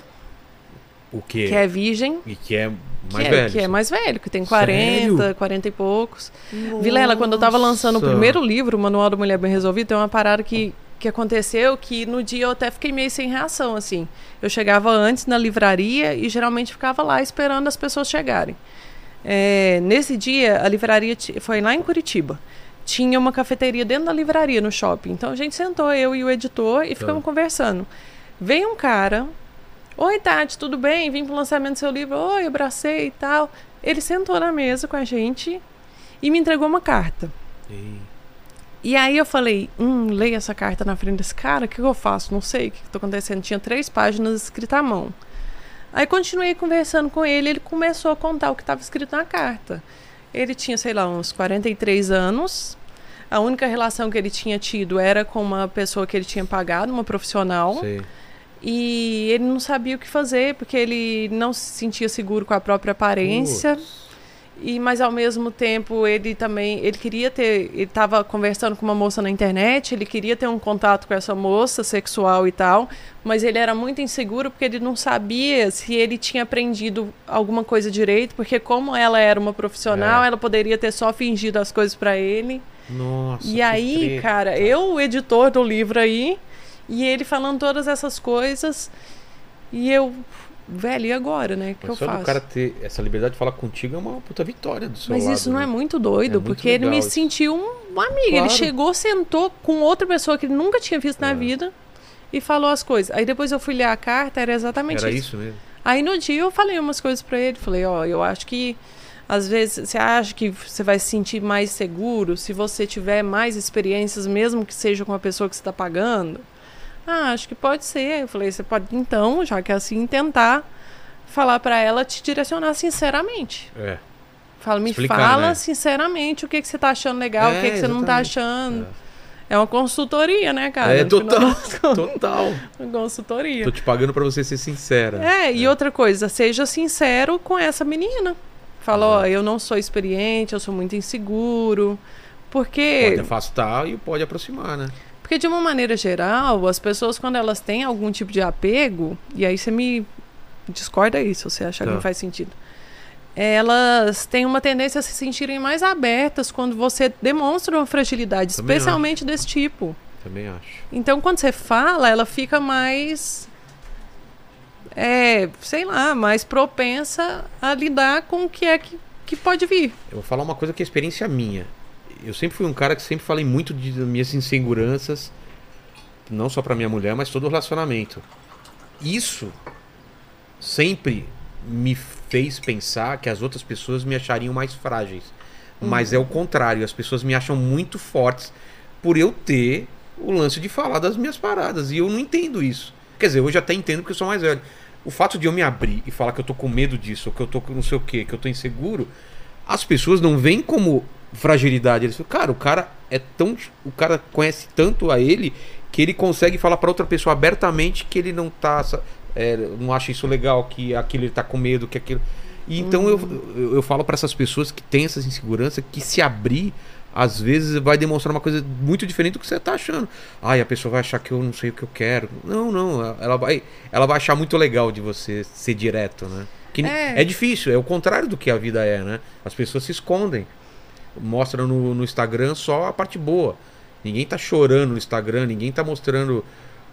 A: O quê?
C: que é virgem.
A: E que é
C: Que
A: mais
C: é,
A: velho.
C: que é mais velho, que tem 40,
A: Sério?
C: 40 e poucos. Vilela, quando eu tava lançando o
A: Nossa.
C: primeiro livro, o Manual da Mulher Bem Resolvida, tem uma parada que, que aconteceu que no dia eu até fiquei meio sem reação, assim. Eu chegava antes na livraria e geralmente ficava lá esperando as pessoas chegarem. É, nesse dia, a livraria ti- foi lá em Curitiba. Tinha uma cafeteria dentro da livraria, no shopping. Então a gente sentou, eu e o editor, e ficamos conversando. Veio um cara, Oi, Tati, tudo bem? Vim pro lançamento do seu livro. Oi, abracei e tal. Ele sentou na mesa com a gente e me entregou uma carta.
A: Ei,
C: E aí eu falei, hum, leia essa carta na frente desse cara, o que, que eu faço? Não sei o que, que tá acontecendo. Tinha três páginas escritas à mão. Aí continuei conversando com ele, ele começou a contar o que estava escrito na carta. Ele tinha, sei lá, uns 43 anos. A única relação que ele tinha tido era com uma pessoa que ele tinha pagado, uma profissional.
A: sei.
C: E ele não sabia o que fazer, porque ele não se sentia seguro com a própria aparência. E mas ao mesmo tempo ele também, ele queria ter, ele estava conversando com uma moça na internet, ele queria ter um contato com essa moça sexual e tal, mas ele era muito inseguro porque ele não sabia se ele tinha aprendido alguma coisa direito, porque como ela era uma profissional,
A: É.
C: ela poderia ter só fingido as coisas para ele.
A: Nossa. que
C: E aí,
A: treta.
C: cara, eu, o editor do livro aí, e ele falando todas essas coisas, e eu, velho, e agora, né? O que
A: Mas só
C: eu faço?
A: do cara ter essa liberdade de falar contigo é uma puta vitória do seu
C: Mas
A: lado,
C: isso não
A: né?
C: é muito
A: É
C: doido,
A: muito
C: porque ele me
A: legal isso.
C: sentiu um- uma amiga.
A: Claro.
C: Ele chegou, sentou com outra pessoa que ele nunca tinha visto
A: É.
C: na vida e falou as coisas. Aí depois eu fui ler a carta, era exatamente
A: Era
C: isso.
A: isso mesmo.
C: Aí no dia eu falei umas coisas pra ele, falei, ó, eu acho que às vezes você acha que você vai se sentir mais seguro se você tiver mais experiências, mesmo que seja com a pessoa que você tá pagando. Ah, acho que pode ser. Eu falei, você pode então, já que é assim, tentar falar pra ela te direcionar sinceramente.
A: É.
C: Fala, me
A: Explicar,
C: fala
A: né?
C: sinceramente o que, que você tá achando legal,
A: É,
C: o que, que você não tá
A: exatamente.
C: achando. É. uma consultoria, né, cara?
A: é
C: No final
A: total.
C: das contas,
A: Total.
C: Uma consultoria.
A: Tô te pagando pra você ser sincera.
C: É, e outra coisa, seja sincero com essa menina.
A: Uhum.
C: Fala, ó, eu não sou experiente, eu sou muito inseguro.
A: Pode
C: Porque,
A: afastar e pode aproximar, né?
C: porque de uma maneira geral, as pessoas quando elas têm algum tipo de apego, e aí você me discorda aí se você achar
A: Tá.
C: que não faz sentido. Elas têm uma tendência a se sentirem mais abertas quando você demonstra uma fragilidade,
A: Também
C: especialmente desse tipo.
A: Também acho.
C: Então, quando você fala, ela fica mais. É, sei lá, mais propensa a lidar com o que é que, que pode vir.
A: Eu vou falar uma coisa que é experiência minha. Eu sempre fui um cara que sempre falei muito de das minhas inseguranças, não só pra minha mulher, mas todo o relacionamento. Isso sempre me fez pensar que as outras pessoas me achariam mais frágeis. Mas é o contrário, as pessoas me acham muito fortes por eu ter o lance de falar das minhas paradas. E eu não entendo isso. Quer dizer, hoje até entendo porque eu sou mais velho. O fato de eu me abrir e falar que eu tô com medo disso, ou que eu tô com não sei o quê, que eu tô inseguro, as pessoas não veem como fragilidade. Eles falam, cara, o cara é tão. O cara conhece tanto a ele que ele consegue falar pra outra pessoa abertamente que ele não tá. sa- é, não acha isso legal, que aquilo ele tá com medo, que aquilo. E então eu, eu, eu falo pra essas pessoas que têm essas inseguranças que se abrir. Às vezes vai demonstrar uma coisa muito diferente do que você tá achando. Ai, a pessoa vai achar que eu não sei o que eu quero. Não, não. ela- Ela vai, ela vai achar muito legal de você ser direto, né? Que ni-
C: É.
A: é difícil, é o contrário do que a vida é, né? As pessoas se escondem. Mostram no, no Instagram só a parte boa. Ninguém tá chorando no Instagram, ninguém tá mostrando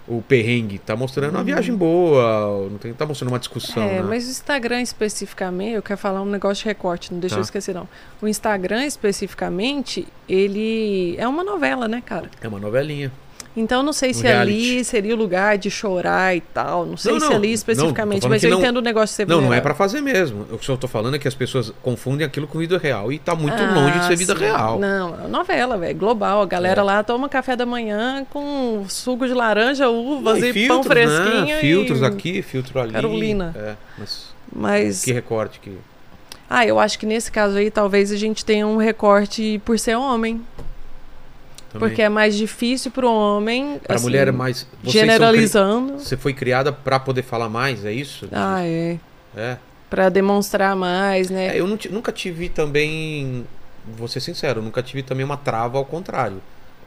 A: o perrengue. Tá mostrando uma viagem boa, não tem, tá mostrando uma discussão,
C: Uhum. é,
A: né?
C: mas o Instagram especificamente, eu quero falar um negócio de recorte, não deixa
A: Tá.
C: eu esquecer não. O Instagram especificamente, ele é uma novela, né, cara?
A: É uma novelinha.
C: Então não sei
A: Um
C: se ali
A: reality.
C: seria o lugar de chorar e tal, não sei
A: Não,
C: se
A: não,
C: ali
A: não, tô
C: especificamente,
A: falando
C: mas
A: que
C: eu
A: não-
C: entendo o negócio de ser
A: Não, não é
C: vulnerável.
A: pra fazer mesmo. O que eu tô falando é que as pessoas confundem aquilo com vida real e tá muito
C: Ah,
A: longe de ser vida
C: sim.
A: real.
C: Não, é novela, velho, global. A galera
A: É.
C: lá toma café da manhã com suco de laranja,
A: Não,
C: uvas e,
A: filtros,
C: pão fresquinho.
A: né?
C: e-
A: Filtros aqui, filtro ali.
C: Carolina.
A: É, mas
C: Mas,
A: que recorte que.
C: ah, eu acho que nesse caso aí talvez a gente tenha um recorte por ser homem.
A: Também.
C: Porque é mais difícil pro homem.
A: Pra
C: assim,
A: mulher é mais. vocês são cri-
C: generalizando.
A: Você foi criada pra poder falar mais, é isso?
C: Ah, é.
A: É.
C: Pra demonstrar mais, né?
A: É, eu não ti- nunca tive também, vou ser sincero, nunca tive também uma trava ao contrário.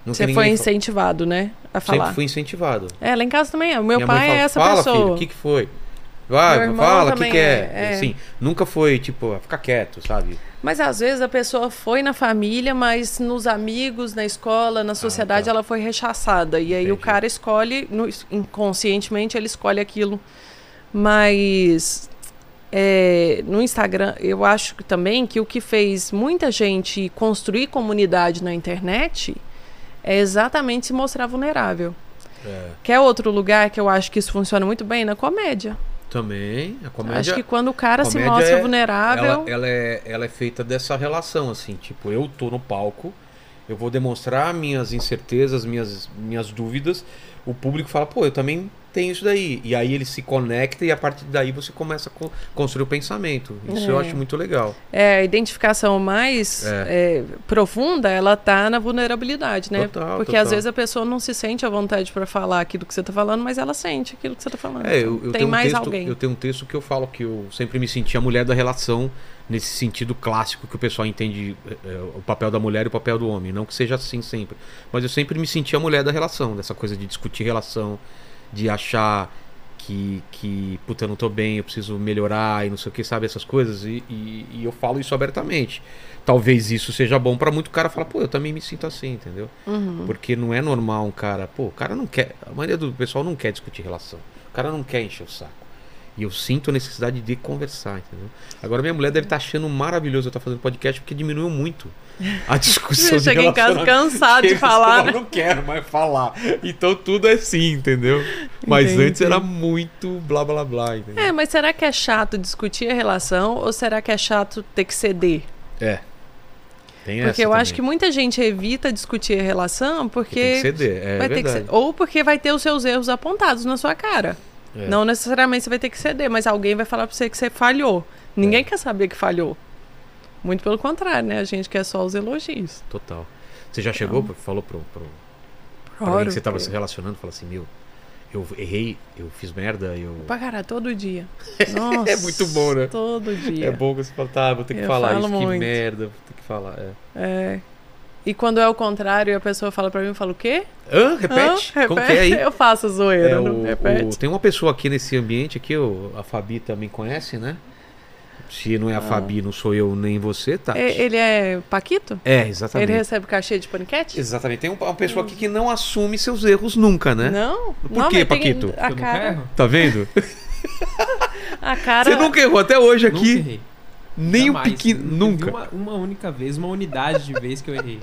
A: Nunca
C: Você
A: ninguém
C: foi
A: fa-
C: incentivado, né? A falar.
A: Sempre fui incentivado.
C: É, lá em casa também é. O meu
A: Minha mãe
C: pai
A: fala,
C: é essa
A: fala,
C: pessoa.
A: filho, o que, que foi? Vai,
C: Meu irmão
A: fala, o que,
C: também
A: que é?
C: é, é.
A: Assim, nunca foi, tipo, ah, fica quieto, sabe?
C: Mas às vezes a pessoa foi na família, mas nos amigos, na escola, na sociedade,
A: tá.
C: ela foi rechaçada. E aí o
A: Entendi.
C: cara escolhe, no- inconscientemente, ele escolhe aquilo. Mas é, no Instagram, eu acho que também que o que fez muita gente construir comunidade na internet é exatamente se mostrar vulnerável.
A: É.
C: Quer outro lugar que eu acho que isso funciona muito bem? Na comédia.
A: Também, a comédia...
C: acho que quando o cara se
A: comédia
C: mostra
A: é-
C: vulnerável.
A: Ela, ela é, ela é feita dessa relação, assim, tipo, eu tô no palco, eu vou demonstrar minhas incertezas, minhas, minhas dúvidas, o público fala, pô, eu também tenho isso daí. E aí ele se conecta e a partir daí você começa a co- construir o pensamento. Isso eu
C: É.
A: acho muito legal.
C: É, a identificação mais é, profunda, ela tá na vulnerabilidade, né?
A: Total,
C: Porque
A: total.
C: às vezes a pessoa não se sente à vontade para falar aquilo que você tá falando, mas ela sente aquilo que você tá falando.
A: É,
C: Então,
A: eu, eu
C: tem
A: tenho
C: mais
A: um texto,
C: alguém.
A: Eu tenho um texto que eu falo que eu sempre me senti a mulher da relação, nesse sentido clássico que o pessoal entende é, é, o papel da mulher e o papel do homem. Não que seja assim sempre. Mas eu sempre me senti a mulher da relação, dessa coisa de discutir relação, de achar que, que puta, eu não tô bem, eu preciso melhorar e não sei o que, sabe? Essas coisas. E, e- e eu falo isso abertamente. Talvez isso seja bom pra muito cara falar, pô, eu também me sinto assim, entendeu?
C: Uhum.
A: Porque não é normal um cara, pô, o cara não quer, a maioria do pessoal não quer discutir relação. O cara não quer encher o saco. E eu sinto a necessidade de conversar, entendeu? Agora minha mulher deve estar achando maravilhoso eu estar fazendo podcast porque diminuiu muito a [LAUGHS] discussão
C: Você [LAUGHS]
A: de
C: chega em casa
A: relacionamento.
C: cansado de
A: Porque você
C: falar.
A: fala,
C: né?
A: Não quero mais falar. Então tudo é sim, entendeu? Mas
C: Entendi.
A: antes era muito blá blá blá, entendeu?
C: É, mas será que é chato discutir a relação ou será que é chato ter que ceder?
A: É. Tem
C: Porque eu acho que muita gente evita discutir a relação porque
A: tem que ceder, é
C: vai ter que
A: verdade.
C: ceder. Ou porque vai ter os seus erros apontados na sua cara.
A: É.
C: Não necessariamente você vai ter que ceder, mas alguém vai falar pra você que você falhou. Ninguém
A: É.
C: quer saber que falhou. Muito pelo contrário, né? A gente quer só os elogios.
A: Total. Você já chegou, falou pro, pro, pra alguém
C: Claro
A: que você tava
C: que-
A: se relacionando, falou assim, meu, eu errei, eu fiz merda, eu.
C: Pra caralho, todo dia. Nossa.
A: [LAUGHS] É muito bom, né?
C: Todo dia.
A: É bom que você fala, tá, vou ter que
C: Eu
A: falar
C: falo
A: isso, que
C: muito.
A: merda, vou ter que falar. É.
C: É. E quando é o contrário e a pessoa fala pra mim, eu falo o quê?
A: Hã? Repete?
C: Hã?
A: Como que é
C: Repete? [LAUGHS]
A: aí?
C: Eu faço
A: É,
C: zoeira, não
A: o-
C: repete.
A: o- tem uma pessoa aqui nesse ambiente aqui, o- a Fabi também conhece, né? Se não é a Fabi, não sou eu nem você, tá?
C: E- Ah. Ele é Paquito?
A: É,
C: Ele
A: exatamente.
C: recebe cachê de paniquete?
A: Exatamente. Tem um- uma pessoa aqui que não assume seus erros nunca, né?
C: Não?
A: Por
C: não,
A: quê,
C: mas tem-
A: Paquito?
C: A
B: eu nunca
C: Ah, cara,
B: erro.
A: Tá vendo?
C: a [LAUGHS] Ah, cara.
A: Você nunca errou até hoje
B: Nunca
A: aqui.
B: errei.
A: Nem o
B: Jamais.
A: pequeno.
B: Teve
A: Nunca.
B: Uma, uma única vez, uma unidade de vez que eu
C: [LAUGHS]
B: errei.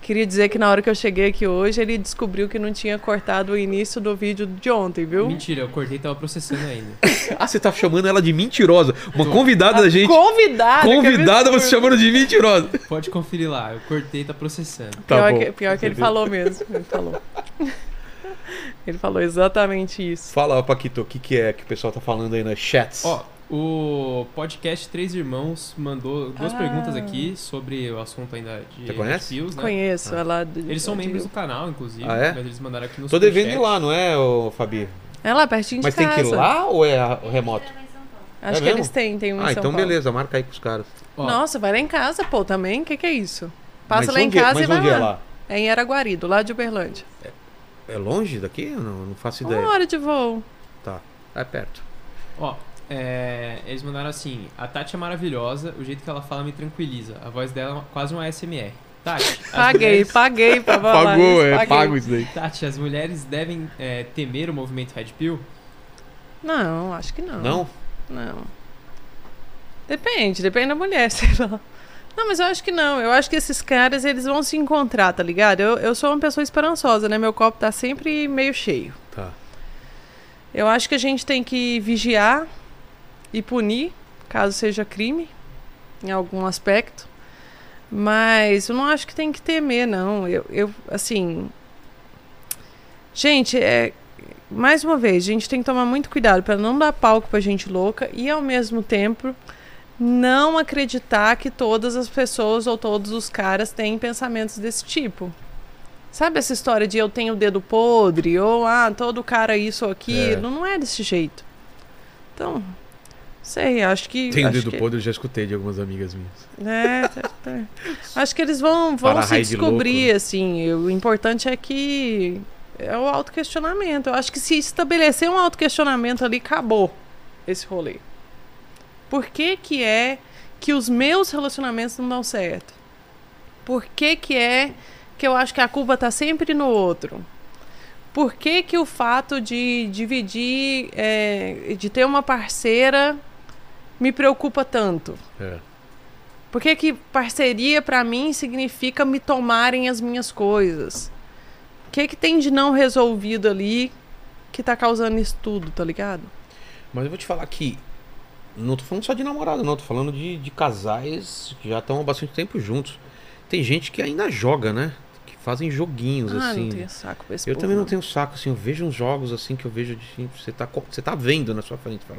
C: Queria dizer que na hora que eu cheguei aqui hoje, ele descobriu que não tinha cortado o início do vídeo de ontem, viu?
B: Mentira, eu cortei e tava processando ainda.
A: Ah, você tá chamando ela de mentirosa. Uma
B: Tô.
A: convidada da gente.
C: Convidada. Tá que
A: Convidada,
C: absurdo.
A: você chamando de mentirosa.
B: Pode conferir lá, eu cortei e tá processando.
A: Tá
C: pior,
A: bom.
C: que, pior que ele falou mesmo. Ele
A: [LAUGHS]
C: falou. ele falou exatamente isso.
A: Fala, Paquito, o que, que é que o pessoal tá falando aí nas chats?
B: Ó, o podcast Três Irmãos mandou duas
C: Ah.
B: perguntas aqui sobre o assunto ainda de
A: Você conhece?
B: de fios, né?
C: Conheço ela. de-
B: Eles são
C: de-
B: membros do canal, inclusive,
A: Ah, é?
B: mas eles mandaram aqui no
A: Tô devendo ir
B: superchat.
A: lá, não é, ô, Fabi?
C: É lá pertinho
A: Mas
C: de
A: tem
C: casa.
A: que ir lá ou é a- o remoto?
C: Acho
A: É
C: que
A: mesmo?
C: eles têm, tem um em
A: Ah,
C: São
A: então
C: Paulo.
A: beleza, marca aí com os caras.
B: Ó,
C: Nossa, vai lá em casa, pô, também? O que, que é isso? Passa
A: Mas
C: lá em
A: onde é-
C: casa e
A: mas
C: vai
A: onde
C: lá.
A: é lá?
C: É em Araguari, do lado de Uberlândia.
A: É longe daqui? Eu não, não faço ideia.
C: Uma hora de voo.
A: Tá, é perto.
B: Ó, é, eles mandaram assim: a Tati é maravilhosa, o jeito que ela fala me tranquiliza. A voz dela é uma- quase um ASMR. Tati, as
C: [LAUGHS] Paguei,
B: mulheres-
A: [LAUGHS]
C: paguei pra falar isso, paguei.
A: é, isso daí.
B: Tati, as mulheres devem é, temer o movimento Red Pill?
C: Não, acho que não.
A: Não?
C: Não. Depende, depende da mulher, [LAUGHS] sei lá. Não, mas eu acho que não. Eu acho que esses caras, eles vão se encontrar, tá ligado? Eu, eu sou uma pessoa esperançosa, né? Meu copo tá sempre meio cheio.
A: Tá.
C: Eu acho que a gente tem que vigiar e punir, caso seja crime, em algum aspecto. Mas eu não acho que tem que temer, não. Eu, eu assim. Gente, é. Mais uma vez, a gente tem que tomar muito cuidado para não dar palco para gente louca e, ao mesmo tempo, não acreditar que todas as pessoas ou todos os caras têm pensamentos desse tipo. Sabe essa história de eu tenho o dedo podre ou ah, todo cara isso ou aquilo? Não é desse jeito. Então, sei, acho que.
A: Tem o
C: acho
A: dedo
C: que-
A: podre, eu já escutei de algumas amigas minhas.
C: é, tá- tá. acho que eles vão, vão
A: Para a
C: se
A: raiz de louco,
C: descobrir, assim. O importante é que é o autoquestionamento. Eu acho que se estabelecer um autoquestionamento ali, acabou esse rolê. Por que que é que os meus relacionamentos não dão certo? Por que que é que eu acho que a culpa tá sempre no outro? Por que que o fato de dividir, é, de ter uma parceira me preocupa tanto?
A: É.
C: Por que, que parceria pra mim significa me tomarem as minhas coisas? O que, que tem de não resolvido ali que tá causando isso tudo, tá ligado?
A: Mas eu vou te falar que. Não tô falando só de namorado, não. Tô falando de, de casais que já estão há bastante tempo juntos. Tem gente que ainda joga, né? Que fazem joguinhos,
C: ah,
A: assim.
C: não tenho saco pra esse
A: Eu
C: povo,
A: também não tenho saco, assim, eu vejo uns jogos assim que eu vejo de. Você tá, co- você tá vendo na sua frente. Fala,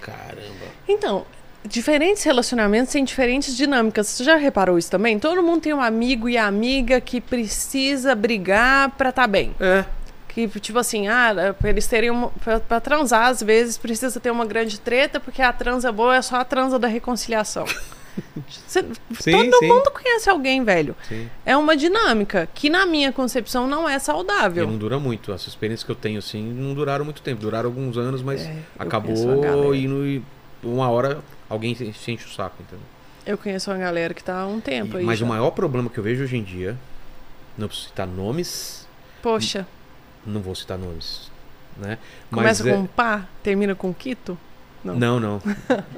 A: Caramba.
C: Então, diferentes relacionamentos têm diferentes dinâmicas. Você já reparou isso também? Todo mundo tem um amigo e amiga que precisa brigar pra tá bem.
A: É.
C: Que, tipo assim, ah, pra eles terem uma. Pra, pra transar, às vezes, precisa ter uma grande treta, porque a transa boa é só a transa da reconciliação.
A: [LAUGHS]
C: Você-
A: Sim,
C: todo
A: sim.
C: mundo conhece alguém, velho.
A: Sim.
C: É uma dinâmica que, na minha concepção, não é
A: E
C: saudável.
A: não dura muito. As experiências que eu tenho, assim, não duraram muito tempo. Duraram alguns anos, mas
C: É, eu conheço uma
A: acabou
C: galera.
A: e no- e uma hora alguém se se enche o saco, entendeu?
C: Eu conheço uma galera que tá há um
A: E-
C: tempo aí.
A: mas
C: já.
A: o maior problema que eu vejo hoje em dia, não preciso citar nomes,
C: Poxa,
A: não vou citar nomes, né?
C: começa
A: é-
C: com um pá, termina com um quito. não.
A: Não,
C: [LAUGHS]
A: não.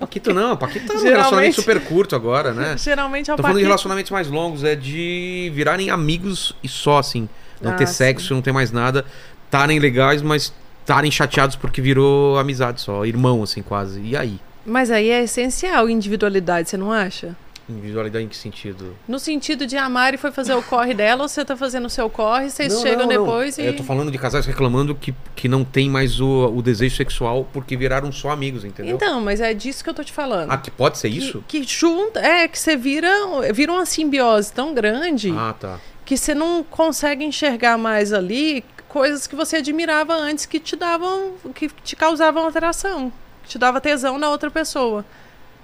A: Paquito não, Paquito tá num
C: Geralmente-
A: relacionamento super curto agora, né?
C: Geralmente é o
A: Tô falando de
C: paquito.
A: relacionamentos mais longos, é de virarem amigos e só, assim. Não
C: Ah,
A: ter
C: sim.
A: sexo, não ter mais nada. Tarem legais, mas tarem chateados porque virou amizade só. Irmão, assim, quase. E aí?
C: Mas aí é essencial individualidade, você não acha?
A: Individualidade em que sentido?
C: No sentido de a Mari foi fazer o corre dela, ou você tá fazendo o seu corre, vocês
A: Não,
C: chegam
A: não, não.
C: depois e.
A: É, Eu tô falando de casais reclamando que, que não tem mais o, o desejo sexual porque viraram só amigos, entendeu?
C: Então, mas é disso que eu tô te falando.
A: ah, que pode ser
C: Que-
A: isso?
C: Que, junta, é, que você vira, vira uma simbiose tão grande
A: Ah, tá.
C: que você não consegue enxergar mais ali coisas que você admirava antes que te davam, que te causavam atração, que te dava tesão na outra pessoa.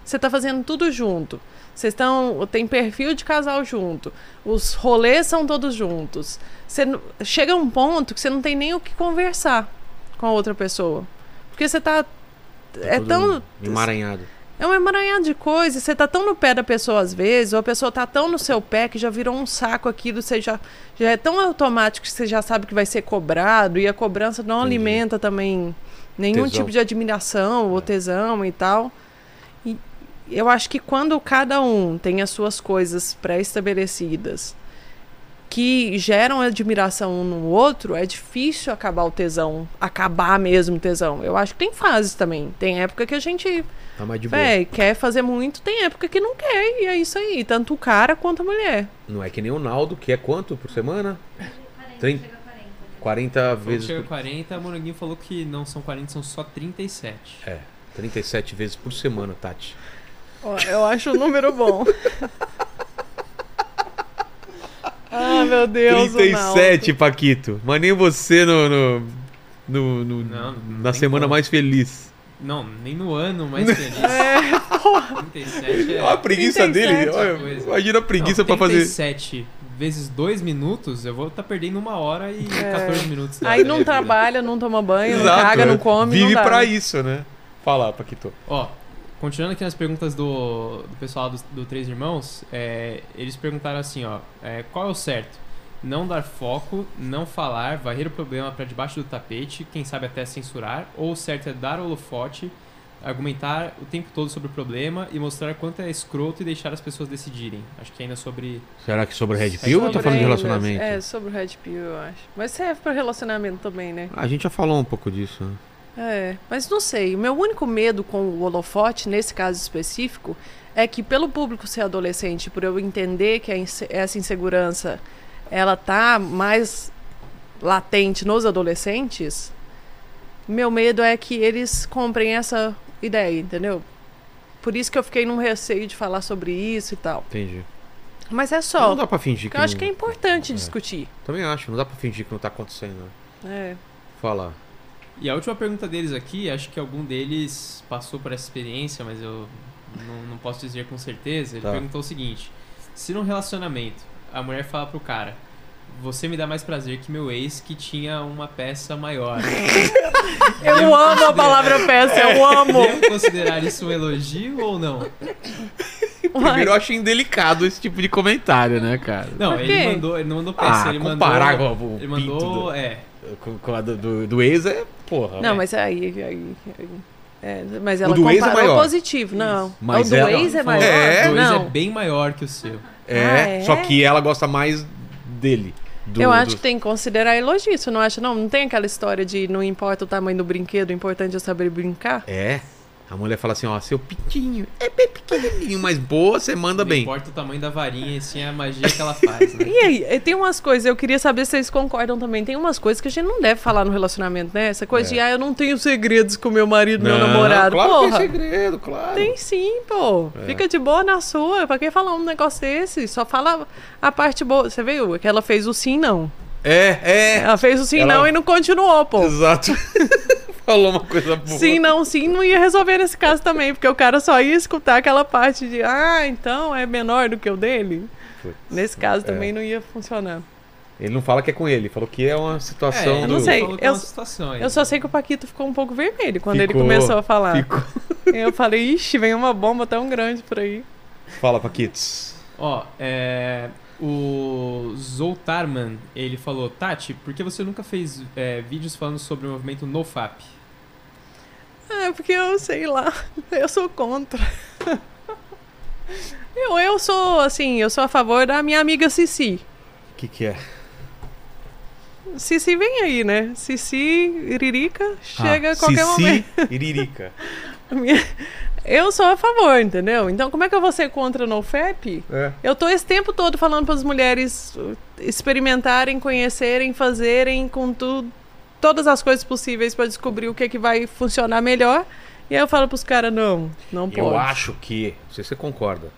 C: Você está fazendo tudo junto. Vocês estão. Tem perfil de casal junto. Os rolês são todos juntos. Você n- chega um ponto que você não tem nem o que conversar com a outra pessoa. Porque você tá. é
A: Todo
C: tão.
A: Emaranhado.
C: É um emaranhado de coisas. Você tá tão no pé da pessoa às vezes, ou a pessoa tá tão no seu pé que já virou um saco aquilo, você já, já é tão automático que você já sabe que vai ser cobrado, e a cobrança não
A: Entendi.
C: alimenta também nenhum
A: Tesão. É.
C: tipo de admiração ou tesão e tal. E eu acho que quando cada um tem as suas coisas pré-estabelecidas que geram admiração um no outro, é difícil acabar o tesão, acabar mesmo o tesão. Eu acho que tem fases também. Tem época que a gente
A: Tá mais de boa.
C: Véi, quer fazer muito, tem época que não quer, e é isso aí. Tanto o cara quanto a mulher.
A: Não é que nem o Naldo, que é quanto por semana? 30, 40 vezes
B: Então Chega
A: por...
B: 40, a Moranguinho falou que não são 40, são só 37.
A: É, 37 vezes por semana, Tati.
C: Eu acho o número bom. [LAUGHS] ah, meu Deus. o Naldo.
A: 37, Paquito. Mas nem você no, no, no- no-
B: Não, não
A: na
B: tem
A: semana
B: como.
A: mais feliz.
B: Não, nem no
A: [LAUGHS]
B: ano, mas feliz.
C: É,
B: 37 é.
A: Olha a preguiça
C: 37.
A: dele. olha,
B: Coisa.
A: imagina a preguiça
B: não,
A: pra fazer.
B: 37 vezes 2 minutos, eu vou estar perdendo uma hora e 14 minutos. da
C: É. aí
B: minha
C: não
B: vida.
C: trabalha, não toma banho, não
A: Exato,
C: caga,
A: né?
C: não come.
A: Vive
C: não dá.
A: pra isso, né? Fala, Paquito.
B: Ó, continuando aqui nas perguntas do, do pessoal do, do Três Irmãos, é, eles perguntaram assim, ó, é, qual é o certo? Não dar foco, não falar, varrer o problema pra debaixo do tapete, quem sabe até censurar, ou o certo é dar holofote, argumentar o tempo todo sobre o problema e mostrar quanto é escroto e deixar as pessoas decidirem. Acho que é ainda sobre...
A: Será que sobre Red
B: Pill ou tá
C: É Sobre
B: falando de
C: ainda- É, sobre o Red Pill, eu acho. Mas serve pra relacionamento também, né?
A: A gente já falou um pouco disso. né?
C: É, mas não sei. O meu único medo com o holofote, nesse caso específico, é que pelo público ser adolescente, por eu entender que a inse- essa insegurança ela tá mais latente nos adolescentes, meu medo é que eles comprem essa ideia, entendeu? Por isso que eu fiquei num receio de falar sobre isso e tal.
A: Entendi.
C: Mas é
A: Não
C: só.
A: dá pra fingir que.
C: Eu acho
A: não-
C: que é importante
A: É.
C: discutir.
A: Também acho, não dá pra fingir que não tá acontecendo. né?
C: É.
A: Fala.
B: E a última pergunta deles aqui, acho que algum deles passou por essa experiência, mas eu não, não posso dizer com certeza. Ele
A: Tá.
B: perguntou o seguinte: se num relacionamento a mulher fala pro cara, você me dá mais prazer que meu ex que tinha uma peça maior.
C: [LAUGHS]
B: [LAUGHS]
C: É. Eu amo a palavra peça, eu amo.
B: Devo considerar isso um elogio ou não?
A: Primeiro, eu acho indelicado esse tipo de comentário, né, cara?
B: Não,
C: Por
B: ele
C: quê?
B: mandou, ele não mandou peça,
A: Ah,
B: ele mandou.
A: comparar com o
B: ele
A: pinto
B: mandou, é.
A: do, com- com a do, do- do ex é porra.
C: Não,
A: né?
C: mas aí. aí- aí- é, mas ela
A: do ex é
C: comparou
A: maior.
C: positivo, não.
A: Mas
C: o do
A: ela-
C: ex é maior?
A: É?
B: O ex
C: não.
B: é bem maior que o seu.
A: É,
C: Ah, é?
A: só que ela gosta mais dele. do-
C: Eu acho
A: do-
C: que tem que considerar elogio, você não acha, não? Não tem aquela história de não importa o tamanho do brinquedo, o importante é saber brincar?
A: É. A mulher fala assim, ó, seu pitinho é bem pequenininho, mas boa, você manda
B: não
A: bem.
B: importa o tamanho da varinha, e sim a magia que ela faz,
C: [LAUGHS]
B: né?
C: E aí, eh, tem umas coisas, eu queria saber se vocês concordam também. Tem umas coisas que a gente não deve falar no relacionamento, né? Essa coisa
A: É.
C: de, ah, eu não tenho segredos com meu marido, meu
A: Não,
C: namorado.
A: Claro
C: Porra,
A: que tem segredo, claro.
C: tem sim, pô.
A: É.
C: Fica de boa na sua. Pra que falar um negócio desse? Só fala a parte boa. Você viu? Que ela fez o sim, não.
A: É, é.
C: Ela fez o sim,
A: Ela-
C: não e não continuou, pô.
A: Exato. [LAUGHS] Falou uma coisa boa.
C: Sim, não, sim, não ia resolver nesse caso também, porque o cara só ia escutar aquela parte de, ah, então é menor do que o dele.
A: Putz.
C: Nesse caso
A: É.
C: também não ia funcionar.
A: Ele não fala que é com ele, falou que é uma situação
B: É,
A: do...
C: eu não sei,
B: falou que é
C: eu-
B: uma situação aí.
C: Eu só sei que o Paquito ficou um pouco vermelho quando ele
A: Ficou,
C: começou a falar.
A: Ficou.
C: Eu falei, ixi, vem uma bomba tão grande por aí.
A: Fala, Paquitos.
B: Ó, é, o Zoltarman, ele falou, Tati, por que você nunca fez é, vídeos falando sobre o movimento NoFap?
C: É, porque eu sei lá, [LAUGHS] eu sou contra. [LAUGHS] Eu, eu sou, assim, eu sou a favor da minha amiga Cici.
A: O que que é?
C: Cici vem aí, né? Cici, Ririca, chega a qualquer
A: Ah, Cici
C: momento.
A: Iririca.
C: Minha- Eu sou a favor, entendeu? Então, como é que eu vou ser contra o NoFap?
A: É.
C: Eu tô esse tempo todo falando para as mulheres uh, experimentarem, conhecerem, fazerem com tudo, todas as coisas possíveis para descobrir o que, que vai funcionar melhor. E aí eu falo para os caras: não, não pode.
A: Eu acho que, não sei se você concorda,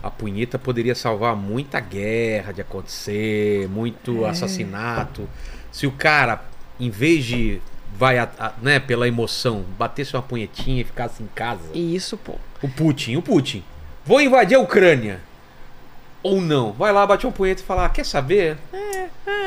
A: a punheta poderia salvar
C: É.
A: muita guerra de acontecer, muito assassinato. Se o cara em vez de vai a- a- né, pela emoção, bater sua punhetinha e ficar assim em casa.
C: E isso, pô.
A: O Putin, o Putin. Vou invadir a Ucrânia. Ou não. Vai lá, bate uma punheta e falar, "Ah, quer saber?
C: É,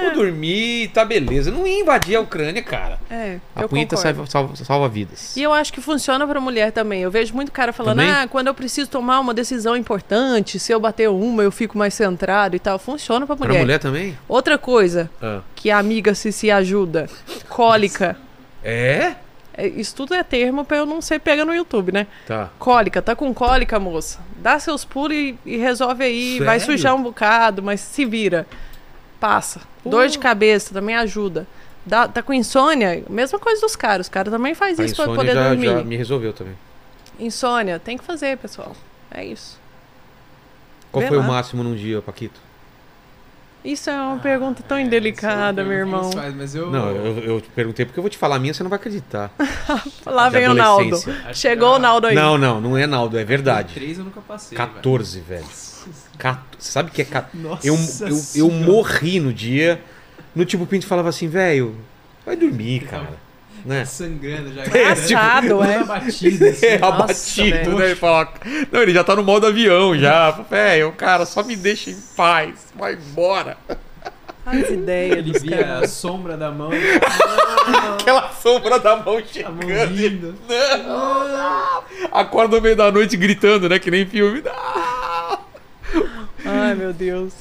A: Vou dormir, tá beleza. Não ia invadir a Ucrânia, cara.
C: É,
A: A
C: eu
A: punheta
C: concordo.
A: salva, salva- salva vidas.
C: E eu acho que funciona pra mulher também. Eu vejo muito cara falando,
A: Também?
C: ah, quando eu preciso tomar uma decisão importante, se eu bater uma, eu fico mais centrado e tal. Funciona pra mulher.
A: Pra mulher também?
C: Outra coisa
A: Ah.
C: que a amiga se se ajuda, cólica.
A: É?
C: É, Isso tudo é termo pra eu não ser pega no YouTube, né?
A: Tá.
C: Cólica, tá com cólica, moça. Dá seus pulos e, e resolve aí. Vai
A: Sério?
C: sujar um bocado, mas se vira. Passa.
A: Uh.
C: Dor de cabeça também ajuda. Dá- tá com insônia? Mesma coisa dos caras. Os caras também faz
A: A
C: isso pra
A: insônia
C: poder
A: já,
C: dormir.
A: já me resolveu também.
C: Insônia, tem que fazer, pessoal. É isso.
A: Qual
C: Vê
A: foi
C: lá.
A: o máximo num dia, Paquito?
C: Isso é
A: Ah,
C: uma pergunta tão indelicada,
A: é
C: meu irmão.
B: Mas eu...
A: Não, eu, eu te perguntei porque eu vou te falar a minha, você não vai acreditar.
C: Lá
A: De
C: vem o Naldo.
A: adolescência.
B: Acho que
C: [LAUGHS] Chegou o
B: era-
C: Naldo aí.
A: Não, não, não é Naldo, é verdade.
B: Três eu nunca passei, velho.
A: 14, velho. Cato- Sabe o que é 14?
B: Nossa
A: Eu, eu, eu
B: Senhora.
A: morri no dia. No tipo, o Pinto falava assim, velho, vai dormir,
B: Então,
A: cara. Né?
B: [LAUGHS] Sangrando já.
A: É, tipo,
C: Assado, é.
B: Toda batida, [LAUGHS] assim.
A: [LAUGHS] É,
C: Nossa,
A: abatido,
C: velho.
A: né? Ele fala, não, ele já tá no modo avião já. Velho, cara, só me deixa em paz, vai embora.
C: Faz
A: [LAUGHS]
C: ideia
B: Ele
C: dos
B: via a
C: caras.
B: sombra da [LAUGHS] mão. e falava,
A: Aquela sombra da mão
B: "Ah, A
A: chegando.
B: mão rindo.
A: Não! [LAUGHS] Acorda no meio da noite gritando, né? Que nem filme. [LAUGHS] Não!
C: Ai, meu Deus.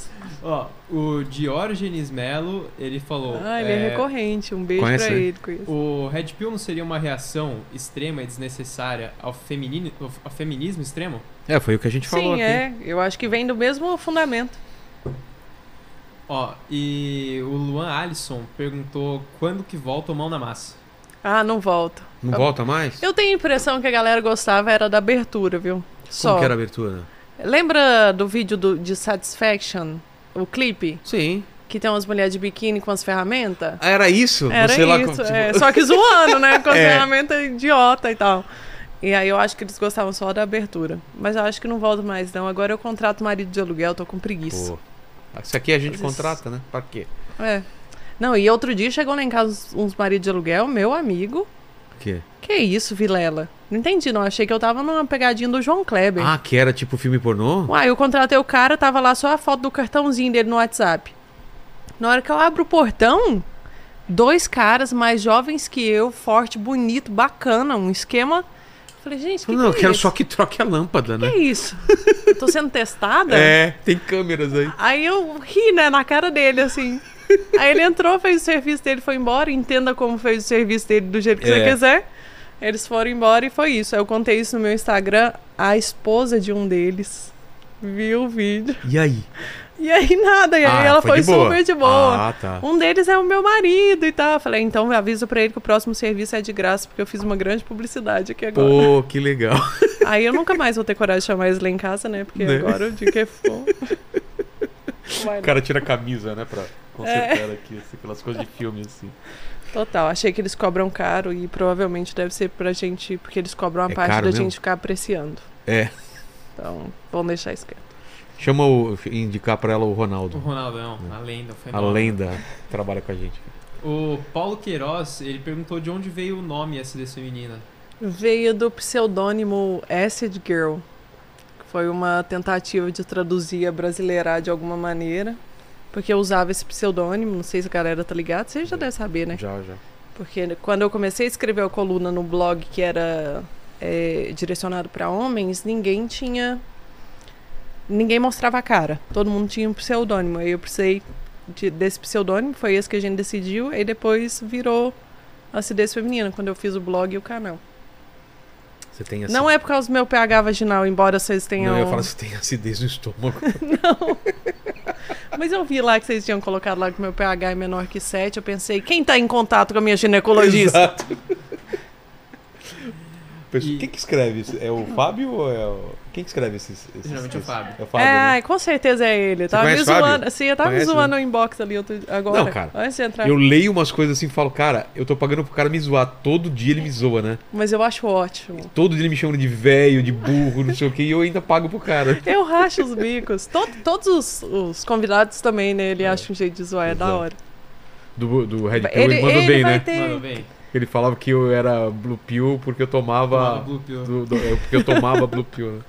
B: Ó, o Diógenes Melo, ele falou...
C: Ai, ele é, recorrente. Um beijo
A: Conhece,
C: pra
A: né?
C: ele. Conheço.
B: O Red Pill não seria uma reação extrema e desnecessária ao, feminino, ao- ao feminismo extremo?
A: É, foi o que a gente falou aqui.
C: Sim, é. Eu acho que vem do mesmo fundamento.
B: Ó, e o Luan Alisson perguntou quando que volta o mão na massa.
C: Ah, não volta.
A: Não volta mais?
C: Eu tenho a impressão que a galera gostava era da abertura, viu?
A: Como
C: Só.
A: que era a abertura?
C: Lembra do vídeo do, de Satisfaction? O clipe?
A: Sim.
C: Que tem umas mulheres de biquíni com as ferramentas?
A: Ah, Era isso?
C: Era
A: Sei lá,
C: isso,
A: como- tipo-
C: é, só que zoando, né? Com as
A: É.
C: ferramentas idiota e tal. E aí eu acho que eles gostavam só da abertura. Mas eu acho que não volto mais, não. Agora eu contrato marido de aluguel, tô com preguiça.
A: [LAUGHS] Pô. Isso aqui a gente
C: Às vezes-
A: contrata, né? Pra quê?
C: É. Não, e outro dia chegou lá em casa uns, uns maridos de aluguel, meu amigo.
A: Por quê?
C: Que isso, Vilela? Não entendi, não. Achei que eu tava numa pegadinha do João Kleber.
A: Ah, que era tipo filme pornô?
C: Uai, eu contratei o cara, tava lá só a foto do cartãozinho dele no WhatsApp. Na hora que eu abro o portão, dois caras mais jovens que eu, forte, bonito, bacana, um esquema. Falei, gente, que
A: não,
C: que
A: eu
C: é
A: quero
C: isso?
A: só que troque a lâmpada,
C: Que
A: né?
C: é
A: [LAUGHS]
C: isso? Eu tô sendo testada?
A: É, tem câmeras aí.
C: Aí eu ri, né, na cara dele, assim. Aí ele entrou, fez o serviço dele, foi embora. Entenda como fez o serviço dele do jeito que
A: É.
C: você quiser. Eles foram embora e foi isso. Eu contei isso no meu Instagram. A esposa de um deles viu o vídeo.
A: E aí?
C: E aí nada, e aí
A: Ah,
C: ela foi,
A: de boa.
C: super de boa.
A: Ah, tá.
C: Um deles é o meu marido e tal. Eu falei, então eu aviso pra ele que o próximo serviço é de graça, porque eu fiz uma grande publicidade aqui agora.
A: Pô, que legal.
C: Aí eu nunca mais vou ter coragem de chamar eles lá em casa, né? Porque
A: Né?
C: agora o dia
A: [LAUGHS]
C: que for. Vai,
A: O cara tira a camisa, né? Pra
C: É.
A: consertar aqui, assim, aquelas coisas de filme, assim.
C: Total, achei que eles cobram caro e provavelmente deve ser pra gente, porque eles cobram a
A: É
C: parte da
A: caro mesmo?
C: gente ficar apreciando.
A: É.
C: Então, vamos deixar isso quieto.
A: Chama o. indicar pra ela o
B: O
A: Ronaldo.
B: Ronaldão, a lenda, o
A: A
B: fenômeno.
A: lenda que trabalha com a gente.
B: O Paulo Queiroz, ele perguntou de onde veio o nome essa dessa menina.
C: Veio do pseudônimo Acid Girl. que Foi uma tentativa de traduzir a brasileirar de alguma maneira. Porque eu usava esse pseudônimo, não sei se a galera tá ligada, você já
A: É.
C: deve saber, né?
A: Já, já.
C: Porque quando eu comecei a escrever a coluna no blog que era é, direcionado para homens, ninguém tinha. Ninguém mostrava a cara. Todo mundo tinha um pseudônimo. Aí eu precisei de- desse pseudônimo, foi esse que a gente decidiu. Aí depois virou acidez feminina, quando eu fiz o blog e o canal.
A: Você tem assim.
C: Não é por causa do meu pH vaginal, embora vocês tenham.
A: Não, eu ia falar, assim- você tem acidez no estômago.
C: Mas eu vi lá que vocês tinham colocado lá que meu pH é menor que 7. Eu pensei, quem tá em contato com a minha ginecologista?
A: Exato. [LAUGHS] Pessoal,
B: E-
A: Quem que escreve isso? É o Fábio ou é o. Quem que escreve esses. esses
B: Geralmente é o
A: esses-
B: Fábio.
A: É o Fábio.
C: é,
A: né?
C: com certeza é ele. Tava me
A: conhece o Fábio?
C: zoando. Sim, eu tava
A: Conhece, né?
C: me zoando no inbox ali outro, agora.
A: Não, cara.
C: Antes de entrar.
A: Eu leio umas coisas assim e falo, cara, eu tô pagando pro cara me zoar. Todo dia ele me zoa, né?
C: Mas eu acho ótimo.
A: Todo dia ele me chama de velho, de burro, não sei o que, e eu ainda pago pro cara.
C: Eu racho os
A: [LAUGHS]
C: bicos. To- todos os, os convidados também, né? Ele acha um jeito de zoar, é da
A: Exato.
C: hora.
A: do, do Red Pill,
C: Ele,
A: ele manda
C: ele
A: bem,
C: vai
A: né?
C: ter.
B: Mano, bem.
A: Ele falava que eu era Blue Pill porque eu tomava.
B: Tomava Blue Pill.
A: do- do- é, porque eu tomava Blue Pill. né?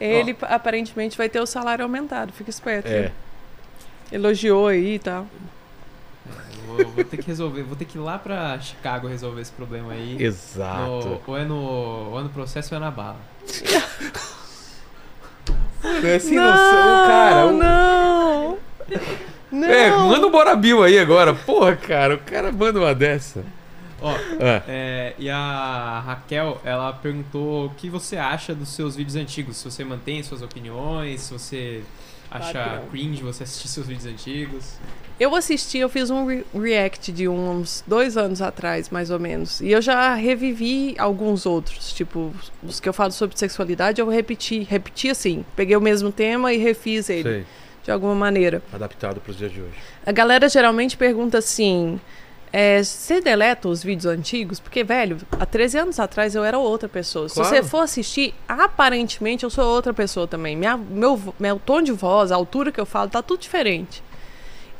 C: Ele aparentemente vai ter o salário aumentado, fica esperto. né?
A: É.
C: Elogiou aí e tal.
B: Vou, vou ter que resolver, vou ter que ir lá pra Chicago resolver esse problema aí.
A: Exato.
B: No- ou, é no, ou é no processo ou é na bala.
A: É sem
C: não,
A: noção, cara. o-
C: Não!
A: [LAUGHS]
C: não.
A: É, manda um Borabil aí agora. Porra, cara, o cara manda uma dessa.
B: Ó,
A: Ah,
B: é, e a Raquel, ela perguntou o que você acha dos seus vídeos antigos. Se você mantém suas opiniões, se você acha
C: Padrão.
B: cringe você assistir seus vídeos antigos.
C: Eu assisti, eu fiz um re- react de uns dois anos atrás, mais ou menos. E eu já revivi alguns outros. Tipo, os que eu falo sobre sexualidade, eu repeti. Repeti assim. Peguei o mesmo tema e refiz ele,
A: sei.
C: de alguma maneira.
A: Adaptado pros dias de hoje.
C: A galera geralmente pergunta assim: é, você deleta os vídeos antigos? Porque, velho, há 13 anos atrás eu era outra pessoa.
A: Claro.
C: Se você for assistir, aparentemente eu sou outra pessoa também. Minha, meu, vo- meu tom de voz, a altura que eu falo, tá tudo diferente.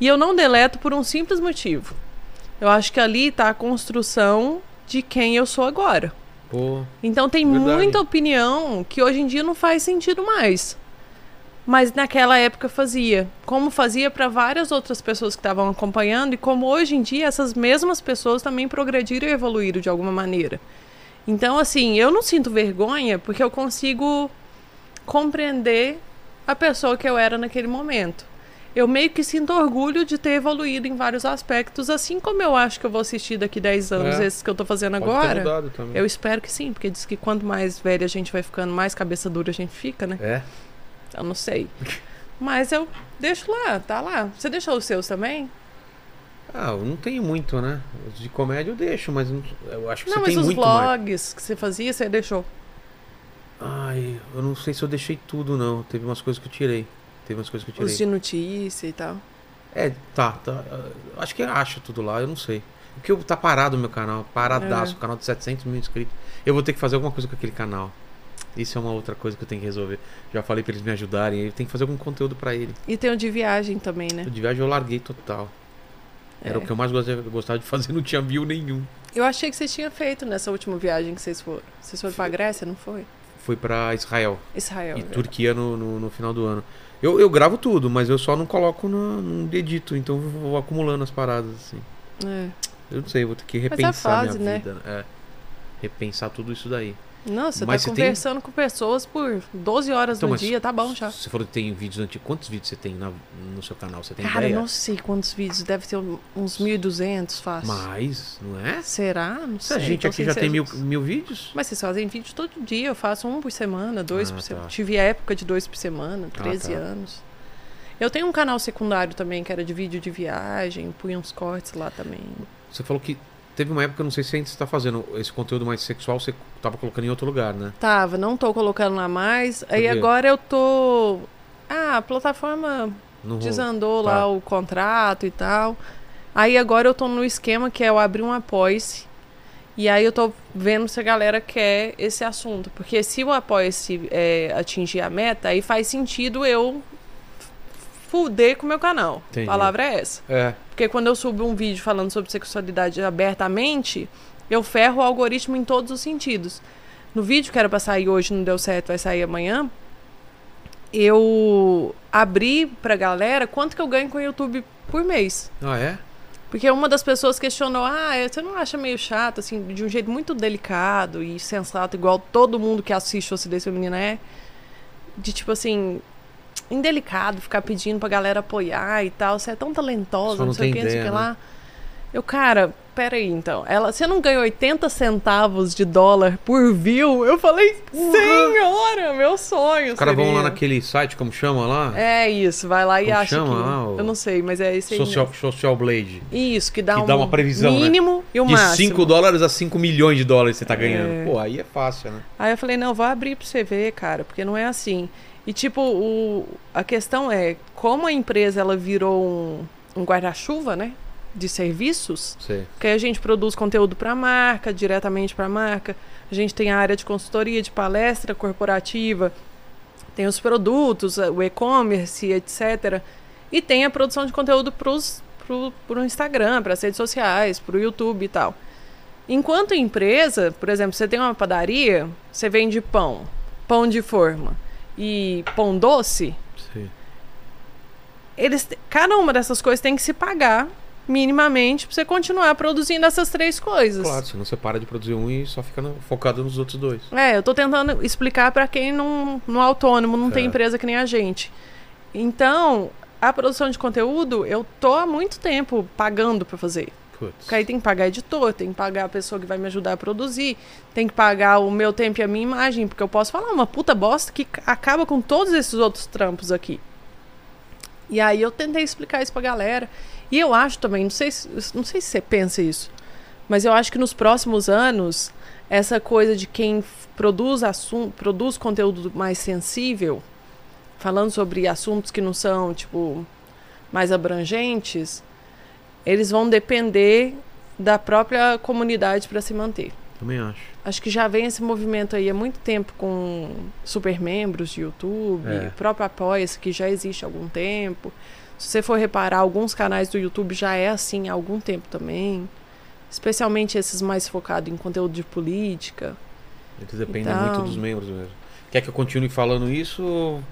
C: E eu não deleto por um simples motivo. Eu acho que ali tá a construção de quem eu sou agora.
A: Pô.
C: Então tem
A: Verdade.
C: muita opinião que hoje em dia não faz sentido mais. Mas naquela época fazia. Como fazia para várias outras pessoas que estavam acompanhando e como hoje em dia essas mesmas pessoas também progrediram e evoluíram de alguma maneira. Então, assim, eu não sinto vergonha porque eu consigo compreender a pessoa que eu era naquele momento. Eu meio que sinto orgulho de ter evoluído em vários aspectos, assim como eu acho que eu vou assistir daqui 10 anos
A: É.
C: esses que eu tô fazendo
A: pode ter
C: agora.
A: mudado também.
C: Eu espero que sim, porque diz que quanto mais velha a gente vai ficando, mais cabeça dura a gente fica, né?
A: É?
C: Eu
A: [LAUGHS]
C: não sei. Mas eu deixo lá, tá lá. Você deixou os seus também?
A: Ah, eu não tenho muito, né? Os de comédia eu deixo, mas não- eu acho que
C: não,
A: você
C: mas
A: tem
C: os
A: muito mais.
C: vlogs que você fazia, você deixou.
A: Ai, eu não sei se eu deixei tudo, não. Teve umas coisas que eu tirei. Teve umas coisas que eu tirei.
C: Os de notícia e tal.
A: É, tá, tá. ah, Acho que acha tudo lá, eu não sei. Porque eu- tá parado o meu canal, paradaço.
C: É.
A: O canal de 700 mil inscritos. Eu vou ter que fazer alguma coisa com aquele canal. Isso é uma outra coisa que eu tenho que resolver. Já falei pra eles me ajudarem, eu tenho que fazer algum conteúdo pra ele.
C: E tem o de viagem também, né?
A: Eu de viagem eu larguei total. Era
C: É.
A: o que eu mais gostava- gostava de fazer, [LAUGHS] não tinha view nenhum.
C: Eu achei que vocês tinham feito nessa última viagem que vocês foram. Vocês foram pra Grécia, não foi?
A: Fui pra Israel
C: Israel.
A: e
C: né?
A: Turquia no, no, no final do ano. Eu, eu gravo tudo, mas eu só não coloco no, não edito, então eu vou acumulando as paradas, assim.
C: É.
A: Eu não sei, vou ter que
C: Mas é a
A: repensar
C: fase,
A: minha
C: né?
A: vida. É. Repensar tudo isso daí.
C: Não, você
A: Mas
C: tá
A: você tem-
C: conversando com pessoas por 12 horas
A: Então,
C: no
A: mas
C: dia, tá bom já.
A: Você falou que tem vídeos antigos. Quantos vídeos você tem na- no seu canal? Você tem
C: Cara, eu
A: ideia?
C: não sei quantos vídeos, deve ter uns 1.200 fácil.
A: Mas, não é?
C: Será? Não
A: Se
C: sei.
A: a gente
C: então,
A: aqui
C: sem
A: já
C: ser-
A: tem mil, mil vídeos.
C: Mas vocês fazem vídeo todo dia, eu faço um por semana, dois
A: Ah,
C: por semana.
A: tá.
C: Tive época de dois por semana, 13
A: tá.
C: anos. Eu tenho um canal secundário também, que era de vídeo de viagem, punha uns cortes lá também.
A: Você falou que teve uma época, eu não sei se ainda está fazendo esse conteúdo mais sexual, você tava colocando em outro lugar, né?
C: Tava, não tô colocando lá mais. Aí
A: quê?
C: agora eu tô. Ah, a plataforma
A: No
C: desandou
A: tá.
C: lá o contrato e tal. Aí agora eu tô no esquema que é eu abrir um apoia-se. E aí eu tô vendo se a galera quer esse assunto. Porque se o apoia-se é, atingir a meta, aí faz sentido eu f- fuder com o meu canal.
A: Entendi.
C: A palavra é essa.
A: É,
C: Porque quando eu subo um vídeo falando sobre sexualidade abertamente, eu ferro o algoritmo em todos os sentidos. No vídeo que era pra sair hoje, não deu certo, vai sair amanhã. Eu abri pra galera quanto que eu ganho com o YouTube por mês.
A: ah é?
C: Porque uma das pessoas questionou: ah, você não acha meio chato, assim, de um jeito muito delicado e sensato, igual todo mundo que assiste o Ocidente Feminina é? De tipo assim, indelicado ficar pedindo pra galera apoiar e tal. Você é tão
A: Só
C: talentosa,
A: não
C: não sei o que,
A: tem
C: não sei o que
A: ideia, né?
C: lá. Eu, cara, peraí então. Ela, você não ganha 80 centavos de dólar por view? Eu falei, senhora, meu sonho.
A: Os caras vão lá
C: seria."
A: naquele site, como chama lá?
C: É isso, vai lá e
A: Como
C: acha
A: chama
C: que.
A: lá, o-
C: Eu não sei, mas é esse aí. mesmo.
A: Social, Social Blade.
C: Isso, que dá,
A: Que
C: um
A: dá uma previsão, né?
C: mínimo e o
A: De
C: máximo.
A: 5 dólares a 5 milhões de dólares você tá ganhando.
C: É.
A: Pô, aí é fácil, né?
C: Aí eu falei, não, vou abrir pra você ver, cara, porque não é assim. E tipo, o, a questão é, como a empresa ela virou um, um guarda-chuva, né? De serviços,
A: Você.
C: porque aí a gente produz conteúdo pra marca, diretamente pra marca. A gente tem a área de consultoria, de palestra corporativa, tem os produtos, eh, o e-commerce, etc. E tem a produção de conteúdo pros pro, pro Instagram, para as redes sociais, para o YouTube e tal. Enquanto empresa, por exemplo, você tem uma padaria, você vende pão, pão de forma e pão doce,
A: Sim.
C: eles, te- cada uma dessas coisas tem que se pagar minimamente para você continuar produzindo essas três coisas.
A: Claro, senão você para de produzir um e só fica no- focado nos outros dois.
C: É, eu tô tentando explicar para quem não, não é autônomo, não tem
A: É.
C: empresa que nem a gente. Então, a produção de conteúdo, eu tô há muito tempo pagando para fazer.
A: Putz.
C: Porque aí tem que pagar editor, tem que pagar a pessoa que vai me ajudar a produzir, tem que pagar o meu tempo e a minha imagem, porque eu posso falar "Ah, uma puta bosta que ca- acaba com todos esses outros trampos aqui. E aí eu tentei explicar isso pra galera. E eu acho também, não sei se, não sei se você pensa isso, mas eu acho que nos próximos anos, essa coisa de quem f- produz, assun produz conteúdo mais sensível, falando sobre assuntos que não são, tipo, mais abrangentes, eles vão depender da própria comunidade para se manter.
A: Também acho.
C: Acho que já vem esse movimento aí há muito tempo com supermembros de YouTube,
A: É.
C: o próprio Apoia-se, que já existe há algum tempo. Se você for reparar, alguns canais do YouTube já é assim há algum tempo também. Especialmente esses mais focados em conteúdo de política.
A: Eles dependem
C: Então-
A: muito dos membros mesmo. Quer que eu continue falando isso? ou-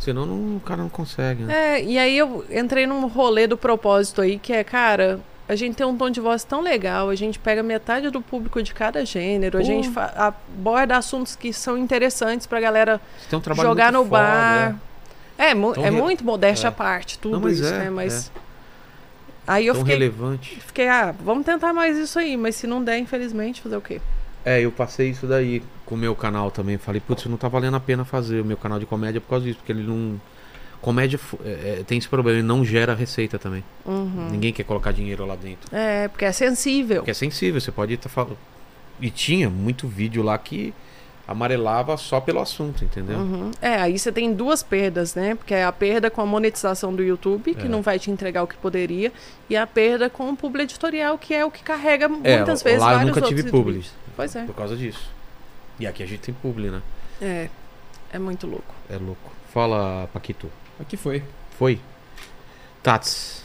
A: Senão não, o cara não consegue, né?
C: É, e aí eu entrei num rolê do propósito aí, que é, cara, a gente tem um tom de voz tão legal, a gente pega metade do público de cada gênero, a
A: Pô.
C: gente fa- aborda assuntos que são interessantes pra galera
A: Você tem um trabalho
C: jogar no
A: muito foda,
C: bar.
A: é.
C: É, mu-
A: Tão
C: é
A: re-
C: muito modéstia
A: é.
C: à parte, tudo
A: Não, mas
C: isso,
A: é,
C: né? Mas. Aí eu
A: Tão
C: fiquei,
A: relevante.
C: fiquei, ah, vamos tentar mais isso aí, mas se não der, infelizmente, fazer o quê?
A: É, eu passei isso daí com o meu canal também. Falei, putz, não tá valendo a pena fazer o meu canal de comédia por causa disso, porque ele não. Comédia fu- é, é, tem esse problema, ele não gera receita também.
C: Uhum.
A: Ninguém quer colocar dinheiro lá dentro.
C: É, porque é sensível.
A: Porque é sensível, você pode estar falando. E tinha muito vídeo lá que amarelava só pelo assunto, entendeu?
C: Uhum. É, aí você tem duas perdas, né? Porque é a perda com a monetização do YouTube, que
A: É.
C: não vai te entregar o que poderia, e a perda com o publi editorial, que é o que carrega
A: É,
C: muitas vezes
A: lá eu
C: vários
A: nunca
C: outros
A: tive publi.
C: youtubers. Pois é.
A: Por causa disso. E aqui a gente tem publi, né?
C: É. É muito louco.
A: É louco. Fala, Paquito.
B: O que foi?
A: Foi? Tats.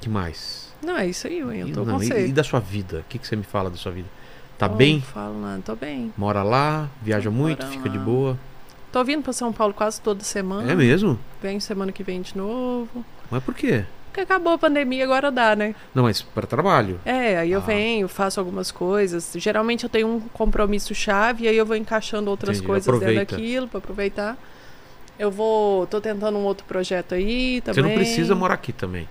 A: que mais?
C: Não, é isso aí, Wayne. Eu tô
A: Não,
C: com
A: e-
C: você.
A: e, da sua vida? O que, que você me fala da sua vida? Tá
C: Não
A: bem?
C: falo nada, tô bem.
A: Mora lá? Viaja
C: Mora
A: muito? Fica de
C: lá.
A: boa?
C: Tô vindo pra São Paulo quase toda semana.
A: É mesmo?
C: Venho semana que vem de novo.
A: Mas por quê?
C: Porque acabou a pandemia, agora dá, né?
A: Não, mas para trabalho.
C: É, aí eu
A: Ah.
C: venho, faço algumas coisas. Geralmente eu tenho um compromisso chave, aí eu vou encaixando outras
A: Entendi,
C: coisas
A: aproveita.
C: dentro daquilo pra aproveitar. Eu vou. tô tentando um outro projeto aí também.
A: Você não precisa morar aqui também.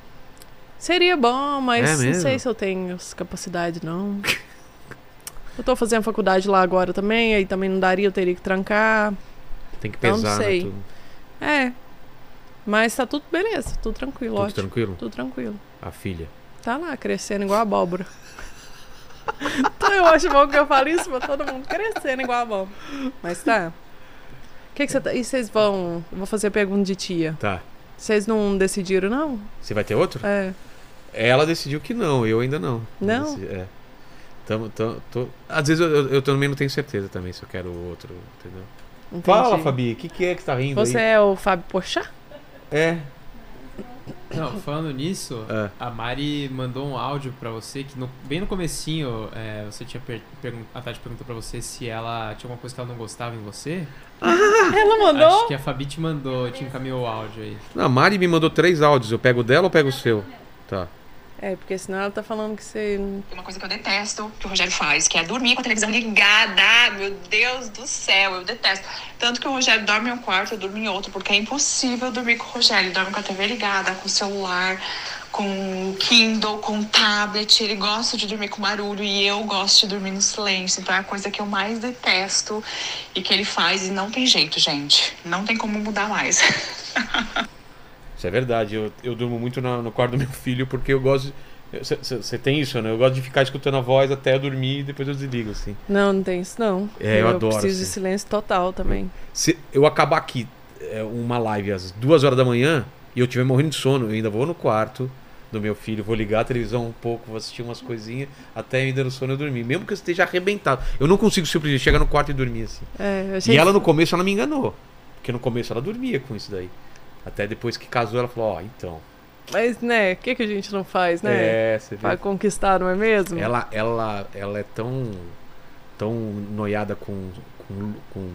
C: Seria bom,
A: É
C: mas não
A: mesmo?
C: sei se eu tenho essa capacidade, não. [LAUGHS] eu tô fazendo faculdade lá agora também, aí também não daria, eu teria que trancar.
A: Tem que
C: Eu Então, não
A: pesar, né?
C: sei.
A: Tudo,
C: É. Mas tá tudo beleza, tudo tranquilo,
A: tudo
C: ótimo.
A: tranquilo?
C: Tudo tranquilo.
A: A filha.
C: Tá lá, crescendo igual abóbora. [LAUGHS] então eu acho bom que eu falo isso pra todo mundo, crescendo igual abóbora. Mas tá. O que, que você tá. E vocês vão. eu Vou fazer pergunta de tia.
A: Tá.
C: Vocês não decidiram, não?
A: Você vai ter outro?
C: É.
A: Ela decidiu que não, eu ainda não.
C: Não?
A: Decidi- É. Tamo, tamo, tô... Às vezes eu, eu, eu também não tenho certeza também se eu quero outro, entendeu?
C: entendi.
A: Fala, Fabi, o que, que é que tá rindo
C: Você
A: aí?
C: é o Fábio Porchat?
A: É.
B: Não, falando nisso,
A: É.
B: a Mari mandou um áudio pra você que no- bem no comecinho é, você tinha per- pergun- a Tati perguntou pra você se ela tinha alguma coisa que ela não gostava em você.
C: Ah, Ela
B: Acho
C: mandou?
B: que a Fabi te mandou, te encaminhou o áudio aí.
A: Não, a Mari me mandou três áudios, eu pego o dela ou pego o seu? Tá.
C: É, porque senão ela tá falando que você.
D: Tem uma coisa que eu detesto que o Rogério faz, que é dormir com a televisão ligada. Meu Deus do céu, eu detesto. Tanto que o Rogério dorme em um quarto, eu durmo em outro, porque é impossível dormir com o Rogério. Ele dorme com a TV ligada, com o celular, com o Kindle, com o tablet. Ele gosta de dormir com barulho e eu gosto de dormir no silêncio. Então é a coisa que eu mais detesto e que ele faz e não tem jeito, gente. Não tem como mudar mais. [LAUGHS]
A: Isso é verdade. Eu, eu durmo muito na- no quarto do meu filho porque eu gosto. Você tem isso, né? Eu gosto de ficar escutando a voz até eu dormir e depois eu desligo, assim.
C: Não, não tem isso, não.
A: É, eu adoro,
C: preciso de
A: assim.
C: silêncio total também.
A: Se eu acabar aqui é, uma live às duas horas da manhã e eu estiver morrendo de sono, eu ainda vou no quarto do meu filho, vou ligar a televisão um pouco, vou assistir umas coisinhas, até ainda no sono eu dormir. Mesmo que eu esteja arrebentado. Eu não consigo simplesmente chegar no quarto e dormir assim.
C: É, eu achei
A: E ela no começo ela me enganou. Porque no começo ela dormia com isso daí. Até depois que casou, ela falou, ó, então.
C: Mas, né, o que, que a gente não faz, né?
A: É, você
C: Pra
A: vê.
C: conquistar, não é mesmo?
A: Ela, ela, ela é tão, tão noiada com, com, com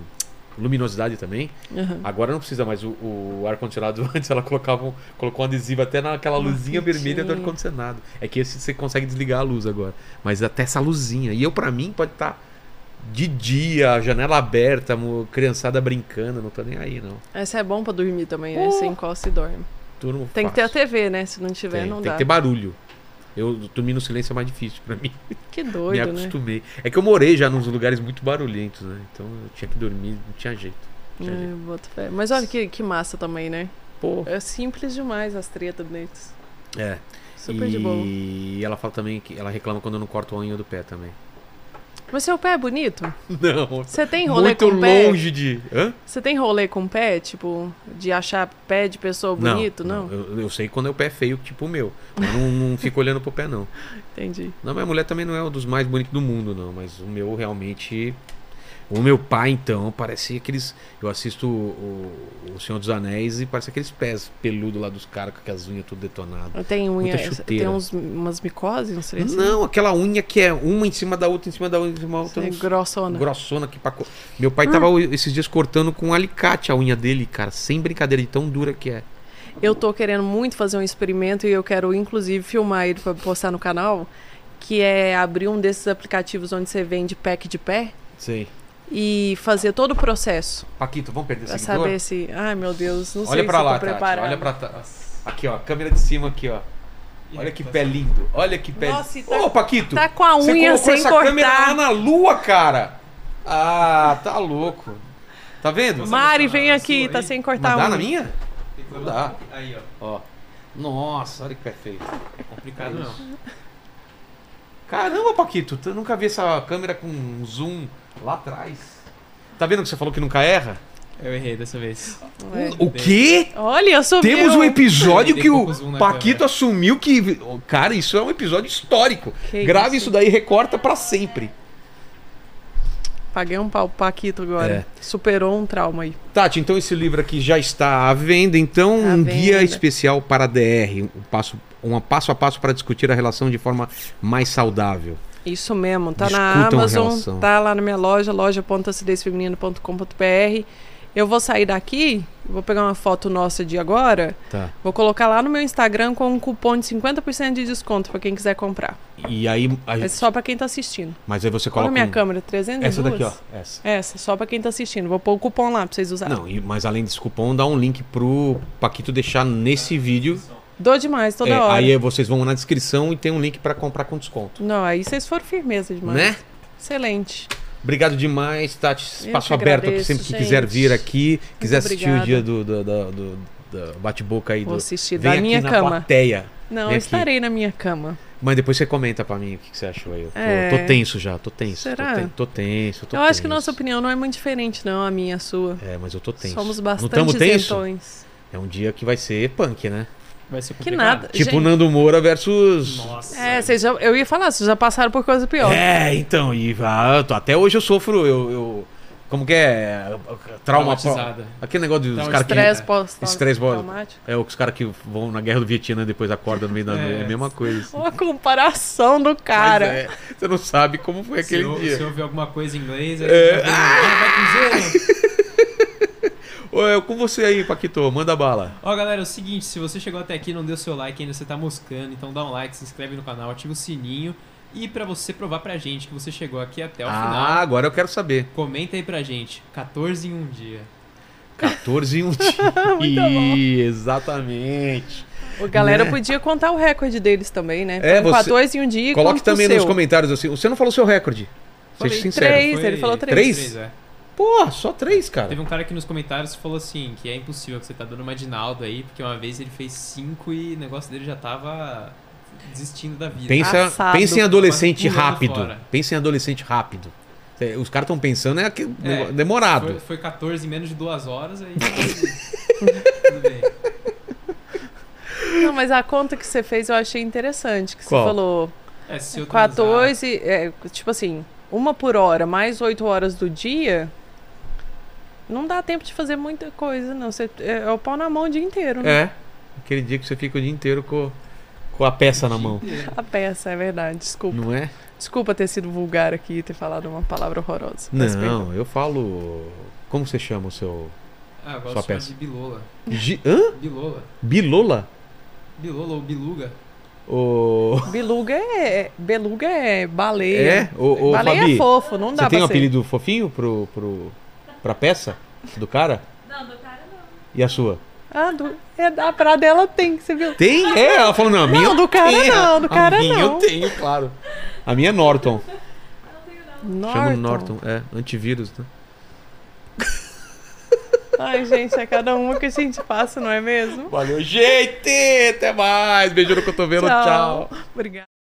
A: luminosidade também.
C: Aham.
A: Agora não precisa mais o, o ar-condicionado. [LAUGHS] Antes ela colocava um, colocou um adesivo até
C: Ah,
A: naquela luzinha vermelha do
C: fitinha.
A: ar-condicionado. É que esse você consegue desligar a luz agora. Mas até essa luzinha. E eu, pra mim, pode estar de dia, janela aberta, mo- criançada brincando. Não tô nem aí, não.
C: Essa é bom pra dormir também, né? Você encosta e dorme.
A: Turno
C: Tem que ter a TV, né? Se não tiver,
A: Uh! Tem,
C: não
A: tem
C: dá.
A: que ter barulho. Eu dormir no silêncio é mais difícil pra mim.
C: Que
A: Me
C: doido, né?
A: acostumei. É que eu morei já nos lugares muito barulhentos, né? Então eu tinha que dormir, não tinha jeito. Não tinha
C: É,
A: jeito.
C: eu boto fé. Mas olha que, que massa também, né?
A: Pô.
C: É simples demais as tretas deles.
A: É.
C: Super
A: e...
C: de boa.
A: ela fala também que ela reclama quando eu não corto a unha do pé também. [LAUGHS]
C: Mas seu pé é bonito?
A: Não.
C: Você tem rolê
A: Muito
C: com pé?
A: longe de. Hã?
C: Você tem rolê com pé, tipo, de achar pé de pessoa bonito? Não,
A: Eu, eu sei quando é o pé feio, tipo o meu. Mas não, não fico olhando pro pé, não.
C: entendi.
A: Não, minha mulher também não é um dos mais bonitos do mundo, não. Mas o meu realmente. O meu pai, então, parece aqueles. Eu assisto o, o Senhor dos Anéis e parece aqueles pés peludos lá dos caras com aquelas unhas tudo detonadas.
C: Tem unha,
A: Muita
C: tem
A: chuteira.
C: uns, umas micoses, não sei se
A: Não, aquela unha que é uma em cima da outra, em cima da outra, em cima da outra.
C: é
A: uns-
C: grossona.
A: grossona que pra... co- Meu pai
C: Ah.
A: tava o- esses dias cortando com um alicate a unha dele, cara, sem brincadeira, de tão dura que é.
C: Eu tô querendo muito fazer um experimento e eu quero inclusive filmar ele pra postar no canal, que é abrir um desses aplicativos onde você vende pack de pé
A: Sei.
C: e fazer todo o processo
A: Paquito, vamos perder
C: pra
A: seguidor?
C: saber se, ai meu Deus, não
A: Olha
C: sei
A: pra
C: se
A: lá,
C: eu tô
A: Tati,
C: preparada.
A: olha pra ta- Aqui, ó, câmera de cima aqui, ó. Olha que pé lindo. Olha que pé.
C: Nossa, e tá-
A: Ô, Paquito.
C: Tá com a
A: você
C: unha
A: colocou
C: sem
A: essa
C: cortar.
A: câmera lá na lua, cara. Ah, tá louco. Tá vendo?
C: Mari, vem
B: Na
C: aqui,
B: sua
C: tá
B: aí?
C: sem
A: Mas
C: cortar
A: dá
C: a
A: na
C: unha.
A: minha?
B: Tem que
A: Não
B: levantar um pouquinho. Aí, ó.
A: Ó. Nossa, olha que pé feio.
B: Complicado não.
A: Caramba, Paquito, tu nunca vi essa câmera com um zoom lá atrás. Tá vendo que você falou que nunca erra?
B: Eu errei dessa vez.
C: É.
A: O quê?
C: Olha, subiu.
A: Temos um episódio
B: Tem
A: que o
B: pouco zoom na
A: Paquito
B: câmera.
A: assumiu que. Cara, isso é um episódio histórico.
C: Que
A: Grave
C: isso?
A: isso daí e recorta pra sempre.
C: Paguei um pau paquito agora.
A: É.
C: Superou um trauma aí.
A: Tati, então esse livro aqui já está à venda, então
C: À
A: um guia
C: venda.
A: especial para a DR, um passo, um passo a passo para discutir a relação de forma mais saudável.
C: Isso mesmo, tá
A: Discutam a
C: na Amazon,
A: relação.
C: tá lá na minha loja, loja.acidezfeminino.com.br. Eu vou sair daqui, vou pegar uma foto nossa de agora,
A: Tá.
C: vou colocar lá no meu Instagram com um cupom de 50% de desconto pra quem quiser comprar.
A: E aí, a gente-
C: Mas só pra quem tá assistindo.
A: mas aí você
C: Olha
A: coloca
C: a minha
A: um-
C: câmera, 302.
A: essa daqui, ó, essa.
C: Essa, só pra quem tá assistindo. Vou pôr o cupom lá pra vocês usarem.
A: Não, e- mas além desse cupom, dá um link pro Paquito deixar nesse vídeo.
C: Dou demais toda
A: É,
C: hora.
A: aí vocês vão na descrição e tem um link pra comprar com desconto.
C: Não, aí vocês foram firmeza demais.
A: Né?
C: Excelente.
A: Obrigado demais, Tati. Espaço
C: que
A: aberto
C: agradeço,
A: sempre que
C: gente.
A: quiser vir aqui, quiser assistir o
C: obrigada.
A: dia do, do, do- do- da bate-boca aí
C: Vou
A: do.
C: assistir
A: Vem
C: da
A: aqui
C: minha
A: na
C: cama.
A: plateia.
C: Não,
A: Vem
C: eu
A: aqui.
C: estarei na minha cama.
A: Mas depois você comenta pra mim o que que você achou aí. Eu tô,
C: É.
A: tô tenso já, tô tenso.
C: Será?
A: Tô, ten- tô tenso, tô
C: eu acho que
A: tenso.
C: nossa opinião não é muito diferente, não, a minha, a sua.
A: É, mas eu tô tenso.
C: Somos então,
A: Não
C: bastante
A: tamo tenso?
C: isentões.
A: É um dia que vai ser punk, né?
B: Vai ser
C: Que
B: complicado.
C: nada.
A: Tipo
C: gente,
A: Nando Moura versus.
B: Nossa.
C: É, vocês já, eu ia falar, vocês já passaram por coisa pior.
A: É, então, e ah, eu tô- até hoje eu sofro, eu, eu- como que é? Trauma.
B: Traumatizada.
A: Aquele negócio dos
B: Trauma-
A: caras
C: Estresse
A: que.
C: pós
A: Estresse pós-
C: traumático.
A: É, os caras que vão na guerra do Vietnã e depois acordam no meio da
B: [LAUGHS]
A: noite. É a mesma coisa. assim.
C: Uma comparação do
A: Mas
C: cara.
A: é, você não sabe como foi
B: Se,
A: aquele
B: ou-
A: dia. Ah!
B: se ouvir alguma coisa em inglês, aí é... vai com zero.
A: Ô, é com você aí, Paquito, manda bala.
B: Ó, galera, é o seguinte, se você chegou até aqui e não deu seu like ainda, você tá moscando, então dá um like, se inscreve no canal, ativa o sininho. E pra você provar pra gente que você chegou aqui até É o
A: ah,
B: final,
A: agora eu quero saber.
B: comenta aí pra gente. 14 em um dia.
A: 14 em
C: [LAUGHS]
A: um dia.
C: Muito bom.
A: Exatamente.
C: O galera
A: né?
C: podia contar o recorde deles também, né?
A: É,
C: Põe
A: você-
C: 14 em um dia e
A: Coloque
C: conta o
A: também
C: seu.
A: nos comentários assim. Você não falou seu recorde.
B: Falei
A: Seja sincero.
C: três. ele falou três.
A: Três?
B: é.
A: Pô, só três, cara.
B: Teve um cara aqui nos comentários que falou assim, que é impossível, que você tá dando uma de Naldo aí, porque uma vez ele fez cinco e o negócio dele já tava desistindo da vida.
A: Pensa,
C: Assado.
A: pensa em adolescente
B: Pulando
A: rápido.
B: fora.
A: Pensa em adolescente rápido. É, Os caras estão pensando é, aquele
B: É,
A: negócio demorado.
B: Foi, foi 14 em menos de duas
A: [LAUGHS]
B: horas, aí... Tudo bem.
C: Não, mas a conta que você fez eu achei interessante, que
A: Qual?
C: você falou
B: É, se eu transar-
C: 14, é, tipo assim, uma por hora mais 8 horas do dia... Não dá tempo de fazer muita coisa, não. Você, é, é o pau na mão o dia inteiro, né?
A: É. Aquele dia que você fica o dia inteiro com, com a peça na mão.
C: A peça, é verdade. Desculpa.
A: Não é?
C: Desculpa ter sido vulgar aqui e ter falado uma palavra horrorosa. Peço perdão.
A: Não, eu falo. Como você chama o seu.
B: Ah,
A: Sua
B: eu gosto de chamar
A: peça.
B: de bilola.
A: Gi- Hã?
B: Bilola.
A: Bilola?
B: Bilola ou biluga.
A: O.
C: Beluga é. Beluga é baleia.
A: É? O, o
C: baleia
A: Fabi.
C: é fofo, não dá
A: Você tem um
C: pra ser.
A: apelido fofinho pro, pro, pra peça do cara?
E: Não, do cara não.
A: E a sua?
C: Ah, do... é da pra dela tem, que você viu?
A: Tem? É, ela falou, não, a minha.
C: Não, do cara
A: tem,
C: não, do
A: a
C: cara
A: minha
C: não.
A: Eu tenho, claro. A minha é Norton.
C: Norton.
A: Chama Norton, é, antivírus, né?
C: Ai, gente, é cada uma que a gente passa, não é mesmo?
A: Valeu, gente! Até mais! Beijo no cotovelo, tchau.
C: Obrigada.